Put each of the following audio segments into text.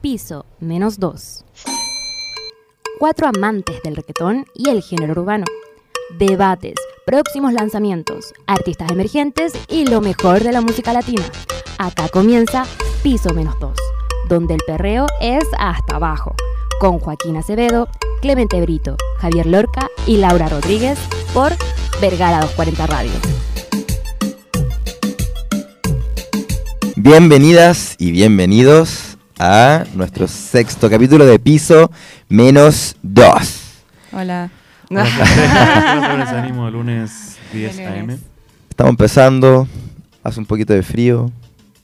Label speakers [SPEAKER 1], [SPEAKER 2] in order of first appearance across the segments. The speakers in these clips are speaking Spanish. [SPEAKER 1] piso, menos 2. Cuatro amantes del reggaetón y el género urbano. Debates, próximos lanzamientos, artistas emergentes y lo mejor de la música latina. Acá comienza Piso menos 2, donde el perreo es hasta abajo, con Joaquín Acevedo, Clemente Brito, Javier Lorca y Laura Rodríguez por Vergara 240 Radio.
[SPEAKER 2] Bienvenidas y bienvenidos a nuestro sexto capítulo de Piso menos 2.
[SPEAKER 3] Hola.
[SPEAKER 4] Nosotros les animo lunes 10 AM.
[SPEAKER 2] Estamos empezando, hace un poquito de frío,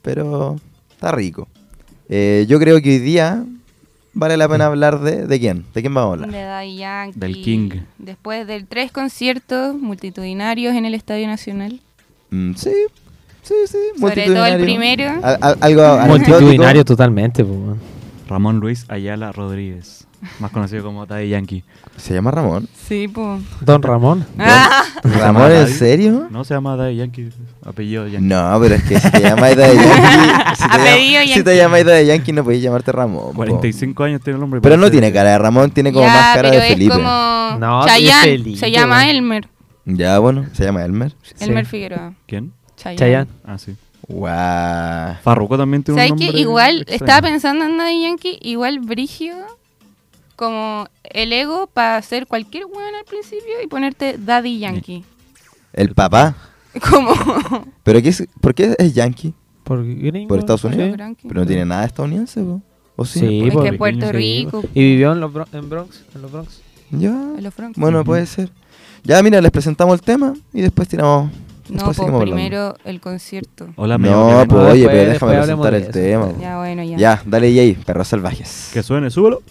[SPEAKER 2] pero está rico. Eh, yo creo que hoy día vale la
[SPEAKER 3] Mm.
[SPEAKER 2] pena hablar de... ¿De quién? ¿De quién vamos a
[SPEAKER 3] De
[SPEAKER 2] hablar?
[SPEAKER 3] Daddy Yankee.
[SPEAKER 4] Del King.
[SPEAKER 3] Después de tres conciertos multitudinarios en el Estadio Nacional.
[SPEAKER 2] Mm, sí, sí, sí.
[SPEAKER 3] Sobre todo el
[SPEAKER 2] multitudinario.
[SPEAKER 3] primero.
[SPEAKER 2] A- a- algo anecdótico.
[SPEAKER 5] Multitudinario totalmente, po, weón.
[SPEAKER 4] Ramón Luis Ayala Rodríguez, más conocido como Daddy Yankee.
[SPEAKER 2] ¿Se llama Ramón?
[SPEAKER 3] Sí, po.
[SPEAKER 5] Don Ramón.
[SPEAKER 3] Ah.
[SPEAKER 2] ¿Ramón en
[SPEAKER 4] Daddy?
[SPEAKER 2] serio?
[SPEAKER 4] No se llama Daddy Yankee, apellido Yankee.
[SPEAKER 2] No, pero es que si te llamáis de Yankee, si te,
[SPEAKER 3] Apellido
[SPEAKER 2] llam- si
[SPEAKER 3] Yankee.
[SPEAKER 2] te llamáis de Yankee no podéis llamarte Ramón. po.
[SPEAKER 4] 45 años tiene el hombre.
[SPEAKER 2] Pero
[SPEAKER 4] parece-
[SPEAKER 2] no tiene cara de Ramón, tiene como
[SPEAKER 3] ya,
[SPEAKER 2] más cara
[SPEAKER 3] pero
[SPEAKER 2] de Felipe.
[SPEAKER 3] es como
[SPEAKER 5] No, sí,
[SPEAKER 3] Chayanne.
[SPEAKER 5] Felipe,
[SPEAKER 3] Se llama
[SPEAKER 5] weón.
[SPEAKER 3] Elmer.
[SPEAKER 2] Ya, bueno, se llama Elmer.
[SPEAKER 3] Elmer
[SPEAKER 5] Sí.
[SPEAKER 3] Figueroa.
[SPEAKER 4] ¿Quién?
[SPEAKER 3] Chayanne.
[SPEAKER 5] Chayanne.
[SPEAKER 4] Ah, sí.
[SPEAKER 2] Guau.
[SPEAKER 4] Farruko también tiene un
[SPEAKER 3] ¿Sabes
[SPEAKER 4] nombre.
[SPEAKER 3] qué? Igual,
[SPEAKER 4] extraño.
[SPEAKER 3] estaba pensando en Daddy Yankee, igual Brigio, como el ego para hacer cualquier weón al principio y ponerte Daddy Yankee.
[SPEAKER 2] El papá.
[SPEAKER 3] Como...
[SPEAKER 2] ¿Pero qué es, por qué es Yankee?
[SPEAKER 5] Por gringo.
[SPEAKER 2] ¿Por Estados
[SPEAKER 3] Por
[SPEAKER 2] Unidos?
[SPEAKER 3] los Yankees.
[SPEAKER 2] Pero no tiene nada estadounidense, po. ¿o sí?
[SPEAKER 5] Sí,
[SPEAKER 3] Es
[SPEAKER 5] po,
[SPEAKER 3] que
[SPEAKER 4] pues,
[SPEAKER 5] sí,
[SPEAKER 3] Puerto
[SPEAKER 5] sí,
[SPEAKER 3] Rico.
[SPEAKER 5] po. Y vivió en, los Bro- en Bronx, en los Bronx.
[SPEAKER 2] Ya.
[SPEAKER 3] Los Broncos.
[SPEAKER 2] Bueno,
[SPEAKER 4] Ujú.
[SPEAKER 2] puede ser. Ya, mira, les presentamos el tema y después tiramos.
[SPEAKER 3] No,
[SPEAKER 2] después seguimos
[SPEAKER 3] po,
[SPEAKER 2] hablando.
[SPEAKER 3] primero el concierto.
[SPEAKER 4] Hola, me llamo
[SPEAKER 2] No,
[SPEAKER 4] Kevin.
[SPEAKER 2] pues
[SPEAKER 5] después-
[SPEAKER 2] oye, pero
[SPEAKER 5] después
[SPEAKER 2] déjame
[SPEAKER 5] hablemos
[SPEAKER 2] presentar
[SPEAKER 5] de
[SPEAKER 2] el
[SPEAKER 5] eso.
[SPEAKER 2] tema. po.
[SPEAKER 3] Ya, bueno, ya.
[SPEAKER 2] Ya, dale, Jay, perros salvajes.
[SPEAKER 4] Que suene, súbelo.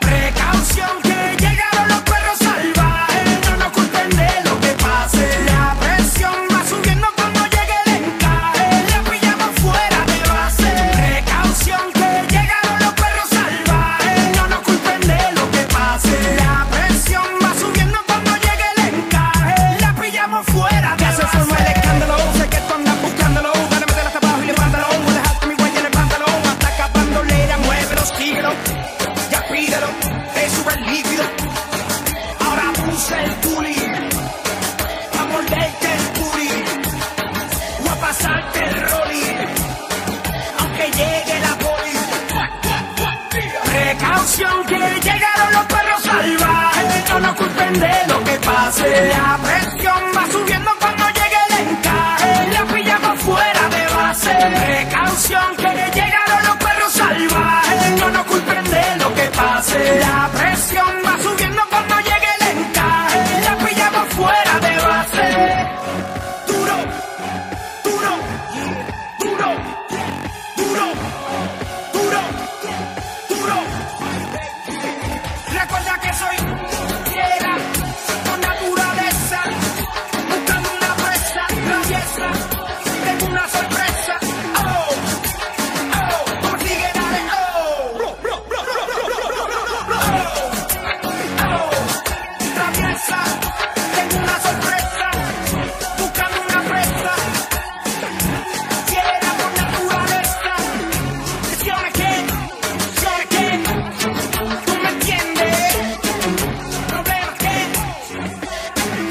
[SPEAKER 6] Precaución que llegaron los perros salvajes, no nos culpen de lo que pase. La presión va subiendo cuando llegue el encaje, la pillamos fuera de base. Precaución que llegaron los perros salvajes, no nos culpen de lo que pase. La presión va subiendo cuando llegue el encaje, la pillamos fuera de base. Ya se formó el escándalo, sé que tú andas buscándolo, dale meter hasta abajo y levántalo, voy a dejarte mi huella en el pantalón, ataca bandolera, mueve los tigros. Ya pídelo, te sube el líquido. Ahora puse el tuli. A morderte el tuli. O a pasarte el roli. Aunque llegue la poli. Precaución que llegaron los perros salvajes. No nos culpen de lo que pase. La presión va subiendo cuando llegue el encaje. La pillamos fuera de base. Precaución que llegaron los perros salvajes. No nos culpen de lo que pase. La presión va subiendo cuando llegue el encaje. La pillamos fuera de base. Duro, duro, duro, duro, duro duro. Recuerda que soy fiera, con naturaleza, buscando una presa, traviesa, tengo una sorpresa. Oh, oh, como sigue, dale, oh. Oh, oh, traviesa, tengo una sorpresa, buscando una presa. Fiera por naturaleza, yo me quedo, yo me quedo, tú me entiendes, problema que,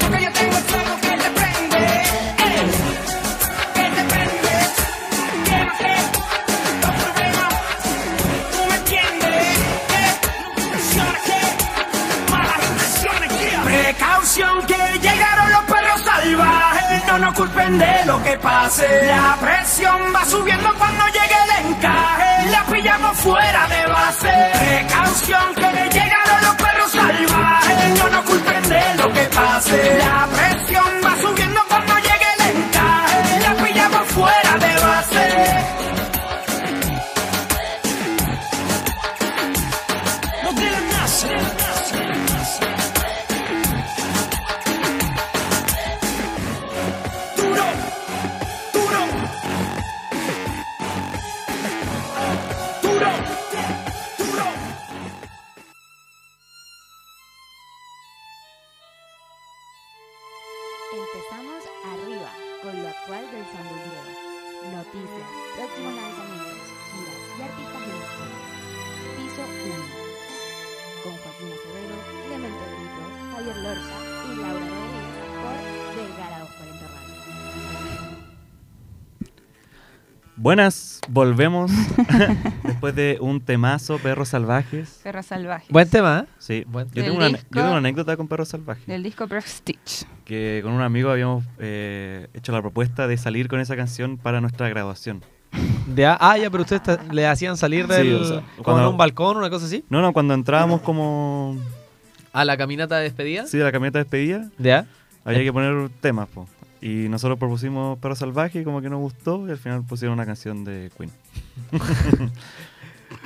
[SPEAKER 6] porque yo tengo el fuego que te prende, eh, que te prende, quédate, no hay problema, tú me entiendes, eh, yo me quedo, malas impresiones, yeah. Precaución que llegaron los perros salvajes, no nos culpen de lo que pase. La presión va subiendo cuando llegue el encaje, la pillamos fuera de base. Precaución que llegaron los perros salvajes, no nos culpen de lo que pase. La presión va subiendo cuando llegue el encaje, la pillamos fuera de base. No tienen más.
[SPEAKER 4] Buenas, volvemos después de un temazo, perros salvajes.
[SPEAKER 3] Perros salvajes.
[SPEAKER 5] Buen tema, ¿eh?
[SPEAKER 4] Sí,
[SPEAKER 5] Buen
[SPEAKER 4] yo
[SPEAKER 3] Del
[SPEAKER 4] tengo, una, yo
[SPEAKER 3] disco.
[SPEAKER 4] tengo una anécdota con perros salvajes.
[SPEAKER 3] Del disco Brock Stitch.
[SPEAKER 4] que con un amigo habíamos eh, hecho la propuesta de salir con esa canción para nuestra graduación.
[SPEAKER 5] De a- ah, ya, pero ustedes ta- le hacían salir
[SPEAKER 4] Sí,
[SPEAKER 5] del.
[SPEAKER 4] o sea,
[SPEAKER 5] como
[SPEAKER 4] cuando-
[SPEAKER 5] en un balcón, una cosa así.
[SPEAKER 4] No, no, cuando entrábamos como...
[SPEAKER 5] A la caminata de despedida.
[SPEAKER 4] Sí, de la camioneta de despedida,
[SPEAKER 5] Ya.
[SPEAKER 4] había que poner temas, po. Y nosotros propusimos Perro Salvaje y como que nos gustó y al final pusieron una canción de Queen.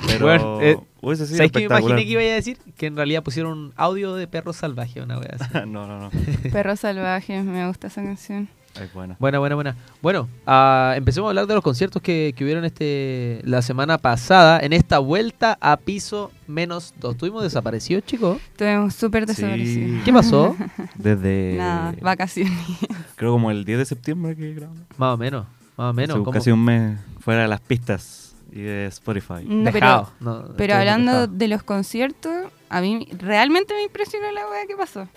[SPEAKER 4] Pero
[SPEAKER 5] Bueno, eh,
[SPEAKER 4] hubiese sido
[SPEAKER 5] ¿Sabes qué me
[SPEAKER 4] espectacular.
[SPEAKER 5] imaginé que iba a decir? Que en realidad pusieron un audio de perro salvaje, una wea así.
[SPEAKER 4] no, no, no.
[SPEAKER 3] Perros salvajes, me gusta esa canción.
[SPEAKER 4] Es buena.
[SPEAKER 5] Buena, buena, buena. Bueno, ah, empecemos a hablar de los conciertos que, que hubieron este la semana pasada en esta vuelta a piso menos dos. Tuvimos desaparecidos, chicos.
[SPEAKER 3] Estuvimos súper
[SPEAKER 4] Sí. eh,
[SPEAKER 3] desaparecidos.
[SPEAKER 5] ¿Qué pasó?
[SPEAKER 4] Desde...
[SPEAKER 3] Nada, vacaciones.
[SPEAKER 4] creo como el 10 de septiembre que grabamos.
[SPEAKER 5] más o menos, más o menos.
[SPEAKER 4] Hace
[SPEAKER 5] como
[SPEAKER 4] casi un mes fuera de las pistas y de Spotify.
[SPEAKER 3] No, pero,
[SPEAKER 5] dejado, no,
[SPEAKER 3] pero
[SPEAKER 5] estuvimos
[SPEAKER 3] hablando
[SPEAKER 5] dejados.
[SPEAKER 3] de los conciertos, a mí realmente me impresionó la weá que pasó.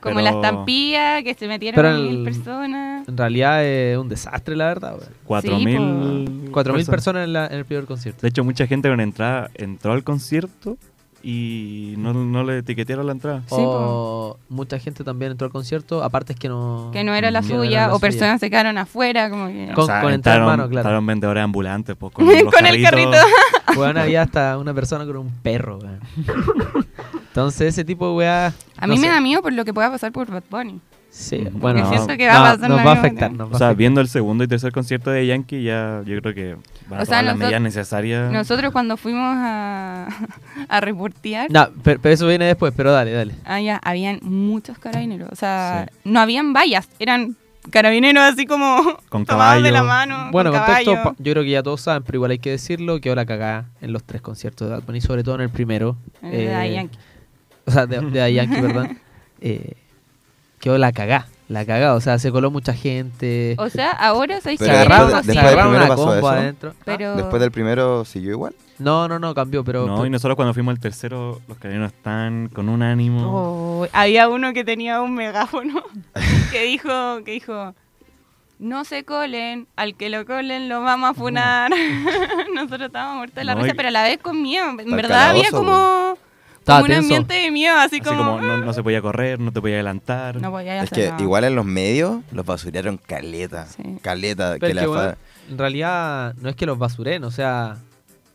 [SPEAKER 3] Como
[SPEAKER 4] Pero-
[SPEAKER 3] la estampilla, que se metieron
[SPEAKER 5] Pero
[SPEAKER 3] mil
[SPEAKER 5] el-
[SPEAKER 3] personas.
[SPEAKER 5] En realidad es un desastre, la verdad. wea.
[SPEAKER 4] Cuatro
[SPEAKER 3] Sí, pues.
[SPEAKER 4] mil...
[SPEAKER 5] Cuatro mil personas en, la- en el primer concierto.
[SPEAKER 4] De hecho, mucha gente con entrada entró al concierto y no, no le etiquetearon la entrada.
[SPEAKER 3] Sí,
[SPEAKER 5] O mucha gente también entró al concierto, aparte es que no...
[SPEAKER 3] Que no era la
[SPEAKER 5] que no
[SPEAKER 3] suya,
[SPEAKER 5] era la
[SPEAKER 3] o
[SPEAKER 5] suya.
[SPEAKER 3] personas se quedaron afuera, como que...
[SPEAKER 5] Con- con entrada en
[SPEAKER 4] entraron-
[SPEAKER 5] mano, claro.
[SPEAKER 4] entraron vendedores ambulantes, pues, con, los
[SPEAKER 3] Con el
[SPEAKER 4] carritos.
[SPEAKER 5] Weón, había hasta una persona con un perro, weón. Entonces, ese tipo de weá.
[SPEAKER 3] A
[SPEAKER 5] no
[SPEAKER 3] mí me
[SPEAKER 5] sé.
[SPEAKER 3] da miedo por lo que pueda pasar por Bad Bunny.
[SPEAKER 5] Sí,
[SPEAKER 4] Porque
[SPEAKER 5] bueno.
[SPEAKER 4] siento
[SPEAKER 3] que va a
[SPEAKER 5] no,
[SPEAKER 3] pasar la
[SPEAKER 5] Nos va a
[SPEAKER 3] misma
[SPEAKER 5] afectar,
[SPEAKER 3] cuestión.
[SPEAKER 5] nos va
[SPEAKER 4] O
[SPEAKER 5] a
[SPEAKER 4] sea,
[SPEAKER 5] afectar.
[SPEAKER 4] viendo el segundo y tercer concierto de Yankee, ya yo creo que van a
[SPEAKER 3] O sea,
[SPEAKER 4] tomar las
[SPEAKER 3] nosot-
[SPEAKER 4] medidas necesarias.
[SPEAKER 3] Nosotros cuando fuimos a, a reportear,
[SPEAKER 5] No, pero, pero eso viene después, pero dale, dale.
[SPEAKER 3] allá habían muchos carabineros. O sea, no habían vallas, eran carabineros así como
[SPEAKER 4] Con
[SPEAKER 3] tomados de la
[SPEAKER 4] caballo.
[SPEAKER 3] mano.
[SPEAKER 5] Bueno,
[SPEAKER 3] con
[SPEAKER 5] contexto,
[SPEAKER 3] caballo.
[SPEAKER 5] pa- yo creo que ya todos saben, pero igual hay que decirlo, que ahora cagá en los tres conciertos de Bad Bunny, sobre todo en el primero.
[SPEAKER 3] El de
[SPEAKER 5] eh,
[SPEAKER 3] Daddy Yankee.
[SPEAKER 5] O sea, de, de Daddy Yankee, perdón. Eh, quedó la cagá, la cagá. O sea, se coló mucha gente.
[SPEAKER 3] O sea, ahora sabéis que
[SPEAKER 5] se
[SPEAKER 2] Pero
[SPEAKER 5] agarraron,
[SPEAKER 2] después de-
[SPEAKER 5] se
[SPEAKER 2] después del
[SPEAKER 5] agarraron
[SPEAKER 2] primero
[SPEAKER 5] una
[SPEAKER 2] pasó
[SPEAKER 5] combo
[SPEAKER 2] eso.
[SPEAKER 5] adentro. Ah,
[SPEAKER 3] pero
[SPEAKER 2] Después del primero siguió igual.
[SPEAKER 5] No, no, no, cambió, pero...
[SPEAKER 4] no, y nosotros cuando fuimos al tercero, los carabineros están con un ánimo.
[SPEAKER 3] Oh, había uno que tenía un megáfono que dijo, que dijo, no se colen, al que lo colen lo vamos a funar. Nosotros estábamos muertos de la
[SPEAKER 4] No,
[SPEAKER 3] risa,
[SPEAKER 4] y-
[SPEAKER 3] pero a la vez con miedo. En
[SPEAKER 2] Está el
[SPEAKER 3] verdad había
[SPEAKER 2] calabozo,
[SPEAKER 3] como,
[SPEAKER 5] Estaba
[SPEAKER 3] como un
[SPEAKER 5] tenso.
[SPEAKER 3] ambiente de miedo, así,
[SPEAKER 4] Así
[SPEAKER 3] como...
[SPEAKER 4] como no, no se podía correr, no te podía adelantar.
[SPEAKER 3] No pues podía
[SPEAKER 2] Es
[SPEAKER 3] hacer
[SPEAKER 2] que
[SPEAKER 3] nada.
[SPEAKER 2] igual en los medios los basuraron caleta.
[SPEAKER 3] Sí.
[SPEAKER 2] Caleta.
[SPEAKER 5] Pero
[SPEAKER 2] que
[SPEAKER 5] es
[SPEAKER 2] la
[SPEAKER 5] que,
[SPEAKER 2] fa-
[SPEAKER 5] weón, en realidad no es que los basuren, o sea,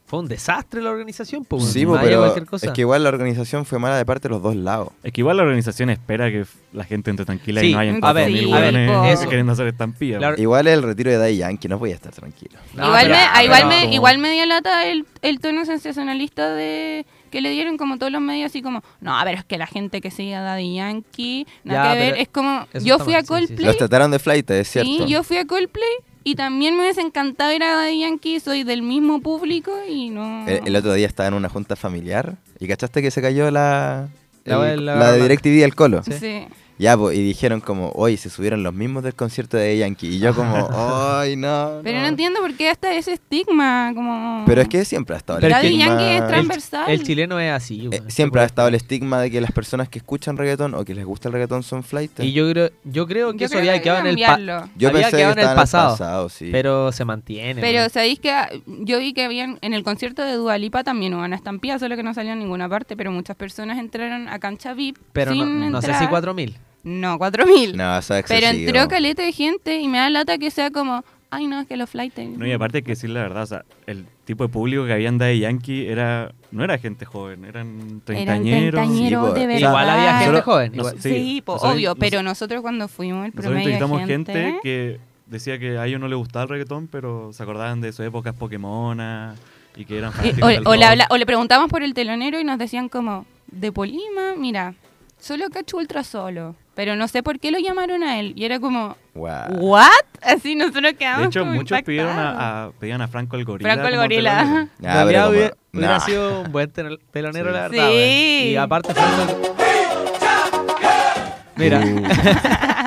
[SPEAKER 5] fue un desastre la organización, pues.
[SPEAKER 2] Sí,
[SPEAKER 5] weón,
[SPEAKER 2] po,
[SPEAKER 5] más allá de
[SPEAKER 2] pero
[SPEAKER 5] cualquier cosa.
[SPEAKER 2] es que igual la organización fue mala de parte de los dos lados.
[SPEAKER 4] Es que igual la organización espera que f- la gente entre tranquila
[SPEAKER 5] Sí,
[SPEAKER 4] y no hayan
[SPEAKER 3] a
[SPEAKER 4] cuatro
[SPEAKER 3] ver,
[SPEAKER 4] mil
[SPEAKER 3] Mm, sí, a ver,
[SPEAKER 4] hueones
[SPEAKER 3] po.
[SPEAKER 5] Eso.
[SPEAKER 4] queriendo hacer estampillas.
[SPEAKER 5] La-
[SPEAKER 2] Igual el retiro de Daddy Yankee, no voy a estar tranquilo.
[SPEAKER 5] No,
[SPEAKER 3] igual,
[SPEAKER 5] pero-
[SPEAKER 3] me, ah, igual,
[SPEAKER 4] pero
[SPEAKER 3] me,
[SPEAKER 4] como-
[SPEAKER 3] igual me dio lata el, el tono sensacionalista de que le dieron como todos los medios así como, no, pero es que la gente que sigue a Daddy Yankee, nada
[SPEAKER 5] Ya,
[SPEAKER 3] que ver,
[SPEAKER 5] pero
[SPEAKER 3] es como,
[SPEAKER 5] eso
[SPEAKER 3] yo
[SPEAKER 5] está
[SPEAKER 3] fui
[SPEAKER 5] mal,
[SPEAKER 3] a
[SPEAKER 5] sí, sí, sí.
[SPEAKER 3] Coldplay,
[SPEAKER 2] Los trataron de flight, es cierto.
[SPEAKER 3] sí, yo fui a Coldplay y también me hubiese encantado ir a Daddy Yankee, soy del mismo público y no...
[SPEAKER 2] El, Eh, el otro día estaba en una junta familiar y cachaste que se cayó la,
[SPEAKER 5] La-
[SPEAKER 2] el-
[SPEAKER 5] la-
[SPEAKER 2] la de
[SPEAKER 5] la-
[SPEAKER 2] DirecTV al colo.
[SPEAKER 3] Sí.
[SPEAKER 2] Ya, po, y dijeron como, hoy se subieron los mismos del concierto de Daddy Yankee. Y yo como, ay, no.
[SPEAKER 3] Pero no entiendo por qué hasta ese estigma, como...
[SPEAKER 2] Pero es que siempre ha estado el
[SPEAKER 5] Pero es que-
[SPEAKER 2] estigma.
[SPEAKER 3] Daddy Yankee es
[SPEAKER 5] el,
[SPEAKER 3] transversal.
[SPEAKER 5] el chileno es así,
[SPEAKER 2] Eh,
[SPEAKER 5] weón.
[SPEAKER 2] siempre ha estado el estigma de que las personas que escuchan reggaetón o que les gusta el reggaetón son flight.
[SPEAKER 5] Y yo creo, yo creo que
[SPEAKER 3] Yo
[SPEAKER 5] eso
[SPEAKER 3] creo
[SPEAKER 5] había
[SPEAKER 3] que
[SPEAKER 5] quedado en el pa-
[SPEAKER 3] cambiarlo.
[SPEAKER 2] Yo
[SPEAKER 5] había
[SPEAKER 2] pensé que
[SPEAKER 5] quedado
[SPEAKER 2] estaba en el pasado, sí.
[SPEAKER 5] pero se mantiene.
[SPEAKER 3] Pero
[SPEAKER 5] weón.
[SPEAKER 3] sabéis que ah, yo vi que habían en el concierto de Dualipa también hubo una estampida, solo que no salió en ninguna parte, pero muchas personas entraron a cancha VIP.
[SPEAKER 5] Pero no,
[SPEAKER 3] sin
[SPEAKER 5] no sé
[SPEAKER 3] entrar.
[SPEAKER 5] si 4000.
[SPEAKER 3] No, 4000.
[SPEAKER 2] No, eso es
[SPEAKER 3] pero
[SPEAKER 2] excesivo.
[SPEAKER 3] entró caleta de gente y me da lata que sea como, ay no, es que los flights.
[SPEAKER 4] No, y aparte hay que decir la verdad, o sea, el tipo de público que habían dado Yankee era, no era gente joven, eran
[SPEAKER 3] eran
[SPEAKER 4] treintañeros.
[SPEAKER 2] Sí,
[SPEAKER 3] treintañeros,
[SPEAKER 2] pues, po,
[SPEAKER 3] de
[SPEAKER 2] igual
[SPEAKER 3] verdad.
[SPEAKER 5] Igual había gente
[SPEAKER 4] Solo-
[SPEAKER 5] joven.
[SPEAKER 4] no
[SPEAKER 5] igual.
[SPEAKER 4] sé.
[SPEAKER 3] Sí,
[SPEAKER 4] Sí,
[SPEAKER 3] po,
[SPEAKER 4] nosotros-
[SPEAKER 3] obvio,
[SPEAKER 4] nos-
[SPEAKER 3] pero nosotros cuando fuimos el
[SPEAKER 4] Nosotros
[SPEAKER 3] promedio
[SPEAKER 4] entrevistamos
[SPEAKER 3] de
[SPEAKER 4] gente,
[SPEAKER 3] gente,
[SPEAKER 4] que decía que a ellos no les gustaba el reggaetón, pero se acordaban de sus épocas Pokémona y que eran
[SPEAKER 3] Y-
[SPEAKER 4] fanáticos del
[SPEAKER 3] eh, o, o le
[SPEAKER 4] rock.
[SPEAKER 3] habla- o le preguntamos por el telonero y nos decían como, de Polima, mira, solo Cacho Ultra solo. Pero no sé por qué lo llamaron a él. Y era como,
[SPEAKER 2] Guau.
[SPEAKER 3] ¿what? Así nosotros quedamos
[SPEAKER 4] De hecho,
[SPEAKER 3] como
[SPEAKER 4] muchos pidieron
[SPEAKER 3] impactados.
[SPEAKER 4] a, a- pedían a Franco el Gorila.
[SPEAKER 3] Franco el
[SPEAKER 4] como
[SPEAKER 3] Gorila.
[SPEAKER 4] telonero.
[SPEAKER 2] Nah,
[SPEAKER 5] En
[SPEAKER 2] Ah, pero
[SPEAKER 5] realidad
[SPEAKER 2] como-
[SPEAKER 5] hubiera, hubiera
[SPEAKER 2] nah.
[SPEAKER 5] sido un buen tel- telonero,
[SPEAKER 4] Sí.
[SPEAKER 5] la verdad.
[SPEAKER 3] Sí.
[SPEAKER 5] weón. Y aparte, Franco- Mira.
[SPEAKER 2] Uh.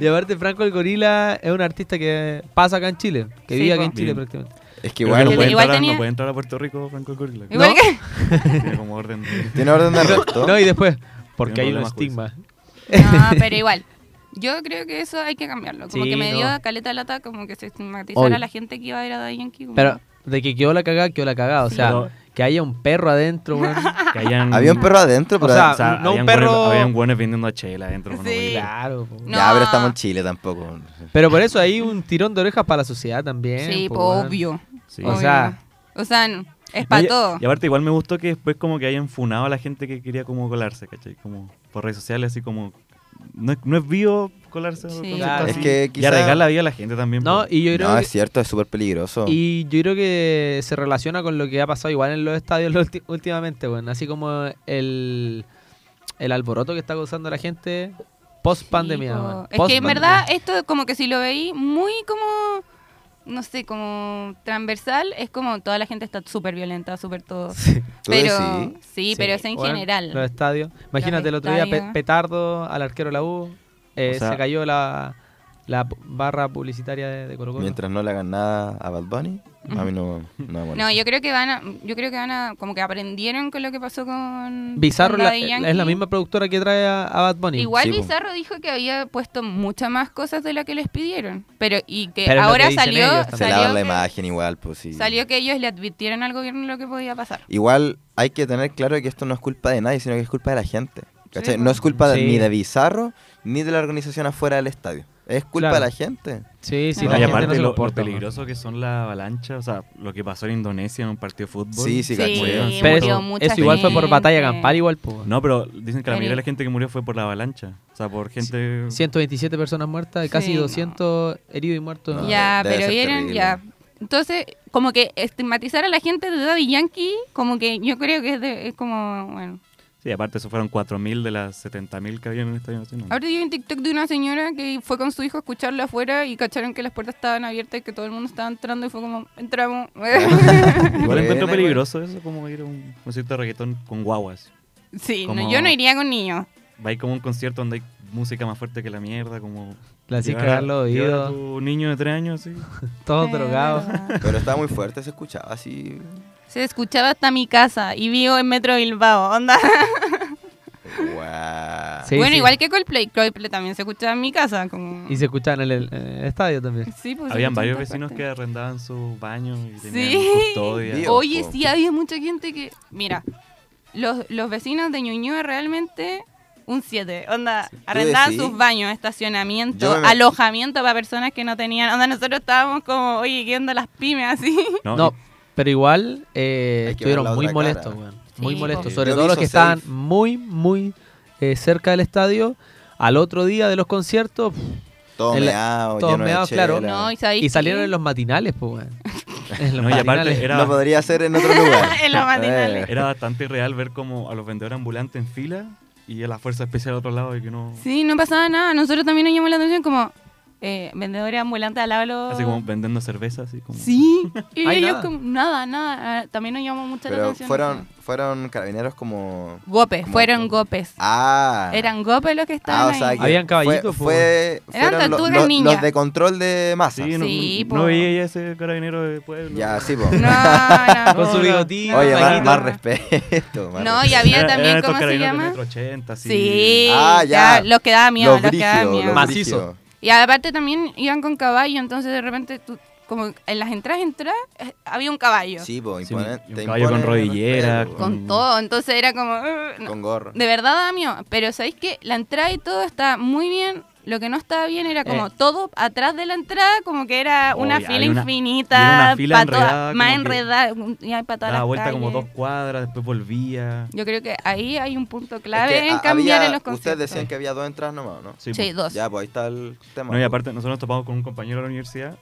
[SPEAKER 5] y aparte, Franco el Gorila es un artista que pasa acá en Chile, que
[SPEAKER 3] Sí, po.
[SPEAKER 5] vive acá en Chile
[SPEAKER 4] Bien.
[SPEAKER 5] prácticamente.
[SPEAKER 2] Es que
[SPEAKER 4] Creo que
[SPEAKER 2] igual,
[SPEAKER 4] no, puede
[SPEAKER 3] Igual
[SPEAKER 4] entrar, a- no
[SPEAKER 3] tenía-
[SPEAKER 4] puede entrar a Puerto Rico Franco el Gorila.
[SPEAKER 3] Igual
[SPEAKER 5] No.
[SPEAKER 3] que-
[SPEAKER 4] Tiene como orden. de-
[SPEAKER 2] tiene orden de arresto.
[SPEAKER 5] No, y después, porque
[SPEAKER 4] Tiene
[SPEAKER 5] hay un
[SPEAKER 4] problemas con
[SPEAKER 5] estigma.
[SPEAKER 3] No, pero igual. Yo creo que eso hay que cambiarlo. Como
[SPEAKER 5] Sí,
[SPEAKER 3] que me dio
[SPEAKER 5] no.
[SPEAKER 3] caleta lata, como que se estigmatizara
[SPEAKER 5] Obvio.
[SPEAKER 3] a la gente que iba a ir a Daddy Yankee. como-
[SPEAKER 5] Pero de que quedó la cagada, quedó la cagada. O sea,
[SPEAKER 4] Pero-
[SPEAKER 5] que haya un perro adentro, weón.
[SPEAKER 4] Que hayan-
[SPEAKER 2] Había un perro adentro,
[SPEAKER 5] O
[SPEAKER 2] pero.
[SPEAKER 5] sea,
[SPEAKER 4] o sea,
[SPEAKER 5] no un
[SPEAKER 4] habían
[SPEAKER 5] perro-
[SPEAKER 4] buenos- habían buenos vendiendo chela adentro. bueno,
[SPEAKER 3] Sí. ah,
[SPEAKER 4] güey.
[SPEAKER 5] Claro. po.
[SPEAKER 3] No.
[SPEAKER 2] Ya, pero estamos en Chile tampoco.
[SPEAKER 5] Pero por eso hay un tirón de orejas para la sociedad también.
[SPEAKER 3] Sí,
[SPEAKER 5] po,
[SPEAKER 3] po,
[SPEAKER 5] pues, weón.
[SPEAKER 3] obvio.
[SPEAKER 4] Sí.
[SPEAKER 5] O sea-
[SPEAKER 3] Obvio. O sea, n- es
[SPEAKER 4] No,
[SPEAKER 3] para
[SPEAKER 4] y-
[SPEAKER 3] todo.
[SPEAKER 4] Y aparte igual me gustó que después como que hayan funado a la gente que quería como colarse, ¿cachai? Como por redes sociales, así como... No es, no es vivo colarse.
[SPEAKER 3] Sí.
[SPEAKER 4] o concepto
[SPEAKER 5] Claro.
[SPEAKER 4] así.
[SPEAKER 2] Es que
[SPEAKER 4] Y
[SPEAKER 2] Eh, quizá-
[SPEAKER 4] arriesgar la vida a la gente también.
[SPEAKER 5] No,
[SPEAKER 4] po.
[SPEAKER 5] y yo creo
[SPEAKER 2] No,
[SPEAKER 5] que-
[SPEAKER 2] es cierto, es súper peligroso.
[SPEAKER 5] Y yo creo que se relaciona con lo que ha pasado igual en los estadios lo ulti- últimamente, weón. Así como el, el alboroto que está causando la gente post pandemia,
[SPEAKER 3] Sí, po.
[SPEAKER 5] weón.
[SPEAKER 3] Es que en
[SPEAKER 5] Post-pandemia.
[SPEAKER 3] verdad esto como que si lo veí muy como, no sé, como transversal, es como toda la gente está súper violenta, súper todo.
[SPEAKER 2] ¿Tú
[SPEAKER 3] Pero
[SPEAKER 2] decís?
[SPEAKER 3] sí, pero es en
[SPEAKER 5] weón,
[SPEAKER 3] general.
[SPEAKER 5] Los estadios. Imagínate el otro día pe-
[SPEAKER 3] estadios.
[SPEAKER 5] petardo al arquero de la U. eh,
[SPEAKER 4] O sea-
[SPEAKER 5] se cayó la, la p- barra publicitaria de, de Colo Colo.
[SPEAKER 2] Mientras no le hagan nada a Bad Bunny, a mí no, no me
[SPEAKER 3] No,
[SPEAKER 2] molesta.
[SPEAKER 3] yo creo que van a, yo creo que van a, como que aprendieron con lo que pasó con
[SPEAKER 5] Bizarro
[SPEAKER 3] con
[SPEAKER 5] la-
[SPEAKER 3] Daddy Yankee.
[SPEAKER 5] es la misma productora que trae a, a Bad Bunny.
[SPEAKER 3] Igual
[SPEAKER 2] Sí, po.
[SPEAKER 3] Bizarro dijo que había puesto muchas más cosas de las que les pidieron, pero y que
[SPEAKER 5] Pero es lo
[SPEAKER 3] ahora
[SPEAKER 5] que dicen
[SPEAKER 3] salió,
[SPEAKER 5] ellos también.
[SPEAKER 2] Se
[SPEAKER 3] salió
[SPEAKER 2] lavan la
[SPEAKER 3] que-
[SPEAKER 2] imagen igual, pues sí.
[SPEAKER 3] Salió que ellos le advirtieron al gobierno lo que podía pasar.
[SPEAKER 2] Igual hay que tener claro que esto no es culpa de nadie, sino que es culpa de la gente. ¿cachai?
[SPEAKER 3] Sí, po.
[SPEAKER 2] no es culpa de-
[SPEAKER 5] Sí.
[SPEAKER 2] ni de Bizarro ni de la organización afuera del estadio. Es culpa
[SPEAKER 5] Claro.
[SPEAKER 2] de la gente.
[SPEAKER 5] Sí, sí,
[SPEAKER 3] No,
[SPEAKER 5] la
[SPEAKER 4] y
[SPEAKER 5] gente
[SPEAKER 4] aparte
[SPEAKER 5] no se
[SPEAKER 4] lo, lo
[SPEAKER 5] comporta, weón.
[SPEAKER 4] peligroso que son la avalancha, o sea, lo que pasó en Indonesia en un partido de fútbol.
[SPEAKER 2] Sí, sí, cacho.
[SPEAKER 4] Sí,
[SPEAKER 5] Pero
[SPEAKER 4] murió
[SPEAKER 5] eso, eso igual fue por
[SPEAKER 3] gente.
[SPEAKER 5] batalla campal igual, pues. weón.
[SPEAKER 4] No, pero dicen que la mayoría de la
[SPEAKER 3] Pero-
[SPEAKER 4] gente que murió fue por la avalancha. O sea, por gente...
[SPEAKER 5] 127 personas muertas, y casi
[SPEAKER 3] Sí, no.
[SPEAKER 5] 200 heridos y muertos.
[SPEAKER 2] No,
[SPEAKER 3] ya,
[SPEAKER 2] debe
[SPEAKER 3] pero
[SPEAKER 2] ser
[SPEAKER 3] vieron,
[SPEAKER 2] terrible.
[SPEAKER 3] ya. Entonces, como que estigmatizar a la gente de Daddy Yankee, como que yo creo que es, de- es como, bueno.
[SPEAKER 4] Sí, aparte eso fueron 4.000 de las 70.000 que había en el Estadio Nacional.
[SPEAKER 3] Ahorita yo vi un TikTok de una señora que fue con su hijo a escucharlo afuera y cacharon que las puertas estaban abiertas y que todo el mundo estaba entrando y fue como, entramos.
[SPEAKER 4] Igual encuentro
[SPEAKER 2] Buena,
[SPEAKER 4] peligroso eso, como ir a un concierto de reggaetón con guaguas.
[SPEAKER 3] sí, no,
[SPEAKER 4] Como-
[SPEAKER 3] yo no iría con niños.
[SPEAKER 4] Va a ir como a un concierto donde hay música más fuerte que la mierda, como...
[SPEAKER 5] La hacís
[SPEAKER 4] llevar a-
[SPEAKER 5] cagar los
[SPEAKER 4] llevar a
[SPEAKER 5] oídos,
[SPEAKER 4] tu niño de tres años, sí.
[SPEAKER 5] todos
[SPEAKER 3] Pero-
[SPEAKER 5] drogados.
[SPEAKER 2] Pero estaba muy fuerte, se escuchaba así.
[SPEAKER 3] Se escuchaba hasta mi casa y vivo en Metro Bilbao, onda.
[SPEAKER 2] Guau.
[SPEAKER 5] Sí,
[SPEAKER 3] bueno,
[SPEAKER 5] sí.
[SPEAKER 3] igual que Coldplay, Coldplay también se escuchaba en mi casa. Como...
[SPEAKER 5] Y se escuchaban en el, eh, estadio también.
[SPEAKER 3] Sí, pues, se
[SPEAKER 4] Habían
[SPEAKER 3] escuchaba
[SPEAKER 4] varios
[SPEAKER 3] en todas
[SPEAKER 4] vecinos que
[SPEAKER 3] partes.
[SPEAKER 4] arrendaban sus baños y tenían
[SPEAKER 3] Sí.
[SPEAKER 4] custodia.
[SPEAKER 2] Dios.
[SPEAKER 3] Oye,
[SPEAKER 2] po.
[SPEAKER 3] sí, había mucha gente que... Mira, los, los vecinos de Ñuñoa realmente un 7. Onda, arrendaban
[SPEAKER 2] decís?
[SPEAKER 3] sus baños, estacionamiento,
[SPEAKER 2] Yo me met-
[SPEAKER 3] alojamiento para personas que no tenían... Onda, nosotros estábamos como, oye, ¿qué onda las pymes así?
[SPEAKER 4] No,
[SPEAKER 5] No, pero igual eh,
[SPEAKER 2] Hay que ver la
[SPEAKER 5] estuvieron muy
[SPEAKER 2] otra
[SPEAKER 5] molestos,
[SPEAKER 2] cara.
[SPEAKER 5] weón. Muy
[SPEAKER 3] Sí,
[SPEAKER 5] molestos.
[SPEAKER 4] po.
[SPEAKER 5] Sobre
[SPEAKER 2] Yo
[SPEAKER 5] todo
[SPEAKER 2] vi
[SPEAKER 5] los que
[SPEAKER 2] eso
[SPEAKER 5] estaban
[SPEAKER 2] safe.
[SPEAKER 5] muy, muy eh, cerca del estadio. Al otro día de los conciertos pff,
[SPEAKER 2] Todo
[SPEAKER 5] en la-
[SPEAKER 2] meado,
[SPEAKER 5] todo
[SPEAKER 2] lleno de
[SPEAKER 5] meado, claro.
[SPEAKER 2] chela.
[SPEAKER 3] No, y, sabéis
[SPEAKER 5] y salieron
[SPEAKER 3] qué?
[SPEAKER 5] en los matinales, pues, weón. En los
[SPEAKER 4] No, y aparte
[SPEAKER 5] matinales.
[SPEAKER 4] era-
[SPEAKER 2] No podría ser en otro lugar. Eh,
[SPEAKER 3] En los matinales.
[SPEAKER 4] Era bastante irreal ver como a los vendedores ambulantes en fila y a la fuerza especial al otro lado y que no...
[SPEAKER 3] Sí, no pasaba nada. Nosotros también nos llamó la atención como eh, vendedores ambulantes al hablo.
[SPEAKER 4] Así como vendiendo cerveza, así como...
[SPEAKER 3] Sí. Y
[SPEAKER 5] Ay,
[SPEAKER 3] ellos
[SPEAKER 5] nada.
[SPEAKER 3] como, nada, nada. Ah, También nos llamó mucho la
[SPEAKER 2] Pero
[SPEAKER 3] atención.
[SPEAKER 2] fueron, fueron carabineros como...
[SPEAKER 3] Gopes,
[SPEAKER 2] como-
[SPEAKER 3] fueron gopes.
[SPEAKER 2] Ah.
[SPEAKER 3] Eran gopes los que
[SPEAKER 2] Ah,
[SPEAKER 3] estaban
[SPEAKER 2] o sea,
[SPEAKER 3] ahí.
[SPEAKER 2] que
[SPEAKER 5] Habían caballitos, po.
[SPEAKER 2] Fue, fue-
[SPEAKER 3] Eran
[SPEAKER 2] fueron lo-
[SPEAKER 3] tortugas
[SPEAKER 2] lo-
[SPEAKER 3] ninja.
[SPEAKER 2] los de control de masa.
[SPEAKER 4] pues. Sí, no,
[SPEAKER 3] Sí,
[SPEAKER 4] no
[SPEAKER 3] po.
[SPEAKER 4] veía ya ese carabinero de pueblo.
[SPEAKER 2] Ya, sí, po.
[SPEAKER 3] No, no.
[SPEAKER 5] Con su bigotín.
[SPEAKER 2] Oye,
[SPEAKER 5] no,
[SPEAKER 2] más,
[SPEAKER 5] no.
[SPEAKER 2] más respeto. más
[SPEAKER 3] No,
[SPEAKER 2] respeto.
[SPEAKER 3] y había
[SPEAKER 4] Era-
[SPEAKER 3] también,
[SPEAKER 4] eran estos
[SPEAKER 3] ¿cómo se
[SPEAKER 4] carabineros de
[SPEAKER 3] llama?
[SPEAKER 4] metro 80, así.
[SPEAKER 3] Sí,
[SPEAKER 2] Ah, ya.
[SPEAKER 3] ya. Los que daba miedo,
[SPEAKER 2] Los
[SPEAKER 3] los, que daba
[SPEAKER 2] brígidos,
[SPEAKER 3] miedo.
[SPEAKER 2] los
[SPEAKER 5] Macizo.
[SPEAKER 2] brígidos.
[SPEAKER 3] Y aparte también iban con caballo, entonces de repente tú, como en las entradas, entradas, eh, había un caballo.
[SPEAKER 2] Sí, po,
[SPEAKER 4] Sí,
[SPEAKER 2] imponen-
[SPEAKER 4] y un
[SPEAKER 2] te
[SPEAKER 4] caballo con
[SPEAKER 2] imponen
[SPEAKER 4] rodillera,
[SPEAKER 2] respeto, po.
[SPEAKER 3] Con
[SPEAKER 4] Mm.
[SPEAKER 3] todo, entonces era como... eh, no.
[SPEAKER 2] con gorro.
[SPEAKER 3] De verdad da miedo, pero ¿sabéis que La entrada y todo está muy bien. Lo que no estaba bien era como
[SPEAKER 5] Eh.
[SPEAKER 3] todo atrás de la entrada, como que era
[SPEAKER 4] Oye,
[SPEAKER 3] una
[SPEAKER 4] había
[SPEAKER 3] fila
[SPEAKER 4] una-
[SPEAKER 3] infinita,
[SPEAKER 4] y era una fila
[SPEAKER 3] pa' todas-
[SPEAKER 4] enredada,
[SPEAKER 3] más
[SPEAKER 4] como que
[SPEAKER 3] enredada, y hay para todas
[SPEAKER 4] Daba
[SPEAKER 3] las
[SPEAKER 4] vuelta como
[SPEAKER 3] calles.
[SPEAKER 4] dos cuadras, después volvía.
[SPEAKER 3] Yo creo que ahí hay un punto
[SPEAKER 2] Es
[SPEAKER 3] clave
[SPEAKER 2] que
[SPEAKER 3] en
[SPEAKER 2] ha-
[SPEAKER 3] cambiar
[SPEAKER 2] había-
[SPEAKER 3] en los
[SPEAKER 2] Ustedes
[SPEAKER 3] conciertos.
[SPEAKER 2] decían que había dos entradas nomás, ¿no?
[SPEAKER 4] Sí,
[SPEAKER 3] Sí,
[SPEAKER 4] po.
[SPEAKER 3] dos.
[SPEAKER 2] Ya, pues ahí está el tema.
[SPEAKER 4] No, y
[SPEAKER 2] po.
[SPEAKER 4] aparte, nosotros nos topamos con un compañero de la universidad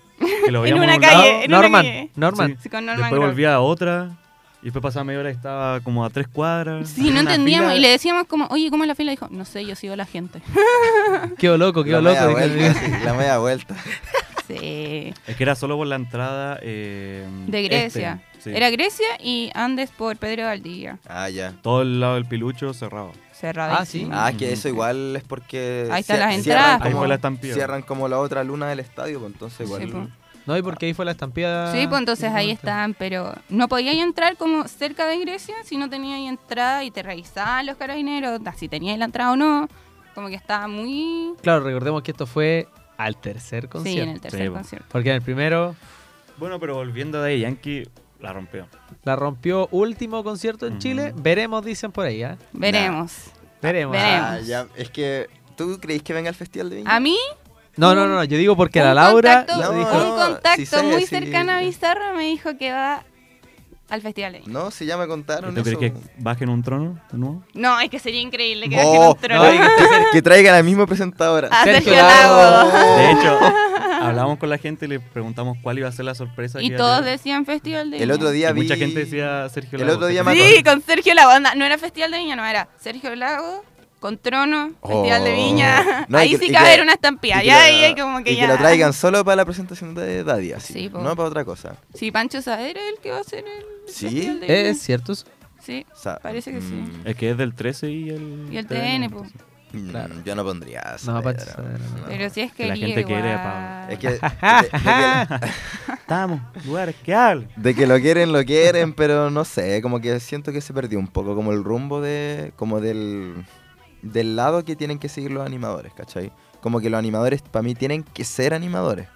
[SPEAKER 4] que lo
[SPEAKER 3] En
[SPEAKER 4] veíamos
[SPEAKER 3] una
[SPEAKER 4] en un
[SPEAKER 3] calle,
[SPEAKER 4] lado,
[SPEAKER 3] en una
[SPEAKER 5] Norman,
[SPEAKER 3] calle.
[SPEAKER 5] Norman.
[SPEAKER 4] Sí.
[SPEAKER 3] Sí, con Norman
[SPEAKER 4] después
[SPEAKER 3] Grove.
[SPEAKER 4] volvía a otra, y después pasaba media hora y estaba como a tres cuadras.
[SPEAKER 3] Sí, no
[SPEAKER 4] Una
[SPEAKER 3] entendíamos.
[SPEAKER 4] fila-
[SPEAKER 3] Y le decíamos como, oye, ¿cómo es la fila? Dijo, no sé, yo sigo a la gente.
[SPEAKER 5] Quedó loco,
[SPEAKER 2] La
[SPEAKER 5] quedó
[SPEAKER 2] media
[SPEAKER 5] loco.
[SPEAKER 2] vuelta, sí, la media vuelta.
[SPEAKER 3] sí.
[SPEAKER 4] Es que era solo por la entrada. eh,
[SPEAKER 3] De Grecia.
[SPEAKER 4] este, sí.
[SPEAKER 3] Era Grecia y Andes por Pedro Valdivia.
[SPEAKER 2] Ah, ya.
[SPEAKER 4] Todo el lado del pilucho cerrado.
[SPEAKER 3] Cerrado.
[SPEAKER 5] Ah, sí.
[SPEAKER 2] Ah, que eso igual es porque.
[SPEAKER 3] Ahí están
[SPEAKER 2] cier-
[SPEAKER 3] las
[SPEAKER 2] cierran
[SPEAKER 3] entradas,
[SPEAKER 2] como-
[SPEAKER 4] Ahí fue la estampida.
[SPEAKER 2] Cierran como la otra luna del estadio, pues entonces igual.
[SPEAKER 3] Sí, po.
[SPEAKER 5] No, y porque ahí fue la estampida.
[SPEAKER 3] Sí, pues entonces ahí estaban, pero no podíais entrar como cerca de Grecia si no teníais entrada y te revisaban los carabineros, da- si teníais la entrada o no. Como que estaba muy...
[SPEAKER 5] Claro, recordemos que esto fue al
[SPEAKER 3] Sí, en
[SPEAKER 5] tercer
[SPEAKER 3] el
[SPEAKER 5] concierto.
[SPEAKER 3] tercer
[SPEAKER 4] Sí, po.
[SPEAKER 3] concierto.
[SPEAKER 5] porque en el primero
[SPEAKER 4] Bueno, pero volviendo de Yankee, la rompió.
[SPEAKER 5] la rompió último concierto
[SPEAKER 2] Mm.
[SPEAKER 5] en
[SPEAKER 4] Ujú.
[SPEAKER 5] Chile. Veremos, dicen por ahí, ¿ah?
[SPEAKER 3] Veremos. Veremos.
[SPEAKER 5] Veremos.
[SPEAKER 2] Ah, ya, es que. ¿Tú creís que venga al festival de Viña?
[SPEAKER 3] A mí,
[SPEAKER 5] No, no, no, no, yo digo porque
[SPEAKER 3] un
[SPEAKER 5] la Laura
[SPEAKER 3] contacto,
[SPEAKER 5] lo
[SPEAKER 2] No,
[SPEAKER 5] dijo.
[SPEAKER 3] un contacto
[SPEAKER 2] sí sé,
[SPEAKER 3] muy
[SPEAKER 2] sí.
[SPEAKER 3] cercano a Bizarra me dijo que va al festival. de Viña.
[SPEAKER 2] No, si ya me contaron
[SPEAKER 4] ¿Tú crees
[SPEAKER 2] eso.
[SPEAKER 4] que bajen un trono de nuevo?
[SPEAKER 3] No, es que sería increíble que bajen
[SPEAKER 2] Oh,
[SPEAKER 3] un trono.
[SPEAKER 5] no,
[SPEAKER 2] que, que traigan a la misma presentadora.
[SPEAKER 3] a Sergio
[SPEAKER 5] Sergio
[SPEAKER 3] Lago.
[SPEAKER 4] De hecho, hablamos con la gente y le preguntamos cuál iba a ser la sorpresa. que
[SPEAKER 3] Y
[SPEAKER 4] iba a
[SPEAKER 3] todos
[SPEAKER 4] tener.
[SPEAKER 3] decían festival de
[SPEAKER 2] El otro día
[SPEAKER 3] Viña.
[SPEAKER 4] Y
[SPEAKER 2] vi.
[SPEAKER 4] Mucha gente decía Sergio
[SPEAKER 2] el
[SPEAKER 4] Lago,
[SPEAKER 2] otro día
[SPEAKER 4] Sergio
[SPEAKER 2] me
[SPEAKER 4] Lago.
[SPEAKER 3] Sí, con Sergio Lago. Onda, no era Festival de Viña, no era Sergio Lago, con Trono, Festival de
[SPEAKER 2] Oh.
[SPEAKER 3] Viña.
[SPEAKER 2] No, y
[SPEAKER 3] ahí
[SPEAKER 2] que-
[SPEAKER 3] sí
[SPEAKER 2] y
[SPEAKER 3] que va a
[SPEAKER 2] que-
[SPEAKER 3] haber una estampilla. Ya ahí
[SPEAKER 2] y
[SPEAKER 3] hay como que
[SPEAKER 2] y
[SPEAKER 3] ya.
[SPEAKER 2] que lo traigan solo para la presentación de Daddy, así.
[SPEAKER 3] Sí, po.
[SPEAKER 2] no para otra cosa.
[SPEAKER 3] Sí, Pancho Saer es el que va a ser el
[SPEAKER 2] Sí.
[SPEAKER 3] Festival de Viña.
[SPEAKER 5] ¿Es cierto? eso?
[SPEAKER 3] Sí,
[SPEAKER 2] O sea,
[SPEAKER 3] Parece que sí.
[SPEAKER 2] mm,
[SPEAKER 4] Es que es del 13 y el.
[SPEAKER 3] Y el TN, po.
[SPEAKER 4] entonces.
[SPEAKER 2] mm,
[SPEAKER 5] Claro.
[SPEAKER 2] Yo no pondría. a
[SPEAKER 5] No, para
[SPEAKER 2] Saavedra,
[SPEAKER 5] Saavedra, no.
[SPEAKER 2] no.
[SPEAKER 3] pero sí es que
[SPEAKER 4] Que la gente quiere a
[SPEAKER 2] Es que. de- de que-
[SPEAKER 4] Estamos, lugares que hablan.
[SPEAKER 2] De que lo quieren, lo quieren, pero no sé, como que siento que se perdió un poco, como el rumbo de, como del, del lado que tienen que seguir los animadores, ¿cachai? Como que los animadores, para mí, tienen que ser animadores.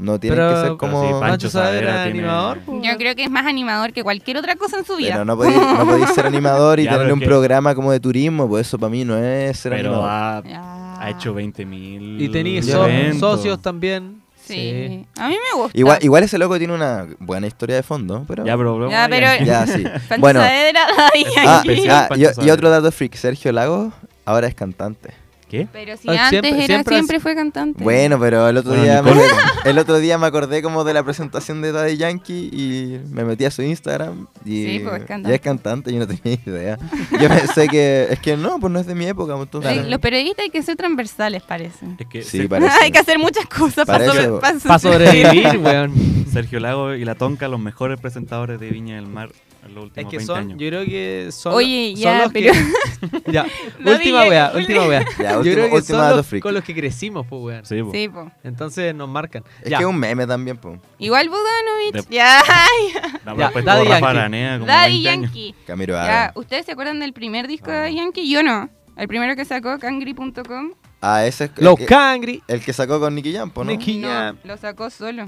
[SPEAKER 2] No tienen
[SPEAKER 5] Pero-
[SPEAKER 2] que ser
[SPEAKER 5] Pero
[SPEAKER 2] como...
[SPEAKER 4] sí, Pancho
[SPEAKER 5] Pancho Saavedra,
[SPEAKER 4] Saavedra tiene-
[SPEAKER 5] animador. po.
[SPEAKER 3] Yo creo que es más animador que cualquier otra cosa en su vida.
[SPEAKER 2] Pero no podéis no podéis ser animador y
[SPEAKER 4] Ya,
[SPEAKER 2] tener
[SPEAKER 4] pero
[SPEAKER 2] un
[SPEAKER 4] que-
[SPEAKER 2] programa como de turismo, pues eso para mí no es ser
[SPEAKER 4] Pero
[SPEAKER 2] animador.
[SPEAKER 4] ha,
[SPEAKER 3] Ya.
[SPEAKER 4] ha hecho 20 mil.
[SPEAKER 5] Y tenéis
[SPEAKER 2] Ya.
[SPEAKER 5] so-
[SPEAKER 2] Evento.
[SPEAKER 5] socios también.
[SPEAKER 3] Sí. A mí me gusta.
[SPEAKER 2] Igual, igual ese loco tiene una buena historia de fondo, pero...
[SPEAKER 4] Ya, pero.
[SPEAKER 3] Ya,
[SPEAKER 4] vamos,
[SPEAKER 3] pero-
[SPEAKER 2] Ya, sí.
[SPEAKER 3] Pancho
[SPEAKER 2] bueno,
[SPEAKER 3] Saavedra, Daddy
[SPEAKER 2] ah,
[SPEAKER 3] Yankee.
[SPEAKER 4] especial.
[SPEAKER 2] ah, y-
[SPEAKER 4] Pancho
[SPEAKER 2] y otro
[SPEAKER 4] Saavedra.
[SPEAKER 2] dato freak, Sergio Lago ahora es cantante.
[SPEAKER 4] ¿Qué?
[SPEAKER 3] Pero si
[SPEAKER 5] Ah,
[SPEAKER 3] antes
[SPEAKER 5] siempre-
[SPEAKER 3] era,
[SPEAKER 5] siempre
[SPEAKER 3] siempre,
[SPEAKER 5] has-
[SPEAKER 3] fue cantante.
[SPEAKER 2] Bueno, pero el otro
[SPEAKER 4] Bueno,
[SPEAKER 2] día
[SPEAKER 4] Nicole.
[SPEAKER 2] me, el otro día me acordé como de la presentación de Daddy Yankee y me metí a su Instagram y
[SPEAKER 3] Sí, pues, es
[SPEAKER 2] ya es cantante, yo no tenía idea. Yo pensé que es que no, pues no es de mi época, pues,
[SPEAKER 3] Sí,
[SPEAKER 2] entonces.
[SPEAKER 3] Los periodistas hay que ser transversales, parece.
[SPEAKER 4] Es que
[SPEAKER 2] Sí,
[SPEAKER 4] Ser-
[SPEAKER 2] parece.
[SPEAKER 3] hay que hacer muchas cosas para,
[SPEAKER 2] Parece-
[SPEAKER 3] sobre, para
[SPEAKER 5] Para
[SPEAKER 3] sobrevivir.
[SPEAKER 5] sobrevivir, weón.
[SPEAKER 4] Sergio Lago y la Tonca, los mejores presentadores de Viña del Mar en los últimos
[SPEAKER 5] Es que
[SPEAKER 4] 20
[SPEAKER 5] son,
[SPEAKER 4] años.
[SPEAKER 5] yo creo que son.
[SPEAKER 3] Oye,
[SPEAKER 5] son
[SPEAKER 3] ya,
[SPEAKER 5] los que-
[SPEAKER 3] pero-
[SPEAKER 5] ya,
[SPEAKER 3] No
[SPEAKER 5] última
[SPEAKER 3] digas,
[SPEAKER 5] wea,
[SPEAKER 3] Juli.
[SPEAKER 5] última wea.
[SPEAKER 2] Ya,
[SPEAKER 5] yo
[SPEAKER 2] último-
[SPEAKER 5] creo que
[SPEAKER 2] último
[SPEAKER 5] son
[SPEAKER 2] dato
[SPEAKER 5] los,
[SPEAKER 2] freak.
[SPEAKER 5] con los que crecimos, pues, weón.
[SPEAKER 4] Sí, po.
[SPEAKER 3] Sí, po.
[SPEAKER 5] Entonces nos marcan.
[SPEAKER 2] Es
[SPEAKER 5] ya.
[SPEAKER 2] que es un meme también, pues.
[SPEAKER 3] Igual Budanovich.
[SPEAKER 4] De-
[SPEAKER 3] Ya,
[SPEAKER 4] No,
[SPEAKER 5] Ya,
[SPEAKER 4] pero después
[SPEAKER 5] Daddy
[SPEAKER 4] tuvo Rafa
[SPEAKER 5] Yankee.
[SPEAKER 4] Aranea como
[SPEAKER 3] Daddy
[SPEAKER 4] 20 años.
[SPEAKER 3] Yankee.
[SPEAKER 2] Camilo
[SPEAKER 3] Ya,
[SPEAKER 2] Haga.
[SPEAKER 3] ¿ustedes se acuerdan del primer disco
[SPEAKER 4] Ah.
[SPEAKER 3] de Yankee? Yo no. El primero que sacó, Cangri.com.
[SPEAKER 2] Ah, ese es el
[SPEAKER 5] Los
[SPEAKER 2] que,
[SPEAKER 5] Cangri.
[SPEAKER 2] el que sacó con Nicky Jam, po, ¿no?
[SPEAKER 5] Nicky
[SPEAKER 3] No,
[SPEAKER 5] Jam.
[SPEAKER 3] lo sacó solo.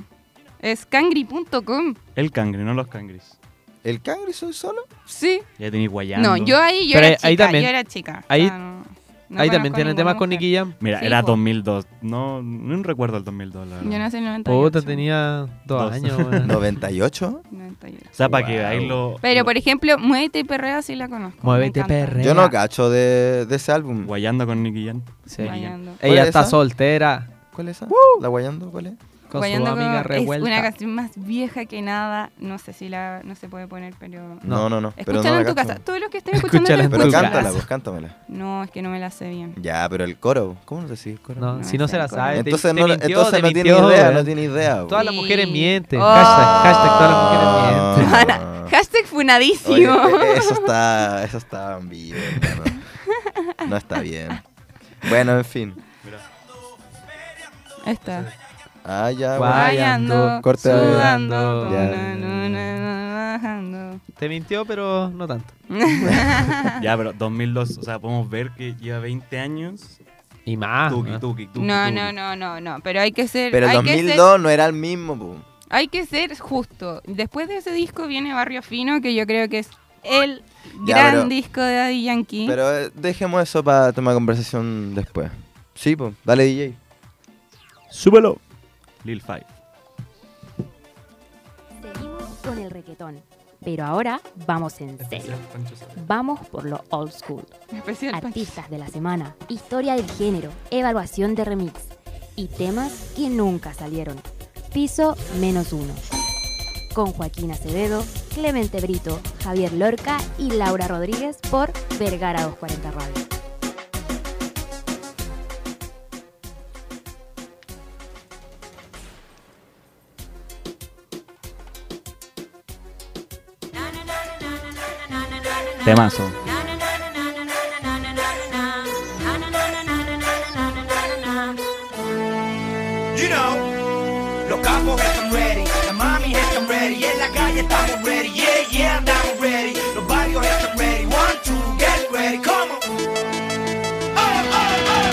[SPEAKER 3] Es Cangri.com.
[SPEAKER 4] El cangre, no los cangris.
[SPEAKER 2] ¿El Cangri soy solo?
[SPEAKER 3] Sí.
[SPEAKER 4] Ya tenéis guayando.
[SPEAKER 3] No, yo ahí, yo era
[SPEAKER 5] Pero ahí- ahí
[SPEAKER 3] chica,
[SPEAKER 5] también-
[SPEAKER 3] yo era chica.
[SPEAKER 5] ahí-
[SPEAKER 3] no- no
[SPEAKER 5] Ahí
[SPEAKER 3] conozco
[SPEAKER 5] también
[SPEAKER 3] a
[SPEAKER 5] tienen
[SPEAKER 3] ninguna
[SPEAKER 5] temas con
[SPEAKER 3] mujer.
[SPEAKER 5] Nicky Jam.
[SPEAKER 4] Mira,
[SPEAKER 3] Sí,
[SPEAKER 4] era
[SPEAKER 3] po.
[SPEAKER 4] 2002. No, no recuerdo el 2002, la verdad.
[SPEAKER 3] Yo nací en 98.
[SPEAKER 5] Puta, tenía dos,
[SPEAKER 4] Dos.
[SPEAKER 5] años, weón.
[SPEAKER 2] 98.
[SPEAKER 3] 98.
[SPEAKER 4] O sea, para que
[SPEAKER 2] Wow.
[SPEAKER 4] ahí lo.
[SPEAKER 3] Pero,
[SPEAKER 4] lo-
[SPEAKER 3] por ejemplo, Muévete y Perrea sí la conozco. me
[SPEAKER 5] Muévete,
[SPEAKER 3] encanta.
[SPEAKER 5] perrea.
[SPEAKER 2] Yo no cacho de, de ese álbum.
[SPEAKER 4] Guayando con Nicky Jam.
[SPEAKER 5] Sí.
[SPEAKER 3] Guayando.
[SPEAKER 2] ¿Cuál
[SPEAKER 5] Ella
[SPEAKER 2] es
[SPEAKER 5] está
[SPEAKER 2] esa?
[SPEAKER 5] soltera.
[SPEAKER 2] ¿Cuál es esa? ¿La Guayando cuál es?
[SPEAKER 5] Con
[SPEAKER 3] Guayando
[SPEAKER 5] su amiga
[SPEAKER 3] con-
[SPEAKER 5] revuelta.
[SPEAKER 3] Es una canción más vieja que nada. No sé si la no se puede poner, pero.
[SPEAKER 5] No.
[SPEAKER 2] No, no, no. pero
[SPEAKER 3] Escúchala
[SPEAKER 2] no la
[SPEAKER 3] en tu
[SPEAKER 2] cacho.
[SPEAKER 3] casa. Todos los que estén escuchando
[SPEAKER 5] Escúchala en
[SPEAKER 3] en
[SPEAKER 5] tu
[SPEAKER 2] Pero
[SPEAKER 5] Nunca.
[SPEAKER 2] cántala, pues cántamela.
[SPEAKER 3] No, es que no me la sé bien.
[SPEAKER 2] Ya, pero el coro, ¿cómo no te sigue el coro?
[SPEAKER 5] No,
[SPEAKER 3] No,
[SPEAKER 5] si no se la
[SPEAKER 3] sí,
[SPEAKER 5] sabe. te-
[SPEAKER 2] entonces
[SPEAKER 5] te
[SPEAKER 2] no,
[SPEAKER 5] mintió,
[SPEAKER 2] entonces
[SPEAKER 5] te
[SPEAKER 2] no tiene
[SPEAKER 5] mintió, eh.
[SPEAKER 2] idea,
[SPEAKER 5] weón.
[SPEAKER 2] no tiene idea.
[SPEAKER 5] Todas
[SPEAKER 2] weón.
[SPEAKER 5] las
[SPEAKER 3] Sí.
[SPEAKER 5] mujeres mienten.
[SPEAKER 3] Oh.
[SPEAKER 5] Hashtag, hashtag todas las mujeres mienten.
[SPEAKER 2] Ah.
[SPEAKER 3] Juana, hashtag funadísimo.
[SPEAKER 2] Oye, e- e- eso está, eso está en vivo, hermano. No está bien. Bueno, en fin. eh.
[SPEAKER 3] Ahí está.
[SPEAKER 2] Ah, ya,
[SPEAKER 5] Guay.
[SPEAKER 2] bueno.
[SPEAKER 3] Guayando,
[SPEAKER 2] corte.
[SPEAKER 3] sudando,
[SPEAKER 2] Ya.
[SPEAKER 3] na, na, na, na, bajando.
[SPEAKER 5] Te mintió, pero no tanto.
[SPEAKER 4] Ya, pero 2002. O sea, podemos ver que lleva 20 años.
[SPEAKER 5] Y
[SPEAKER 2] Ah,
[SPEAKER 5] más.
[SPEAKER 4] tuki,
[SPEAKER 5] ¿no?
[SPEAKER 4] tuki, tuki,
[SPEAKER 3] No,
[SPEAKER 4] tuki.
[SPEAKER 3] no, no, no, no, pero hay que ser,
[SPEAKER 2] Pero el
[SPEAKER 3] hay, que ser
[SPEAKER 2] 2002 no era el mismo, pues. pum.
[SPEAKER 3] hay que ser justo. Después de ese disco viene Barrio Fino, que yo creo que es el
[SPEAKER 2] Ya,
[SPEAKER 3] gran
[SPEAKER 2] pero-
[SPEAKER 3] disco de Daddy Yankee.
[SPEAKER 2] Pero eh, dejemos eso para tomar conversación después. Sí, pum. Dale, DJ.
[SPEAKER 4] Súbelo. Lil Five.
[SPEAKER 1] Seguimos con el reggaetón, pero ahora vamos en serio. Vamos por lo old school.
[SPEAKER 3] Especial pues.
[SPEAKER 1] Artistas de la semana, historia del género, evaluación de remix y temas que nunca salieron. Piso menos uno. Con Joaquín Acevedo, Clemente Brito, Javier Lorca y Laura Rodríguez por Vergara 240 Radio.
[SPEAKER 4] Temazo.
[SPEAKER 6] You know, los capos están ready, las mami están ready, y en la calle estamos ready, yeah, yeah, andamos ready, los barrios están ready, one, two, get ready, come on. Oh, oh, oh.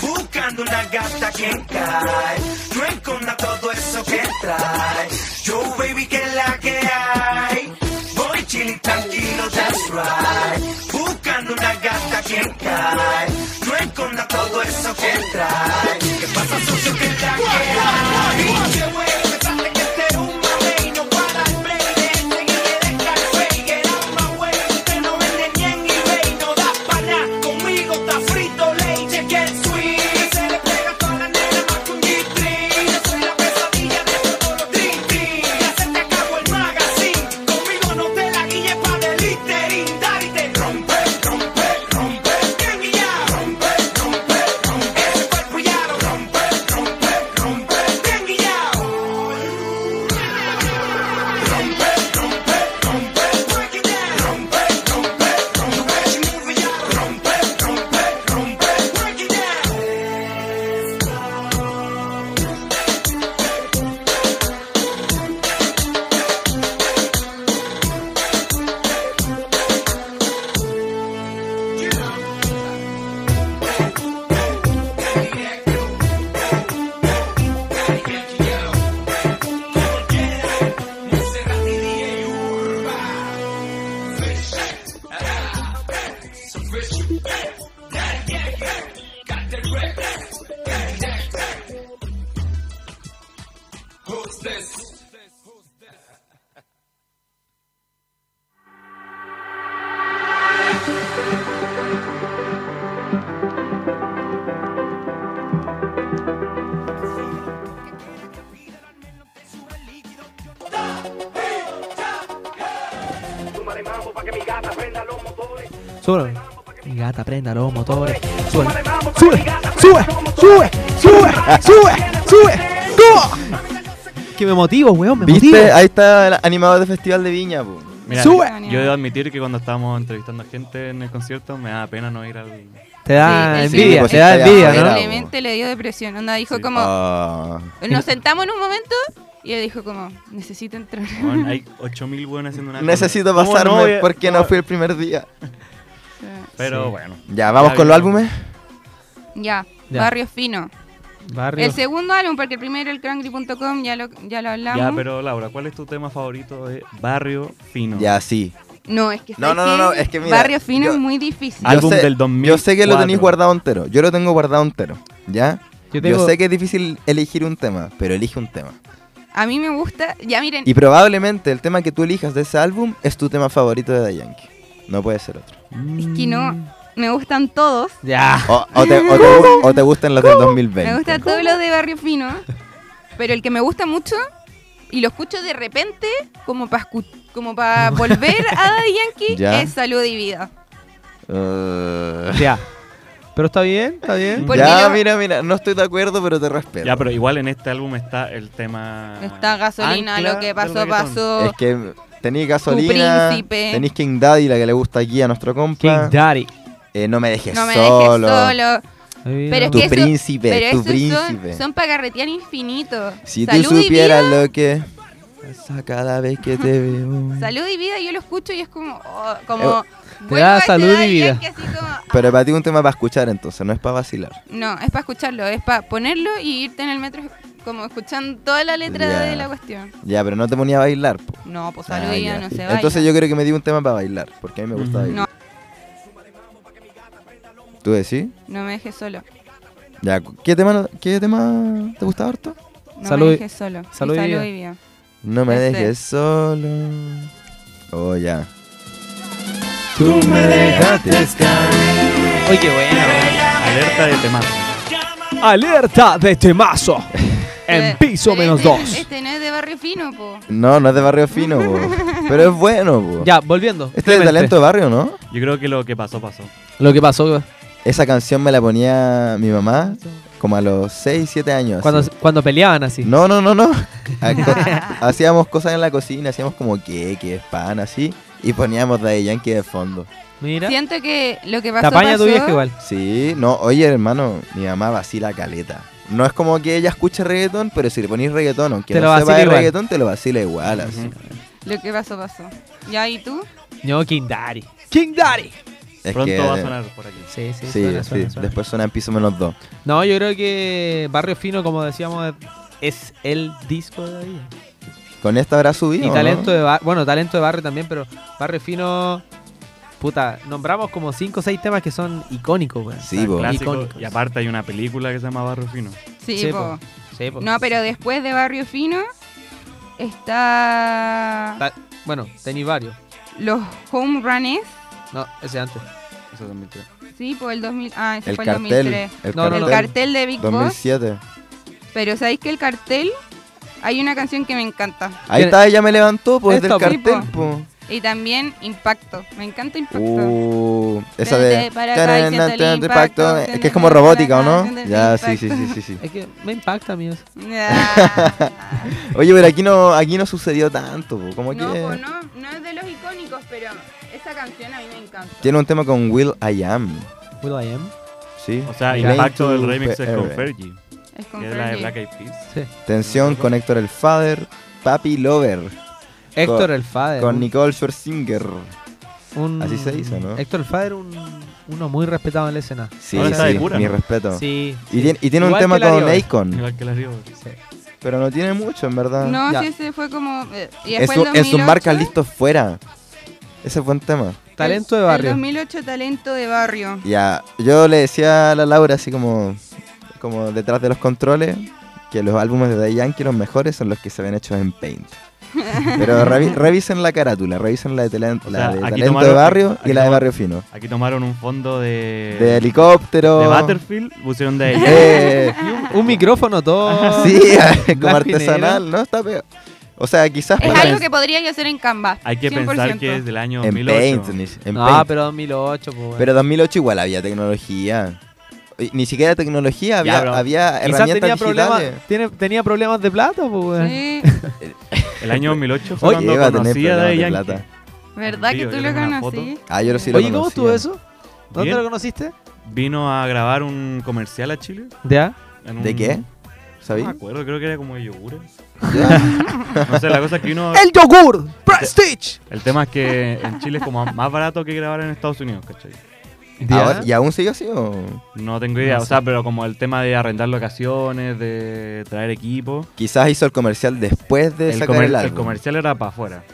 [SPEAKER 6] buscando una gata que cae. No enconda todo eso que trae. Yo, baby, que es la que hay. Voy chilling tranquilo, that's right. Buscando una gata que cae. No enconda todo eso que trae. ¿Qué pasa, socio, que es la que hay? Qué bueno que sale que este es un mamey, no para el play. Este que le deja el fake, get out my way. Usted no vende ni en eBay, no da pa' nada. Conmigo está frito, leche, que el sweet. Que se le pega a toda la nena más que un G-string. Yo soy la pesadilla de todos los dream-team. Ya se te acabó el magazine. Conmigo no te la guille pa' delitering. Daddy te rompe, rompe, rompe. Bien guillado. Rompe, rompe, rompe. Ese cuerpo ya lo rompe, rompe, rompe. Bien guillado. Rompe, rompe, rompe, break it down. Rompe, rompe, rompe, the way she move it, yeah. Rompe, rompe, rompe, break it down.
[SPEAKER 5] Súbelo. Mi gata, prenda los motores. Súbelo.
[SPEAKER 6] Sube, sube, sube, sube, sube, sube.
[SPEAKER 5] Que me motivo, weón, me motivo.
[SPEAKER 2] ¿Viste? Ahí está el animador del Festival de Viña, pues. po.
[SPEAKER 4] Mira,
[SPEAKER 5] Sube.
[SPEAKER 4] yo- Yo debo admitir que cuando estábamos entrevistando a gente en el concierto me da pena no ir al.
[SPEAKER 5] Te da
[SPEAKER 3] Sí, sí.
[SPEAKER 5] envidia,
[SPEAKER 2] Sí,
[SPEAKER 5] te da
[SPEAKER 2] pues, sí,
[SPEAKER 5] envidia,
[SPEAKER 2] está
[SPEAKER 5] ¿no?
[SPEAKER 2] bravo.
[SPEAKER 3] Clemente le dio depresión. Onda dijo
[SPEAKER 4] Sí.
[SPEAKER 3] como.
[SPEAKER 2] Ah.
[SPEAKER 3] Nos sentamos en un momento y él dijo como, necesito entrar.
[SPEAKER 4] Bueno, hay 8000 buenos haciendo una.
[SPEAKER 2] Necesito
[SPEAKER 4] ¿Cómo no voy
[SPEAKER 2] pasarme
[SPEAKER 4] a-
[SPEAKER 2] porque no fui el primer día.
[SPEAKER 4] Pero
[SPEAKER 5] Sí.
[SPEAKER 4] bueno.
[SPEAKER 2] Ya, vamos
[SPEAKER 4] Ya
[SPEAKER 2] con los
[SPEAKER 4] vimos.
[SPEAKER 2] álbumes.
[SPEAKER 3] ya,
[SPEAKER 5] Ya.
[SPEAKER 3] Barrio Fino.
[SPEAKER 5] Barrio.
[SPEAKER 3] El segundo álbum, porque el primero, el crangry.com, ya lo, ya lo hablamos.
[SPEAKER 4] Ya, pero Laura, ¿cuál es tu tema favorito de Barrio Fino?
[SPEAKER 2] Ya, sí.
[SPEAKER 3] No, es que,
[SPEAKER 2] No,
[SPEAKER 3] ¿sabes
[SPEAKER 2] no, no,
[SPEAKER 3] qué?
[SPEAKER 2] no, es que mira,
[SPEAKER 3] Barrio Fino
[SPEAKER 2] yo- Ah.
[SPEAKER 3] es muy difícil.
[SPEAKER 4] Álbum
[SPEAKER 2] sé-
[SPEAKER 4] del 2000.
[SPEAKER 2] Yo sé que lo tenéis guardado entero. Yo lo tengo guardado entero. ¿Ya?
[SPEAKER 5] Yo
[SPEAKER 2] Yo,
[SPEAKER 5] tengo-
[SPEAKER 2] sé que es difícil elegir un tema, pero elige un tema.
[SPEAKER 3] A mí me gusta, ya miren,
[SPEAKER 2] Y probablemente el tema que tú elijas de ese álbum es tu tema favorito de The Yankee. No puede ser otro.
[SPEAKER 3] es
[SPEAKER 2] Mm.
[SPEAKER 3] que no, me gustan todos.
[SPEAKER 5] Ya.
[SPEAKER 2] O, o te, o te gu- o te gustan los del 2020.
[SPEAKER 3] Me gustan todos los de Barrio Fino, pero el que me gusta mucho y lo escucho de repente como para como para volver a Daddy Yankee
[SPEAKER 2] Ya.
[SPEAKER 3] es Salud y Vida.
[SPEAKER 2] Eh,
[SPEAKER 5] Ya. Pero está bien, está bien.
[SPEAKER 3] Porque
[SPEAKER 2] ya,
[SPEAKER 3] yo-
[SPEAKER 2] mira, mira, no estoy de acuerdo, pero te respeto.
[SPEAKER 4] Ya, pero igual en este álbum está el
[SPEAKER 5] Ah,
[SPEAKER 4] tema.
[SPEAKER 3] Está gasolina,
[SPEAKER 4] ancla
[SPEAKER 3] lo que
[SPEAKER 4] del
[SPEAKER 3] pasó,
[SPEAKER 4] reggaetón.
[SPEAKER 3] pasó.
[SPEAKER 2] Es que tenéis gasolina,
[SPEAKER 3] príncipe.
[SPEAKER 2] tenéis King Daddy, la que le gusta aquí a nuestro
[SPEAKER 5] King
[SPEAKER 2] compa.
[SPEAKER 5] Daddy.
[SPEAKER 2] Eh, no me dejes
[SPEAKER 3] no me dejes
[SPEAKER 2] solo.
[SPEAKER 3] solo. Pero es
[SPEAKER 2] Tu
[SPEAKER 3] que eso-
[SPEAKER 2] príncipe,
[SPEAKER 3] pero
[SPEAKER 2] tu
[SPEAKER 3] esos
[SPEAKER 2] príncipe.
[SPEAKER 3] son, son para carretear infinito.
[SPEAKER 2] Si
[SPEAKER 3] Salud
[SPEAKER 2] tú supieras
[SPEAKER 3] y
[SPEAKER 2] lo que pasa cada vez que te veo.
[SPEAKER 3] vida, salud y vida, yo lo escucho y es como oh, como vuelvo
[SPEAKER 5] da
[SPEAKER 3] a ese
[SPEAKER 5] salud y
[SPEAKER 3] Daddy
[SPEAKER 5] vida.
[SPEAKER 3] Yankee así como, ah,
[SPEAKER 2] Eh, Pero para ti es un tema para escuchar entonces, no es para vacilar.
[SPEAKER 3] no, es para escucharlo, es para ponerlo y irte en el metro como escuchando toda la letra
[SPEAKER 2] Ya.
[SPEAKER 3] de la cuestión.
[SPEAKER 2] Ya, pero no te ponía a bailar. po.
[SPEAKER 3] No, pues salud
[SPEAKER 2] Ah,
[SPEAKER 3] y vida
[SPEAKER 2] ya.
[SPEAKER 3] no se va.
[SPEAKER 2] entonces yo creo que me di un tema para bailar, porque a mí me gusta
[SPEAKER 5] Ujú.
[SPEAKER 2] bailar.
[SPEAKER 3] No,
[SPEAKER 2] ¿Tú decís?
[SPEAKER 3] no me dejes solo.
[SPEAKER 2] Ya, cu- ¿qué tema, no- qué tema te gusta harto?
[SPEAKER 3] No
[SPEAKER 5] Salud-
[SPEAKER 3] me dejes solo. Y
[SPEAKER 5] salud y vida.
[SPEAKER 2] No me
[SPEAKER 3] Este.
[SPEAKER 2] dejes solo. Oh, ya. Tú me dejaste
[SPEAKER 5] Oye, qué buena,
[SPEAKER 4] Alerta de tema.
[SPEAKER 5] weón. Alerta de temazo. En
[SPEAKER 3] Pero-
[SPEAKER 5] piso
[SPEAKER 3] pero
[SPEAKER 5] menos
[SPEAKER 3] este, no-
[SPEAKER 5] dos.
[SPEAKER 3] Este no es de barrio fino, po.
[SPEAKER 2] No, no es de barrio fino, po. pero es bueno. po.
[SPEAKER 5] Ya, volviendo.
[SPEAKER 2] Este es de
[SPEAKER 5] Clemente.
[SPEAKER 2] talento de barrio, ¿no?
[SPEAKER 4] Yo creo que lo que pasó, pasó.
[SPEAKER 5] Lo que pasó
[SPEAKER 2] Esa canción me la ponía mi mamá como a los 6, 7 años.
[SPEAKER 5] cuando,
[SPEAKER 2] así.
[SPEAKER 5] cuando peleaban así.
[SPEAKER 2] No, no, no, no. Ah, Ac- hacíamos cosas en la cocina, hacíamos como queques, pan, así. Y poníamos Daddy Yankee de fondo.
[SPEAKER 5] Mira.
[SPEAKER 3] Siento que lo que pasó
[SPEAKER 5] Tapaña tu
[SPEAKER 3] pasó.
[SPEAKER 5] vieja igual.
[SPEAKER 2] Sí, no, oye hermano, mi mamá vacila caleta. No es como que ella escuche reggaetón, pero si le ponís reggaetón, aunque
[SPEAKER 5] Te lo
[SPEAKER 2] no
[SPEAKER 5] vacila
[SPEAKER 2] sepa de
[SPEAKER 5] igual.
[SPEAKER 2] reggaetón, te lo vacila igual. Así.
[SPEAKER 4] Ujú.
[SPEAKER 3] Lo que pasó pasó. Ya y tú?
[SPEAKER 5] No, King Daddy. King Daddy.
[SPEAKER 2] Es
[SPEAKER 4] Pronto
[SPEAKER 2] que-
[SPEAKER 4] va a sonar por aquí.
[SPEAKER 5] Sí, sí,
[SPEAKER 2] Sí,
[SPEAKER 5] suena, suena,
[SPEAKER 2] sí,
[SPEAKER 5] suena.
[SPEAKER 2] después suena en piso menos dos.
[SPEAKER 5] No, yo creo que Barrio Fino, como decíamos, es el disco de la vida.
[SPEAKER 2] Con esta habrá subido.
[SPEAKER 5] Y
[SPEAKER 2] ¿no?
[SPEAKER 5] talento de barrio, bueno, talento de barrio también, pero barrio fino, puta, nombramos como 5 o 6 temas que son icónicos, weón.
[SPEAKER 2] Sí, po.
[SPEAKER 4] Clásico,
[SPEAKER 5] Icónicos.
[SPEAKER 4] Y aparte hay una película que se llama Barrio Fino.
[SPEAKER 3] Sí,
[SPEAKER 5] Sí,
[SPEAKER 3] po.
[SPEAKER 5] Sí, po.
[SPEAKER 3] No, pero después de Barrio Fino está
[SPEAKER 5] Ta- bueno, tenéis varios.
[SPEAKER 3] los Home Runners.
[SPEAKER 5] No, ese antes.
[SPEAKER 4] Eso también creo.
[SPEAKER 3] Sí, por el 2000. Ah, ese
[SPEAKER 2] El
[SPEAKER 3] fue
[SPEAKER 2] cartel.
[SPEAKER 3] el 2003.
[SPEAKER 2] El
[SPEAKER 5] No, no,
[SPEAKER 3] El
[SPEAKER 5] no.
[SPEAKER 3] cartel de Big Boss.
[SPEAKER 2] 2007.
[SPEAKER 3] Pero ¿sabéis que el cartel? Hay una canción que me encanta.
[SPEAKER 2] Ahí
[SPEAKER 5] ¿Quién-
[SPEAKER 2] está, ella me levantó, pues,
[SPEAKER 5] Esta,
[SPEAKER 2] del
[SPEAKER 5] po.
[SPEAKER 2] cartel, po.
[SPEAKER 3] Y también Impacto. Me encanta Impacto.
[SPEAKER 2] Uh, esa
[SPEAKER 3] Desde
[SPEAKER 2] de...
[SPEAKER 3] para acá y siento el
[SPEAKER 2] Tan, tan,
[SPEAKER 3] impacto,
[SPEAKER 2] impacto, Es que es
[SPEAKER 3] siento
[SPEAKER 2] como
[SPEAKER 3] la
[SPEAKER 2] robótica, ¿o no?
[SPEAKER 3] sensación del
[SPEAKER 2] Ya, sí, sí, sí,
[SPEAKER 3] impacto.
[SPEAKER 2] sí, sí.
[SPEAKER 5] Es que me impacta, amigos.
[SPEAKER 3] Ah.
[SPEAKER 2] Oye, pero aquí no, aquí no sucedió tanto, po, como
[SPEAKER 3] No,
[SPEAKER 2] que...
[SPEAKER 3] po, no, no es de los icónicos, pero esa canción a mí me encanta.
[SPEAKER 2] Tiene un tema con Will I Am,
[SPEAKER 5] Will I am.
[SPEAKER 2] ¿sí? Eh,
[SPEAKER 4] O sea,
[SPEAKER 5] Plane
[SPEAKER 4] impacto
[SPEAKER 2] to
[SPEAKER 4] del remix es con
[SPEAKER 2] Forever.
[SPEAKER 4] Fergie.
[SPEAKER 3] Es con
[SPEAKER 4] Que es la de
[SPEAKER 3] Fergie.
[SPEAKER 4] Black Eyed Peas.
[SPEAKER 5] Sí.
[SPEAKER 2] Tensión con Héctor el Father, Papi Lover,
[SPEAKER 5] Héctor el Fader.
[SPEAKER 2] con
[SPEAKER 5] un-
[SPEAKER 2] Nicole Scherzinger.
[SPEAKER 5] un-
[SPEAKER 2] así se hizo, ¿no?
[SPEAKER 5] Héctor el Fader, un, uno muy respetado en la escena.
[SPEAKER 2] Sí,
[SPEAKER 4] Ahora está de
[SPEAKER 2] sí,
[SPEAKER 4] cura,
[SPEAKER 2] mi
[SPEAKER 4] ¿no?
[SPEAKER 2] respeto.
[SPEAKER 5] Sí.
[SPEAKER 2] Y tiene, y tiene un
[SPEAKER 5] Igual
[SPEAKER 2] tema
[SPEAKER 5] que la
[SPEAKER 2] con
[SPEAKER 5] Río,
[SPEAKER 2] Akon,
[SPEAKER 4] Igual que la Río.
[SPEAKER 5] sí.
[SPEAKER 2] pero no tiene mucho, en verdad.
[SPEAKER 3] No,
[SPEAKER 5] Ya.
[SPEAKER 3] sí, ese fue como. eh, Y
[SPEAKER 2] en,
[SPEAKER 3] después
[SPEAKER 2] su,
[SPEAKER 3] el
[SPEAKER 2] en sus
[SPEAKER 3] 2008,
[SPEAKER 2] marcas listos fuera. Ese es buen tema.
[SPEAKER 5] Talento de
[SPEAKER 3] el-
[SPEAKER 5] barrio.
[SPEAKER 3] El 2008, talento de barrio.
[SPEAKER 2] Ya, yo le decía a la Laura, así como, como detrás de los controles, que los álbumes de Daddy Yankee, los mejores, son los que se ven hechos en Paint. Pero revi- revisen la carátula, revisen la de, talen-
[SPEAKER 4] O
[SPEAKER 2] la
[SPEAKER 4] sea,
[SPEAKER 2] de
[SPEAKER 4] aquí
[SPEAKER 2] Talento
[SPEAKER 4] tomaron-
[SPEAKER 2] de Barrio
[SPEAKER 4] aquí
[SPEAKER 2] y la de
[SPEAKER 4] tomaron-
[SPEAKER 2] Barrio Fino.
[SPEAKER 4] Aquí tomaron un fondo de.
[SPEAKER 2] De helicóptero.
[SPEAKER 4] de Battlefield. Pusieron de.
[SPEAKER 2] eh,
[SPEAKER 5] Un micrófono todo.
[SPEAKER 2] sí, como
[SPEAKER 5] Blanco y
[SPEAKER 2] artesanal, ¿no? Está peor. O sea, quizás
[SPEAKER 3] Es
[SPEAKER 2] para-
[SPEAKER 3] algo que podría yo hacer en Canva.
[SPEAKER 4] Hay que pensar que es del año
[SPEAKER 2] en
[SPEAKER 4] 2008.
[SPEAKER 2] Paint. ni- en
[SPEAKER 4] Ah,
[SPEAKER 5] No,
[SPEAKER 2] Paint.
[SPEAKER 5] pero 2008, pues. weón.
[SPEAKER 2] Pero 2008 igual había tecnología. Y Ni siquiera tecnología,
[SPEAKER 4] Ya,
[SPEAKER 2] había,
[SPEAKER 4] bro.
[SPEAKER 2] había
[SPEAKER 5] Quizás
[SPEAKER 2] herramientas
[SPEAKER 5] tenía
[SPEAKER 2] digitales.
[SPEAKER 5] problemas, tiene- tenía problemas de plata, pues. weón.
[SPEAKER 3] Sí,
[SPEAKER 4] El año 2008 fue
[SPEAKER 2] Oye,
[SPEAKER 4] cuando
[SPEAKER 2] iba a tener
[SPEAKER 4] conocí a Daddy
[SPEAKER 2] problemas de
[SPEAKER 4] Yankee.
[SPEAKER 2] plata.
[SPEAKER 3] ¿verdad
[SPEAKER 4] Tío,
[SPEAKER 3] que
[SPEAKER 4] yo
[SPEAKER 3] tú lo
[SPEAKER 4] tengo una foto.
[SPEAKER 3] conocí?
[SPEAKER 2] Ah, yo lo sí lo
[SPEAKER 5] Oye, ¿cómo
[SPEAKER 2] conocía.
[SPEAKER 5] estuvo eso? ¿Dónde
[SPEAKER 4] Bien.
[SPEAKER 5] lo conociste?
[SPEAKER 4] Vino a grabar un comercial a Chile.
[SPEAKER 5] Ya.
[SPEAKER 4] en
[SPEAKER 2] ¿De
[SPEAKER 4] un-
[SPEAKER 2] qué?
[SPEAKER 4] No
[SPEAKER 2] ¿Sabí?
[SPEAKER 4] me acuerdo, creo que era como de yogur. no sé, la cosa es que vino.
[SPEAKER 5] ¡El yogur! ¡Prestige!
[SPEAKER 4] El tema es que en Chile es como más barato que grabar en Estados Unidos, ¿cachai?
[SPEAKER 2] Ahora- ¿Y aún sigue así o...?
[SPEAKER 4] No tengo idea, o sea, pero como el tema de arrendar locaciones, de traer equipo.
[SPEAKER 2] Quizás hizo el comercial después de
[SPEAKER 4] El,
[SPEAKER 2] sacar
[SPEAKER 4] comer-
[SPEAKER 2] el
[SPEAKER 4] el
[SPEAKER 2] álbum.
[SPEAKER 4] comercial era para afuera,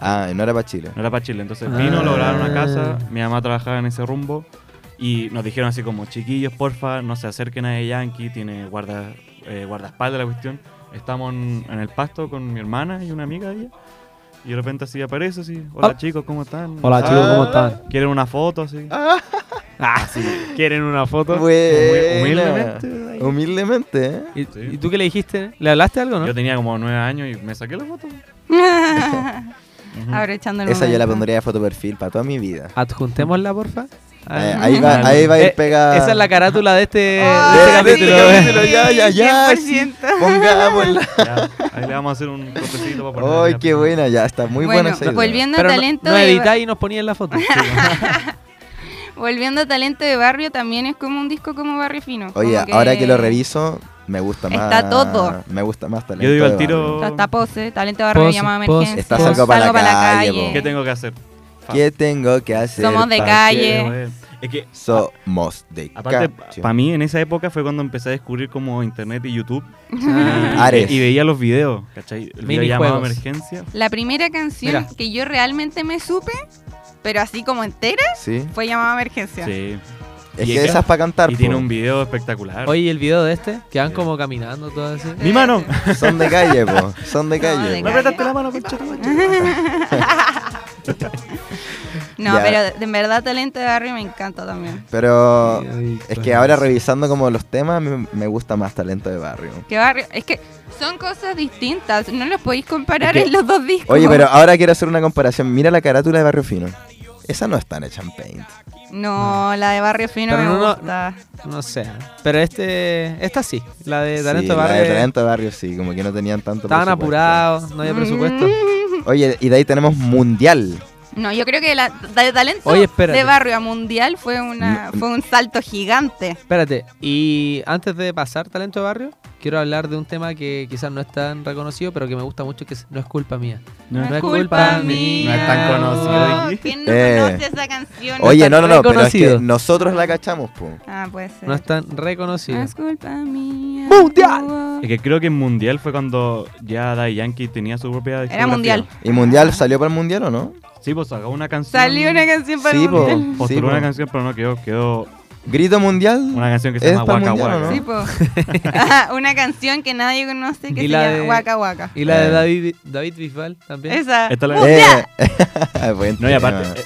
[SPEAKER 2] Ah, no era para Chile.
[SPEAKER 4] no era para Chile. Entonces vino, lo grabaron a
[SPEAKER 5] Ah.
[SPEAKER 4] casa, mi mamá trabajaba en ese rumbo y nos dijeron así como, chiquillos, porfa, no se acerquen a The Yankee, tiene guarda, eh, guardaespaldas la cuestión. Estamos en, en el pasto con mi hermana y una amiga de ella. Y de repente así aparece así, hola
[SPEAKER 5] Ah.
[SPEAKER 4] chicos, ¿cómo están?
[SPEAKER 5] Hola,
[SPEAKER 4] Ah,
[SPEAKER 5] chicos, ¿cómo están?
[SPEAKER 4] ¿Quieren una foto así?
[SPEAKER 5] Ah,
[SPEAKER 4] Así, ¿Quieren una foto?
[SPEAKER 2] Buena.
[SPEAKER 4] pues, Humildemente.
[SPEAKER 2] Humildemente, ¿eh?
[SPEAKER 5] ¿Y,
[SPEAKER 4] Sí.
[SPEAKER 5] y tú qué le dijiste? ¿Le hablaste algo, no?
[SPEAKER 4] Yo tenía como nueve años y me saqué la foto. Ujú.
[SPEAKER 3] Ahora echando el
[SPEAKER 2] Esa yo la
[SPEAKER 3] momento.
[SPEAKER 2] pondría de foto perfil para toda mi vida.
[SPEAKER 5] Adjuntémosla, porfa. Ah.
[SPEAKER 2] Eh, ahí, va, ahí va a ir
[SPEAKER 5] Eh,
[SPEAKER 2] pegada...
[SPEAKER 5] Esa es la carátula de este, de
[SPEAKER 3] Ah,
[SPEAKER 5] este
[SPEAKER 2] sí,
[SPEAKER 5] capítulo.
[SPEAKER 2] sí,
[SPEAKER 5] ¿eh?
[SPEAKER 2] capítulo, ya, ya, ya, sí.
[SPEAKER 3] 100%.
[SPEAKER 2] Pongámosla.
[SPEAKER 4] Ya, ahí le vamos a hacer un cortecito para poner.
[SPEAKER 2] ¡Ay, qué buena! Ya está muy
[SPEAKER 3] bueno, pues,
[SPEAKER 2] buena esa idea.
[SPEAKER 3] volviendo a
[SPEAKER 5] Pero no,
[SPEAKER 3] talento
[SPEAKER 5] no
[SPEAKER 3] de
[SPEAKER 5] editá y nos ponía en la foto.
[SPEAKER 3] volviendo a talento de barrio también es como un disco como barrio fino.
[SPEAKER 2] Oye,
[SPEAKER 3] como
[SPEAKER 2] ahora que lo reviso, me gusta
[SPEAKER 3] Está
[SPEAKER 2] más.
[SPEAKER 3] todo.
[SPEAKER 2] Me gusta más talento.
[SPEAKER 4] Yo digo
[SPEAKER 2] de
[SPEAKER 4] al
[SPEAKER 2] barrio.
[SPEAKER 4] tiro.
[SPEAKER 3] Está, está pose, talento de barrio
[SPEAKER 5] Pose,
[SPEAKER 3] llamada
[SPEAKER 5] pose.
[SPEAKER 3] emergencia.
[SPEAKER 2] Está
[SPEAKER 5] salgo
[SPEAKER 2] pa' la
[SPEAKER 3] Salgo pa'
[SPEAKER 2] calle, po.
[SPEAKER 4] ¿Qué tengo que hacer? Fa-
[SPEAKER 2] ¿Qué tengo que hacer?
[SPEAKER 3] Somos de
[SPEAKER 2] pa'
[SPEAKER 3] calle.
[SPEAKER 4] qué bueno. Es que,
[SPEAKER 2] Somos de calle.
[SPEAKER 4] aparte, para mí en esa época fue cuando empecé a descubrir como internet y YouTube.
[SPEAKER 5] Ah,
[SPEAKER 2] Ares.
[SPEAKER 4] Y, y veía los videos, ¿cachai? El video llamado
[SPEAKER 5] Minijuegos.
[SPEAKER 4] Emergencia.
[SPEAKER 3] La primera canción
[SPEAKER 5] Mira.
[SPEAKER 3] que yo realmente me supe, pero así como entera,
[SPEAKER 2] Sí.
[SPEAKER 3] fue llamada emergencia.
[SPEAKER 4] Sí.
[SPEAKER 2] Es
[SPEAKER 4] Y
[SPEAKER 2] que
[SPEAKER 4] ella-
[SPEAKER 2] esas para cantar.
[SPEAKER 4] Y
[SPEAKER 2] po.
[SPEAKER 4] tiene un video espectacular.
[SPEAKER 5] Oye, ¿y el video de este, que van como caminando todo así.
[SPEAKER 4] ¡Mi mano!
[SPEAKER 2] Son de calle, po. Son de calle.
[SPEAKER 3] de
[SPEAKER 2] po.
[SPEAKER 4] ¡Me apretaste la mano, concha!
[SPEAKER 3] No,
[SPEAKER 2] Ya.
[SPEAKER 3] pero de- en verdad talento de barrio me encanta también.
[SPEAKER 2] Pero
[SPEAKER 5] Ay,
[SPEAKER 2] es que
[SPEAKER 5] cosas.
[SPEAKER 2] ahora revisando como los temas, me, me gusta más talento de barrio.
[SPEAKER 3] Que barrio, es que son cosas distintas, no los podéis comparar
[SPEAKER 2] Es que-
[SPEAKER 3] en los dos discos.
[SPEAKER 2] Oye, pero ahora quiero hacer una comparación. Mira la carátula de Barrio Fino. Esa no está hecha en Paint.
[SPEAKER 3] No, la de barrio fino
[SPEAKER 5] Pero
[SPEAKER 3] me
[SPEAKER 5] no, no,
[SPEAKER 3] gusta.
[SPEAKER 5] No sé. Pero este. Esta sí. La de
[SPEAKER 2] Sí,
[SPEAKER 5] Talento
[SPEAKER 2] la
[SPEAKER 5] Barrio.
[SPEAKER 2] de talento de barrio, sí. Como que no tenían tanto
[SPEAKER 5] Estaban
[SPEAKER 2] presupuesto.
[SPEAKER 5] apurados, no había presupuesto.
[SPEAKER 3] Mm.
[SPEAKER 2] Oye, y de ahí tenemos Mundial.
[SPEAKER 3] No, yo creo que la, de talento
[SPEAKER 5] Oye, espérate.
[SPEAKER 3] de barrio a mundial fue, una, fue un salto gigante.
[SPEAKER 5] Espérate, y antes de pasar talento de barrio, quiero hablar de un tema que quizás no es tan reconocido, pero que me gusta mucho, que es- no es culpa mía.
[SPEAKER 4] No,
[SPEAKER 5] es culpa mía.
[SPEAKER 4] No es tan conocido.
[SPEAKER 3] No,
[SPEAKER 4] Iggy.
[SPEAKER 3] ¿Quién no
[SPEAKER 2] Eh.
[SPEAKER 3] conoce esa canción?
[SPEAKER 2] Oye, no, no, no, pero es que
[SPEAKER 5] reconocido.
[SPEAKER 2] nosotros la cachamos, po.
[SPEAKER 3] Ah, puede ser.
[SPEAKER 5] No es tan reconocido.
[SPEAKER 3] No Ah, es culpa mía.
[SPEAKER 5] ¡Mundial!
[SPEAKER 3] Oh.
[SPEAKER 4] Es que creo que en Mundial fue cuando ya Daddy Yankee tenía su propia discografía.
[SPEAKER 3] Mundial.
[SPEAKER 2] ¿Y Mundial salió para el Mundial o no?
[SPEAKER 4] Sí, pues sacó una canción.
[SPEAKER 3] Salió una canción para
[SPEAKER 2] Sí,
[SPEAKER 3] el
[SPEAKER 2] po.
[SPEAKER 3] mundial.
[SPEAKER 4] Postuló
[SPEAKER 2] Sí, pues. po.
[SPEAKER 4] una canción, pero no quedó. Quedó
[SPEAKER 2] Grito Mundial.
[SPEAKER 4] una canción que se
[SPEAKER 2] ¿Es
[SPEAKER 4] llama
[SPEAKER 2] para el
[SPEAKER 4] Waka
[SPEAKER 2] Mundial o
[SPEAKER 4] Waka.
[SPEAKER 2] no?
[SPEAKER 3] Sí, po. Ajá, una canción que nadie conoce que
[SPEAKER 5] Y
[SPEAKER 3] se
[SPEAKER 5] la
[SPEAKER 3] llama
[SPEAKER 5] de-
[SPEAKER 3] Waka Waka.
[SPEAKER 5] Y la de
[SPEAKER 2] Eh.
[SPEAKER 5] David, David Bisbal también.
[SPEAKER 3] Esa.
[SPEAKER 4] Esta es la-
[SPEAKER 3] Mundial.
[SPEAKER 2] Eh, buen
[SPEAKER 4] No, y
[SPEAKER 2] tema.
[SPEAKER 4] aparte, eh,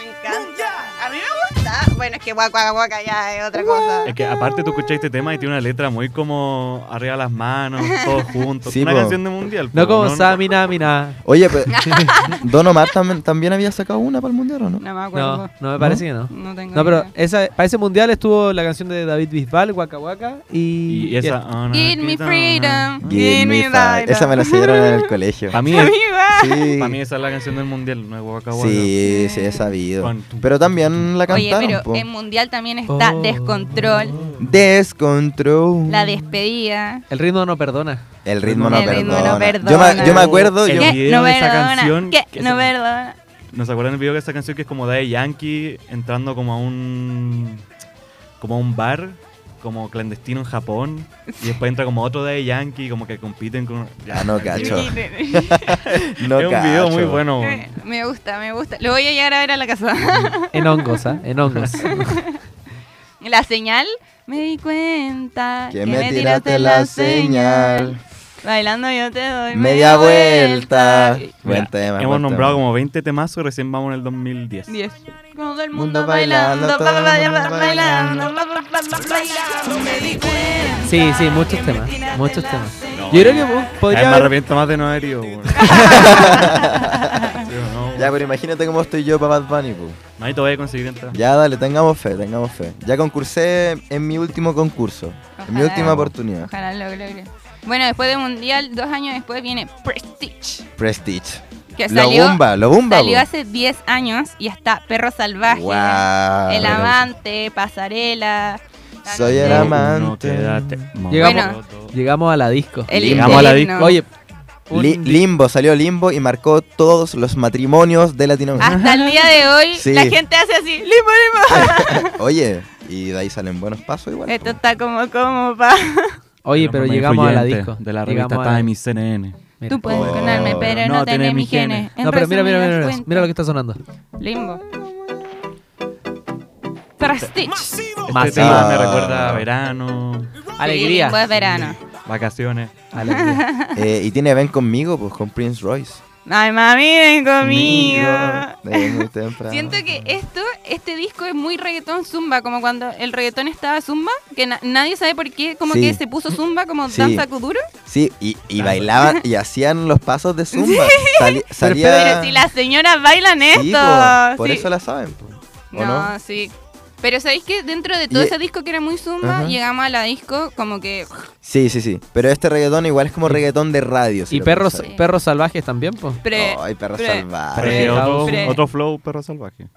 [SPEAKER 3] Me encanta. A mí me gusta. Bueno, es que Waka Waka Waka ya es otra cosa.
[SPEAKER 4] es que aparte tú escuchas este tema y tiene una letra muy como arriba las manos, todos juntos.
[SPEAKER 2] Sí,
[SPEAKER 4] una
[SPEAKER 2] po.
[SPEAKER 4] canción de Mundial.
[SPEAKER 5] No
[SPEAKER 4] po,
[SPEAKER 5] como Samina, Mina.
[SPEAKER 2] Oye, pero Don Omar tam- también había sacado una para el Mundial o no?
[SPEAKER 3] No me
[SPEAKER 5] No,
[SPEAKER 3] acuerdo.
[SPEAKER 5] no me parece que no.
[SPEAKER 3] No, tengo
[SPEAKER 5] No, pero
[SPEAKER 3] idea.
[SPEAKER 5] esa, para ese mundial estuvo la canción de David Bisbal, Waka Waka, y...
[SPEAKER 4] Y esa. oh, no,
[SPEAKER 3] Give me
[SPEAKER 4] quita, no, no.
[SPEAKER 3] freedom.
[SPEAKER 2] Give me five. Esa me la enseñaron en el colegio.
[SPEAKER 4] Para mí,
[SPEAKER 3] A
[SPEAKER 4] es-
[SPEAKER 3] mí va.
[SPEAKER 2] Sí,
[SPEAKER 4] para mí esa es la canción del Mundial, no es Waka Waka.
[SPEAKER 2] sí, sí, he sabido.
[SPEAKER 4] Con tu-
[SPEAKER 2] Pero también la
[SPEAKER 3] Oye,
[SPEAKER 2] cantaron.
[SPEAKER 3] pero
[SPEAKER 2] po.
[SPEAKER 3] en mundial también está
[SPEAKER 5] Oh.
[SPEAKER 3] Descontrol,
[SPEAKER 2] Descontrol.
[SPEAKER 3] La Despedida.
[SPEAKER 5] El ritmo no perdona.
[SPEAKER 2] El ritmo no
[SPEAKER 3] El ritmo
[SPEAKER 2] perdona.
[SPEAKER 3] no perdona.
[SPEAKER 2] Yo, me, yo me acuerdo.
[SPEAKER 4] El
[SPEAKER 2] yo-
[SPEAKER 4] video
[SPEAKER 3] ¿Qué? No
[SPEAKER 4] de esa
[SPEAKER 3] perdona.
[SPEAKER 4] canción,
[SPEAKER 3] ¿Qué?
[SPEAKER 4] que
[SPEAKER 3] No
[SPEAKER 4] se-
[SPEAKER 3] perdona.
[SPEAKER 4] ¿No se acuerdan el video de esa canción que es como Daddy Yankee entrando como a un como a un bar como clandestino en Japón y después entra como otro Daddy Yankee como que compiten con
[SPEAKER 2] Ah, no, cacho. No
[SPEAKER 4] es un video
[SPEAKER 2] cacho.
[SPEAKER 4] muy bueno.
[SPEAKER 3] Eh,
[SPEAKER 2] Oh.
[SPEAKER 3] Me gusta, me gusta. Lo voy a llegar a ver a la casa.
[SPEAKER 5] En hongos, ¿ah? En hongos.
[SPEAKER 3] La señal. Me di cuenta
[SPEAKER 2] Que me tiraste la señal.
[SPEAKER 3] Bailando yo te doy
[SPEAKER 2] Media vuelta. Buen
[SPEAKER 4] Mira,
[SPEAKER 2] tema.
[SPEAKER 4] Hemos
[SPEAKER 2] buen
[SPEAKER 4] nombrado
[SPEAKER 2] tema.
[SPEAKER 4] como 20 temazos y recién vamos en el 2010.
[SPEAKER 3] 10. Todo el
[SPEAKER 2] Mundo
[SPEAKER 3] mundo bailando,
[SPEAKER 2] bailando,
[SPEAKER 3] bla, bla, bla,
[SPEAKER 2] todo el mundo
[SPEAKER 3] bla, bailando, bla, bla, bla, bla, bailando, me di cuenta
[SPEAKER 5] Sí, sí, muchos
[SPEAKER 3] que me
[SPEAKER 5] temas,
[SPEAKER 3] tiraste
[SPEAKER 5] muchos
[SPEAKER 3] la
[SPEAKER 5] temas.
[SPEAKER 3] señal.
[SPEAKER 4] No,
[SPEAKER 5] Yo creo que po-
[SPEAKER 4] Ay,
[SPEAKER 5] podría
[SPEAKER 4] me
[SPEAKER 5] haber...
[SPEAKER 4] arrepiento más de no haber ido. weón. Sí, no,
[SPEAKER 2] Ya, pues. pero imagínate cómo estoy yo para Bad Bunny. po.
[SPEAKER 4] Manito, voy a conseguir entrar.
[SPEAKER 2] Ya, dale, tengamos fe, tengamos fe. Ya concursé en mi último concurso. En mi
[SPEAKER 3] Ojalá.
[SPEAKER 2] última oportunidad.
[SPEAKER 3] Ojalá lo logre. Bueno, después de Mundial, dos años después viene Prestige.
[SPEAKER 2] Prestige.
[SPEAKER 3] Que
[SPEAKER 2] Lo
[SPEAKER 3] Eh, salió,
[SPEAKER 2] bomba, lo bomba.
[SPEAKER 3] salió
[SPEAKER 2] po.
[SPEAKER 3] hace 10 años y está Perro Salvaje,
[SPEAKER 2] Guau,
[SPEAKER 3] El
[SPEAKER 2] pero-
[SPEAKER 3] Amante, Pasarela. la
[SPEAKER 2] Soy el
[SPEAKER 3] noche,
[SPEAKER 2] Era amante.
[SPEAKER 5] Llegamos- Llegamos a la disco.
[SPEAKER 3] el
[SPEAKER 2] Llegamos a
[SPEAKER 5] la
[SPEAKER 3] Interno.
[SPEAKER 5] disco. Oye, un-
[SPEAKER 2] Li- limbo, salió Limbo y marcó todos los matrimonios de Latinoamérica.
[SPEAKER 3] Hasta el día de hoy
[SPEAKER 2] Sí.
[SPEAKER 3] la gente hace así, limbo, limbo.
[SPEAKER 2] Oye, y de ahí salen buenos pasos igual.
[SPEAKER 3] Esto está como, como, pa.
[SPEAKER 5] oye, pero llegamos a la disco.
[SPEAKER 4] De la
[SPEAKER 5] Llegamos
[SPEAKER 4] revista
[SPEAKER 5] a la-
[SPEAKER 4] Time y CNN.
[SPEAKER 5] Mira.
[SPEAKER 3] Tú puedes
[SPEAKER 2] Oh.
[SPEAKER 3] clonarme, pero no, tenés mis genes. En
[SPEAKER 5] No, pero mira, mira, mira,
[SPEAKER 3] resumidas
[SPEAKER 5] mira, mira lo que está sonando.
[SPEAKER 3] cuentas, Limbo. Prestige.
[SPEAKER 4] Este
[SPEAKER 5] Masivo.
[SPEAKER 4] tema me recuerda a verano,
[SPEAKER 5] Alegría.
[SPEAKER 3] Limbo es verano.
[SPEAKER 4] vacaciones.
[SPEAKER 5] Alegría.
[SPEAKER 2] Eh, y tiene Ven conmigo, pues con Prince Royce.
[SPEAKER 3] Ay, mami, ven conmigo.
[SPEAKER 2] Desde muy temprano.
[SPEAKER 3] Siento que esto, este disco es muy reggaetón zumba, como cuando el reggaetón estaba zumba, que na- nadie sabe por qué, como
[SPEAKER 2] Sí.
[SPEAKER 3] que se puso zumba como
[SPEAKER 2] Sí.
[SPEAKER 3] danza kuduro.
[SPEAKER 2] Sí, y, y bailaban y hacían los pasos de Zumba. Sali- salía...
[SPEAKER 3] Pero si las señoras bailan esto.
[SPEAKER 2] Sí, po, por
[SPEAKER 3] sí.
[SPEAKER 2] eso la saben. po. ¿O
[SPEAKER 3] no,
[SPEAKER 2] no?
[SPEAKER 3] sí. Pero sabéis que dentro de todo
[SPEAKER 2] Y-
[SPEAKER 3] ese disco que era muy zumba,
[SPEAKER 2] Ajá.
[SPEAKER 3] llegamos a la disco como que
[SPEAKER 2] Sí, sí, sí. Pero este reggaetón igual es como reggaetón de radio. si
[SPEAKER 5] Y
[SPEAKER 2] lo
[SPEAKER 5] perros,
[SPEAKER 2] pensáis.
[SPEAKER 5] perros salvajes también, pues.
[SPEAKER 3] pre-
[SPEAKER 2] Ay, perros
[SPEAKER 3] pre-
[SPEAKER 2] salvajes.
[SPEAKER 4] Pero que otro,
[SPEAKER 3] Pre-
[SPEAKER 4] otro flow, perro salvaje.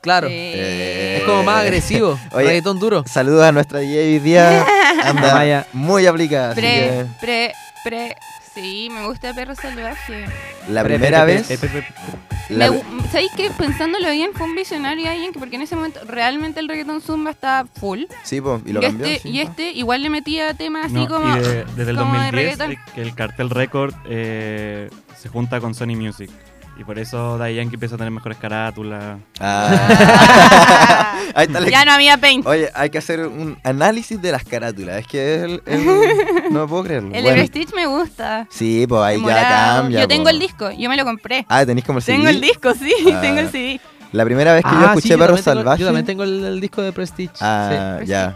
[SPEAKER 5] Claro.
[SPEAKER 3] Sí.
[SPEAKER 2] Eh.
[SPEAKER 5] Es como más agresivo.
[SPEAKER 2] Oye.
[SPEAKER 5] Reggaetón duro.
[SPEAKER 2] Saludos a nuestra DJ hoy día. Anda
[SPEAKER 5] Amaya.
[SPEAKER 2] muy aplicada. así
[SPEAKER 3] Pre,
[SPEAKER 2] que
[SPEAKER 3] pre, pre. Sí, me gusta Perro Salvaje.
[SPEAKER 2] la primera vez. la-
[SPEAKER 3] Me gu- ¿Sabéis que pensándolo bien fue un visionario alguien que porque en ese momento realmente el reggaetón zumba estaba full?
[SPEAKER 2] Sí, po, y
[SPEAKER 3] Y,
[SPEAKER 2] lo cambió.
[SPEAKER 3] este,
[SPEAKER 2] sí,
[SPEAKER 3] y
[SPEAKER 2] po.
[SPEAKER 3] este igual le metía temas así
[SPEAKER 4] No,
[SPEAKER 3] como.
[SPEAKER 4] y de- desde el
[SPEAKER 3] como de
[SPEAKER 4] 2010
[SPEAKER 3] reggaetón.
[SPEAKER 4] es eh, que el cartel Record eh, se junta con Sony Music. Y por eso Daddy Yankee empieza a tener mejores carátulas.
[SPEAKER 2] Ah. Ahí está la-
[SPEAKER 3] ya no había paint.
[SPEAKER 2] Oye, hay que hacer un análisis de las carátulas. Es que es el- el- no puedo creerlo.
[SPEAKER 3] El
[SPEAKER 2] Bueno,
[SPEAKER 3] de Stitch me gusta.
[SPEAKER 2] sí, pues ahí ya
[SPEAKER 3] Morado.
[SPEAKER 2] cambia.
[SPEAKER 3] yo tengo
[SPEAKER 2] po.
[SPEAKER 3] el disco, yo me lo compré.
[SPEAKER 2] Ah, tenéis como el CD.
[SPEAKER 3] Tengo el disco, sí,
[SPEAKER 2] Ah.
[SPEAKER 3] tengo el CD.
[SPEAKER 2] La primera vez que yo
[SPEAKER 5] Ah, sí,
[SPEAKER 2] escuché Perros
[SPEAKER 5] también tengo-
[SPEAKER 2] Salvajes.
[SPEAKER 5] Yo también tengo el, el disco de Prestige.
[SPEAKER 2] Ah, ya.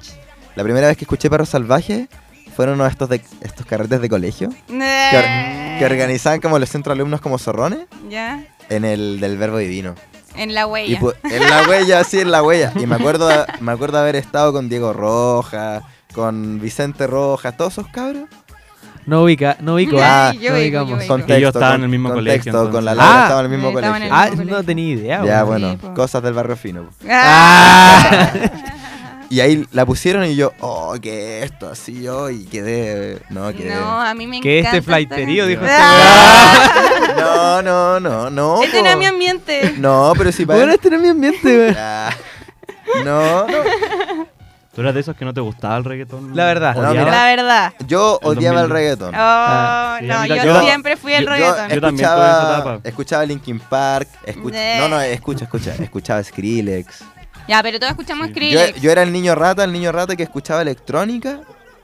[SPEAKER 2] La primera vez que escuché Perros Salvajes fueron uno de estos, de, estos carretes de colegio que, or-
[SPEAKER 3] Eh.
[SPEAKER 2] que organizaban como los centros alumnos como zorrones
[SPEAKER 3] Ya.
[SPEAKER 2] en el del verbo divino.
[SPEAKER 3] En la
[SPEAKER 2] Y
[SPEAKER 3] huella.
[SPEAKER 2] pu- en la huella, sí, en la huella. Y me acuerdo, me acuerdo haber estado con Diego Rojas, con Vicente Rojas, todos esos cabros.
[SPEAKER 5] No ubica, no ubico.
[SPEAKER 2] Ah,
[SPEAKER 5] Ah,
[SPEAKER 3] yo
[SPEAKER 5] no
[SPEAKER 3] ubico,
[SPEAKER 5] ubicamos.
[SPEAKER 3] yo ubico.
[SPEAKER 2] Contexto,
[SPEAKER 4] Ellos estaban
[SPEAKER 2] con-
[SPEAKER 4] en el mismo
[SPEAKER 2] contexto,
[SPEAKER 4] colegio, entonces.
[SPEAKER 2] Con la Laura
[SPEAKER 5] Ah,
[SPEAKER 2] estaban en el mismo
[SPEAKER 3] eh, estaban
[SPEAKER 2] colegio.
[SPEAKER 3] en
[SPEAKER 5] Ah,
[SPEAKER 3] mismo
[SPEAKER 5] no
[SPEAKER 3] colegio.
[SPEAKER 5] tenía idea.
[SPEAKER 2] ya,
[SPEAKER 5] weón.
[SPEAKER 2] bueno,
[SPEAKER 3] Sí, pues. po.
[SPEAKER 2] cosas del barrio fino. pues.
[SPEAKER 5] Ah.
[SPEAKER 2] Y ahí la pusieron y yo, oh, que esto, así yo, y quedé. No, quedé.
[SPEAKER 3] No, a mí me
[SPEAKER 5] Que
[SPEAKER 3] encanta.
[SPEAKER 5] este
[SPEAKER 3] esta
[SPEAKER 5] flighterío,
[SPEAKER 3] canción.
[SPEAKER 5] dijo este
[SPEAKER 3] ¡Ah!
[SPEAKER 2] No, no, no, no.
[SPEAKER 3] Este
[SPEAKER 2] po.
[SPEAKER 3] no es mi ambiente.
[SPEAKER 2] No, pero si para.
[SPEAKER 5] Bueno, este no es mi ambiente, weón.
[SPEAKER 2] Ya. No, no.
[SPEAKER 4] ¿Tú eras de esos que no te gustaba el reggaetón?
[SPEAKER 5] La verdad.
[SPEAKER 2] No, Ah, mira.
[SPEAKER 3] La verdad.
[SPEAKER 2] Yo
[SPEAKER 4] El
[SPEAKER 2] odiaba el
[SPEAKER 4] 2000.
[SPEAKER 2] reggaetón.
[SPEAKER 3] Oh,
[SPEAKER 4] sí,
[SPEAKER 3] no,
[SPEAKER 4] mira,
[SPEAKER 3] yo,
[SPEAKER 4] yo-
[SPEAKER 3] siempre fui el
[SPEAKER 4] yo-
[SPEAKER 3] reggaeton.
[SPEAKER 4] yo- también tuve esa
[SPEAKER 2] escuchaba,
[SPEAKER 4] etapa.
[SPEAKER 2] escuchaba Linkin Park, escu-
[SPEAKER 3] Eh.
[SPEAKER 2] no, no, escucha, escucha, escuchaba Skrillex.
[SPEAKER 3] Ya, pero todos escuchamos
[SPEAKER 4] Sí.
[SPEAKER 2] Yo,
[SPEAKER 3] Skrillex.
[SPEAKER 2] yo era el niño rata, el niño rata que escuchaba electrónica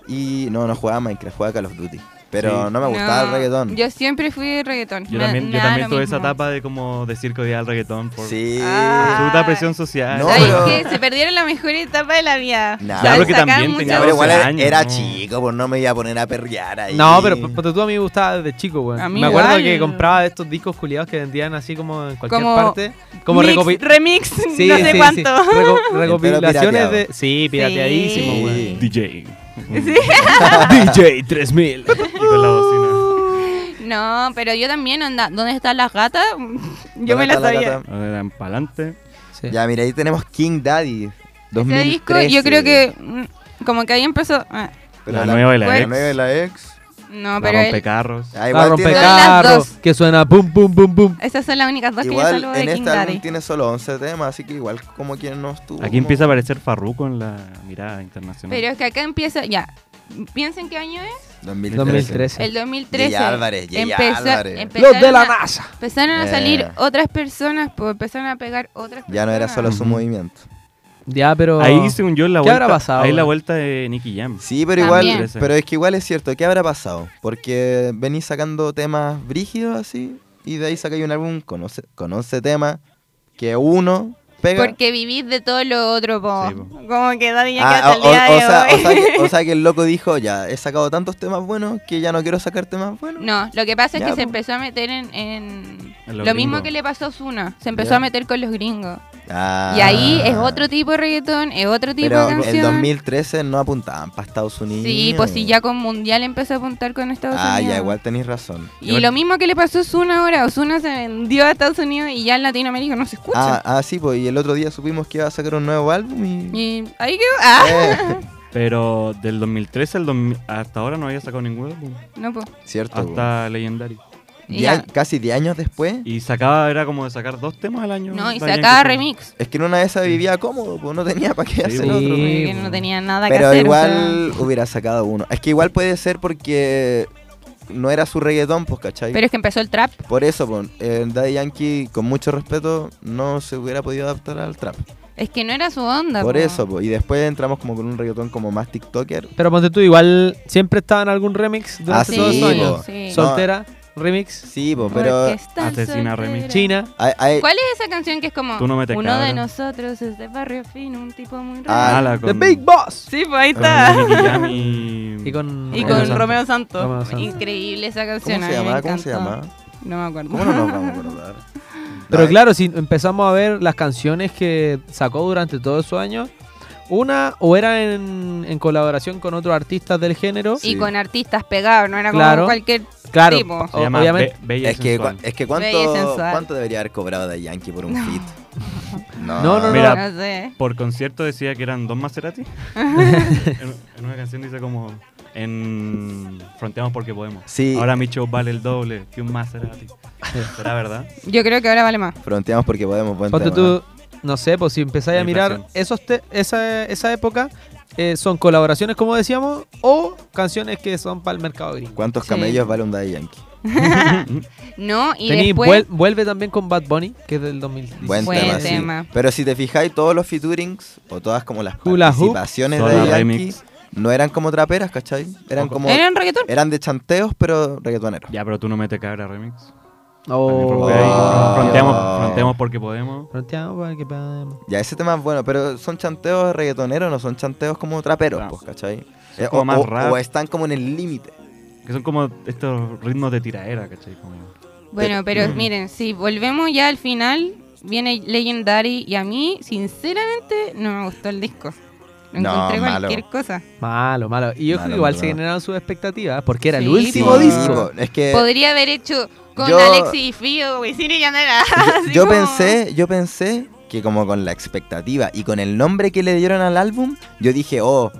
[SPEAKER 2] y no, no jugaba Minecraft, jugaba Call of Duty. Pero
[SPEAKER 4] Sí.
[SPEAKER 2] no me gustaba el
[SPEAKER 3] No,
[SPEAKER 2] reggaetón.
[SPEAKER 3] Yo siempre fui reggaetón.
[SPEAKER 4] Yo
[SPEAKER 3] Me-
[SPEAKER 4] también,
[SPEAKER 3] me
[SPEAKER 4] yo
[SPEAKER 3] da
[SPEAKER 4] también
[SPEAKER 3] lo
[SPEAKER 4] tuve esa
[SPEAKER 3] mismo.
[SPEAKER 4] etapa de como decir que odiaba el reggaetón por
[SPEAKER 2] Sí.
[SPEAKER 3] Ah.
[SPEAKER 4] absoluta presión social.
[SPEAKER 2] No,
[SPEAKER 3] ¿Sabes
[SPEAKER 2] pero-
[SPEAKER 3] qué? Se perdieron la mejor etapa de la vida.
[SPEAKER 2] Nah,
[SPEAKER 3] O sea,
[SPEAKER 2] Ya,
[SPEAKER 4] pero que
[SPEAKER 3] sacaban
[SPEAKER 4] también
[SPEAKER 3] muchas-
[SPEAKER 4] tenía
[SPEAKER 2] Ya, pero igual era,
[SPEAKER 4] 12
[SPEAKER 2] era
[SPEAKER 4] años, ¿no?
[SPEAKER 2] chico, pues no me iba a poner a perrear ahí.
[SPEAKER 5] No, pero p- pero tú a mí me gustaba de chico, weón.
[SPEAKER 3] A mí
[SPEAKER 5] Me acuerdo
[SPEAKER 3] igual.
[SPEAKER 5] que compraba estos discos culiados que vendían así como en cualquier
[SPEAKER 3] Como
[SPEAKER 5] parte. Como
[SPEAKER 3] Mix,
[SPEAKER 5] recopi-
[SPEAKER 3] remix,
[SPEAKER 5] Sí,
[SPEAKER 3] no sé
[SPEAKER 5] sí, sí.
[SPEAKER 3] cuánto.
[SPEAKER 5] Reco- recopilaciones
[SPEAKER 2] pirateado.
[SPEAKER 5] de. Sí, pirateadísimo,
[SPEAKER 2] Sí.
[SPEAKER 5] weón.
[SPEAKER 4] DJ. DJ 3000. Y con la bocina.
[SPEAKER 3] No, pero yo también, onda, ¿dónde están las gatas? Yo me las
[SPEAKER 2] ¿Dónde está
[SPEAKER 3] sabía.
[SPEAKER 2] la gata?
[SPEAKER 4] A ver, en pa'lante.
[SPEAKER 5] Sí.
[SPEAKER 2] Ya, mira, ahí tenemos King Daddy.
[SPEAKER 3] Ese
[SPEAKER 2] 2013.
[SPEAKER 3] disco, yo creo que. mm, Como que ahí empezó. ah,
[SPEAKER 2] Pero
[SPEAKER 4] La nueva y la
[SPEAKER 2] la
[SPEAKER 4] ex.
[SPEAKER 2] nueva y la ex.
[SPEAKER 3] No,
[SPEAKER 4] La
[SPEAKER 3] pero. él-
[SPEAKER 4] rompecarros.
[SPEAKER 2] Ah,
[SPEAKER 5] La
[SPEAKER 2] igual tiene-
[SPEAKER 3] Son
[SPEAKER 5] rompecarro,
[SPEAKER 3] las dos.
[SPEAKER 5] que suena pum, pum, pum, pum.
[SPEAKER 3] Esas son las únicas dos que yo
[SPEAKER 2] Igual
[SPEAKER 3] salvo
[SPEAKER 2] en
[SPEAKER 3] de King
[SPEAKER 2] este álbum
[SPEAKER 3] Daddy.
[SPEAKER 2] tiene solo 11 temas, así que igual como quien no estuvo.
[SPEAKER 4] Aquí
[SPEAKER 2] como-
[SPEAKER 4] empieza a aparecer Farruko en la mirada internacional.
[SPEAKER 3] Pero es que acá empieza. Ya. ¿Piensen qué año es?
[SPEAKER 2] 2013.
[SPEAKER 5] 2013.
[SPEAKER 3] El 2013.
[SPEAKER 2] Yeye Álvarez, Yeye Álvarez.
[SPEAKER 5] Los de la
[SPEAKER 3] a-
[SPEAKER 5] NASA.
[SPEAKER 3] Empezaron a
[SPEAKER 2] Eh.
[SPEAKER 3] salir otras personas, pues, empezaron a pegar otras personas.
[SPEAKER 2] Ya no era solo su
[SPEAKER 4] Ujú.
[SPEAKER 2] movimiento.
[SPEAKER 5] Ya, pero.
[SPEAKER 4] Ahí según yo la
[SPEAKER 5] ¿Qué
[SPEAKER 4] vuelta.
[SPEAKER 5] habrá pasado,
[SPEAKER 4] Ahí la
[SPEAKER 5] güey?
[SPEAKER 4] vuelta de Nicky Jam.
[SPEAKER 2] Sí, pero
[SPEAKER 3] También.
[SPEAKER 2] igual, pero es que igual es cierto, ¿qué habrá pasado? Porque venís sacando temas brígidos así y de ahí sacáis un álbum con 11, con 11 temas que uno pega.
[SPEAKER 3] Porque vivís de todo lo otro, po.
[SPEAKER 4] Sí, po.
[SPEAKER 3] Como que Daddy ya
[SPEAKER 2] Ah,
[SPEAKER 3] queda hasta el
[SPEAKER 2] o, o-
[SPEAKER 3] día de
[SPEAKER 2] o sea,
[SPEAKER 3] hoy.
[SPEAKER 2] o sea que, o sea que el loco dijo, ya, he sacado tantos temas buenos que ya no quiero sacar temas buenos.
[SPEAKER 3] No, lo que pasa es
[SPEAKER 2] Ya,
[SPEAKER 3] que
[SPEAKER 2] po.
[SPEAKER 3] se empezó a meter en... en
[SPEAKER 4] En
[SPEAKER 3] lo
[SPEAKER 4] los
[SPEAKER 3] mismo
[SPEAKER 4] gringos.
[SPEAKER 3] que le pasó a Osuna. Se empezó
[SPEAKER 2] Ya.
[SPEAKER 3] a meter con los gringos.
[SPEAKER 2] Ah.
[SPEAKER 3] Y ahí es otro tipo de reggaetón, es otro tipo
[SPEAKER 2] Pero
[SPEAKER 3] de
[SPEAKER 2] en el
[SPEAKER 3] canción.
[SPEAKER 2] 2013 no apuntaban para Estados Unidos.
[SPEAKER 3] Sí, pues si ya con Mundial empezó a apuntar con Estados
[SPEAKER 2] Ah,
[SPEAKER 3] Unidos.
[SPEAKER 2] ya, igual tenéis razón.
[SPEAKER 3] Y lo mismo que le pasó a Osuna ahora. Osuna se vendió a Estados Unidos y ya en Latinoamérica no se escucha.
[SPEAKER 2] Ah, ah, sí, pues y el otro día supimos que iba a sacar un nuevo álbum y...
[SPEAKER 3] Y ahí quedó. Ah,
[SPEAKER 2] Eh,
[SPEAKER 4] Pero del 2013 al 2000 hasta ahora no había sacado ningún álbum.
[SPEAKER 2] Oh.
[SPEAKER 3] no, pues.
[SPEAKER 2] cierto. pues.
[SPEAKER 4] Hasta Legendary.
[SPEAKER 2] Diez
[SPEAKER 3] ya.
[SPEAKER 2] a- Casi 10 años después.
[SPEAKER 4] Y sacaba, era como de sacar dos temas al año.
[SPEAKER 3] No, y
[SPEAKER 4] Daddy
[SPEAKER 3] sacaba
[SPEAKER 4] Yankee.
[SPEAKER 3] remix.
[SPEAKER 2] Es que en una de esas vivía cómodo, pues no tenía para qué hacer
[SPEAKER 4] pues.
[SPEAKER 2] otro.
[SPEAKER 5] Sí,
[SPEAKER 3] Porque
[SPEAKER 5] po.
[SPEAKER 3] no tenía nada que
[SPEAKER 2] Pero
[SPEAKER 3] hacer. o
[SPEAKER 2] igual hubiera sacado uno. Es que igual puede ser porque no era su reggaetón, pues, ¿cachai?
[SPEAKER 3] sea. Pero es que empezó el trap.
[SPEAKER 2] Por eso, pues, eh, Daddy Yankee, con mucho respeto, no se hubiera podido adaptar al trap.
[SPEAKER 3] Es que no era su onda.
[SPEAKER 2] Por
[SPEAKER 3] po.
[SPEAKER 2] eso, pues. Y después entramos como con un reggaetón como más TikToker.
[SPEAKER 5] Pero ponte tú, igual siempre estaba en algún remix durante
[SPEAKER 2] Ah,
[SPEAKER 3] sí,
[SPEAKER 5] todos los años.
[SPEAKER 2] po.
[SPEAKER 3] sí.
[SPEAKER 2] No,
[SPEAKER 5] Soltera, remix,
[SPEAKER 2] sí, pues,
[SPEAKER 3] Porque
[SPEAKER 2] pero... eh,
[SPEAKER 3] estás
[SPEAKER 4] Asesina remix.
[SPEAKER 3] soltera.
[SPEAKER 5] China.
[SPEAKER 2] hay- hay-
[SPEAKER 3] ¿Cuál es esa canción que es como
[SPEAKER 4] Tú no me te
[SPEAKER 3] uno de
[SPEAKER 4] cabras"?
[SPEAKER 3] nosotros es de barrio fino, un tipo muy raro?
[SPEAKER 4] Ah,
[SPEAKER 2] Ah,
[SPEAKER 4] la
[SPEAKER 5] The
[SPEAKER 4] con-
[SPEAKER 5] Big Boss.
[SPEAKER 3] sí, pues ahí
[SPEAKER 4] con
[SPEAKER 3] está.
[SPEAKER 4] Nicky Jam y...
[SPEAKER 5] Y con,
[SPEAKER 3] Y
[SPEAKER 4] Romeo
[SPEAKER 3] con
[SPEAKER 4] Santos.
[SPEAKER 3] Romeo Santos.
[SPEAKER 5] Romeo Santos.
[SPEAKER 3] Increíble esa canción.
[SPEAKER 2] ¿Cómo
[SPEAKER 3] a
[SPEAKER 2] se
[SPEAKER 3] mí me
[SPEAKER 2] llama? ¿Cómo se
[SPEAKER 3] encantó.
[SPEAKER 2] llama?
[SPEAKER 3] No me acuerdo.
[SPEAKER 2] ¿Cómo no nos vamos a acordar?
[SPEAKER 5] Pero
[SPEAKER 2] No,
[SPEAKER 5] claro, si empezamos a ver las canciones que sacó durante todos esos años, una o era en, en colaboración con otros artistas del género.
[SPEAKER 3] Y
[SPEAKER 2] Sí.
[SPEAKER 3] con artistas pegados, no era
[SPEAKER 5] Claro.
[SPEAKER 3] como cualquier.
[SPEAKER 5] Claro,
[SPEAKER 3] Sí, po.
[SPEAKER 5] o-
[SPEAKER 4] Se llama
[SPEAKER 5] obviamente.
[SPEAKER 4] Be- Bella y
[SPEAKER 2] Es que,
[SPEAKER 4] Sensual.
[SPEAKER 2] cua- es que
[SPEAKER 3] Bella y
[SPEAKER 2] ¿cuánto,
[SPEAKER 3] sensual.
[SPEAKER 2] ¿cuánto debería haber cobrado de Yankee por un fit? No,
[SPEAKER 5] No, no, no.
[SPEAKER 4] Mira,
[SPEAKER 3] No sé.
[SPEAKER 4] Por concierto decía que eran dos Maserati. en, en una canción dice como en Fronteamos porque podemos.
[SPEAKER 2] Sí.
[SPEAKER 4] Ahora mi show vale el doble que un Maserati. ¿Será verdad?
[SPEAKER 3] Yo creo que ahora vale más.
[SPEAKER 2] Fronteamos porque podemos. Buen
[SPEAKER 5] Ponte
[SPEAKER 2] tema.
[SPEAKER 5] tú, no sé, pues si empezáis a
[SPEAKER 4] La
[SPEAKER 5] mirar
[SPEAKER 4] inflación.
[SPEAKER 5] esos te- esa, esa época, eh, son colaboraciones, como decíamos, o canciones que son para el mercado gringo.
[SPEAKER 2] ¿Cuántos
[SPEAKER 3] Sí.
[SPEAKER 2] camellos vale un Daddy Yankee?
[SPEAKER 3] No, y
[SPEAKER 5] Tení
[SPEAKER 3] después.
[SPEAKER 5] vuel- vuelve también con Bad Bunny, que es del 2010.
[SPEAKER 2] Buen,
[SPEAKER 3] Buen
[SPEAKER 2] tema, sí.
[SPEAKER 3] tema.
[SPEAKER 2] Pero si te fijáis, todos los featurings o todas como las
[SPEAKER 5] Hula hoop,
[SPEAKER 2] participaciones
[SPEAKER 4] solo
[SPEAKER 2] de Daddy Yankee
[SPEAKER 4] remix.
[SPEAKER 2] no eran como traperas, ¿cachai? Eran
[SPEAKER 4] Ojo.
[SPEAKER 2] como.
[SPEAKER 3] Era un reggaetón.
[SPEAKER 2] Eran de chanteos, pero reggaetoneros.
[SPEAKER 4] ya, pero tú no metes cabra remix. También
[SPEAKER 5] Oh.
[SPEAKER 4] rompe ahí.
[SPEAKER 2] Oh.
[SPEAKER 4] Fronteamos, fronteamos porque podemos.
[SPEAKER 5] Fronteamos para que podamos.
[SPEAKER 2] Ya, ese tema es bueno, pero son chanteos reggaetoneros, no son chanteos como traperos,
[SPEAKER 4] No.
[SPEAKER 2] pues, ¿cachai?
[SPEAKER 4] Son
[SPEAKER 2] Eh,
[SPEAKER 4] como
[SPEAKER 2] o,
[SPEAKER 4] más
[SPEAKER 2] o-
[SPEAKER 4] rap.
[SPEAKER 2] o están como en el límite.
[SPEAKER 4] Que son como estos ritmos de tiraera, ¿cachai? Como-
[SPEAKER 3] Bueno,
[SPEAKER 2] mm.
[SPEAKER 3] pero miren, si volvemos ya al final, viene Legendary y a mí, sinceramente, no me gustó el disco.
[SPEAKER 2] No,
[SPEAKER 3] Encontré
[SPEAKER 2] malo.
[SPEAKER 3] cualquier cosa.
[SPEAKER 5] Malo, malo. Y yo creo
[SPEAKER 2] Malo,
[SPEAKER 5] que igual
[SPEAKER 2] malo.
[SPEAKER 5] se generaron sus expectativas porque era el
[SPEAKER 3] Sí,
[SPEAKER 5] último
[SPEAKER 3] po.
[SPEAKER 5] disco.
[SPEAKER 2] Es que
[SPEAKER 3] Podría haber hecho con
[SPEAKER 2] Eh, Yo-
[SPEAKER 3] Alexis y Fío, Wisin y Yandel, así
[SPEAKER 2] yo
[SPEAKER 3] como-
[SPEAKER 2] pensé, yo pensé que como con la expectativa y con el nombre que le dieron al álbum, yo dije, oh,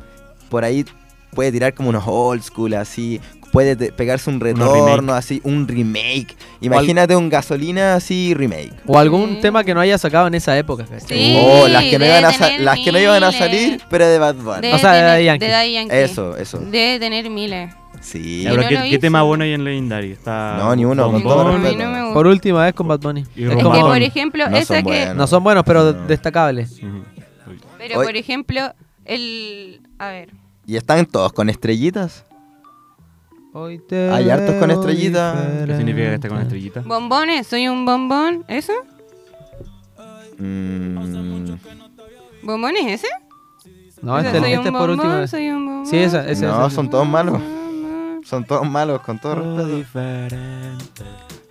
[SPEAKER 2] por ahí puede tirar como unos old school así, puede te- pegarse un retorno así, un remake. Imagínate un gasolina así remake.
[SPEAKER 5] O algún
[SPEAKER 3] Sí.
[SPEAKER 5] tema que no haya sacado en esa época, ¿cachai?
[SPEAKER 3] Sí,
[SPEAKER 2] oh, las que no
[SPEAKER 3] debe
[SPEAKER 2] iban a sa-
[SPEAKER 3] tener
[SPEAKER 2] las que no iban a
[SPEAKER 3] miles.
[SPEAKER 2] salir, pero de Bad Bunny.
[SPEAKER 3] Debe
[SPEAKER 5] O sea, de
[SPEAKER 3] tener-
[SPEAKER 5] Daddy Yankee.
[SPEAKER 3] de Daddy Yankee.
[SPEAKER 2] Eso, eso.
[SPEAKER 3] Debe tener miles.
[SPEAKER 2] Sí.
[SPEAKER 4] Ya, pero
[SPEAKER 3] no
[SPEAKER 4] ¿qué,
[SPEAKER 3] lo
[SPEAKER 4] qué
[SPEAKER 3] hizo.
[SPEAKER 4] tema bueno hay en Legendary? Está
[SPEAKER 2] No, ni uno,
[SPEAKER 4] Bon
[SPEAKER 2] con todo
[SPEAKER 4] Bon,
[SPEAKER 3] a
[SPEAKER 2] respeto.
[SPEAKER 3] mí no me gusta.
[SPEAKER 5] Por última vez con Bad Bunny.
[SPEAKER 4] Y
[SPEAKER 5] Es
[SPEAKER 3] es
[SPEAKER 5] como-
[SPEAKER 3] que,
[SPEAKER 4] Román.
[SPEAKER 3] por ejemplo,
[SPEAKER 2] No
[SPEAKER 3] esa
[SPEAKER 2] son
[SPEAKER 3] que.
[SPEAKER 2] buenos.
[SPEAKER 5] no son buenos, pero
[SPEAKER 2] No.
[SPEAKER 5] destacables.
[SPEAKER 4] Ujú.
[SPEAKER 3] Pero
[SPEAKER 2] Hoy-
[SPEAKER 3] por ejemplo, el. A ver.
[SPEAKER 2] Y están todos con estrellitas. Hay hartos con estrellita.
[SPEAKER 4] ¿Qué significa que está con estrellita?
[SPEAKER 3] Bombones, soy un bombón. ¿Eso?
[SPEAKER 2] Mm,
[SPEAKER 3] ¿Bombón es ese?
[SPEAKER 5] No,
[SPEAKER 3] Ese,
[SPEAKER 5] este,
[SPEAKER 3] soy
[SPEAKER 5] este
[SPEAKER 3] un
[SPEAKER 5] es por última
[SPEAKER 3] bombón,
[SPEAKER 5] vez.
[SPEAKER 3] soy un bombón.
[SPEAKER 5] Sí, esa, esa.
[SPEAKER 2] no,
[SPEAKER 5] esa.
[SPEAKER 2] son todos malos.
[SPEAKER 3] Mamá,
[SPEAKER 2] Son todos malos, con todo respeto.
[SPEAKER 4] diferente.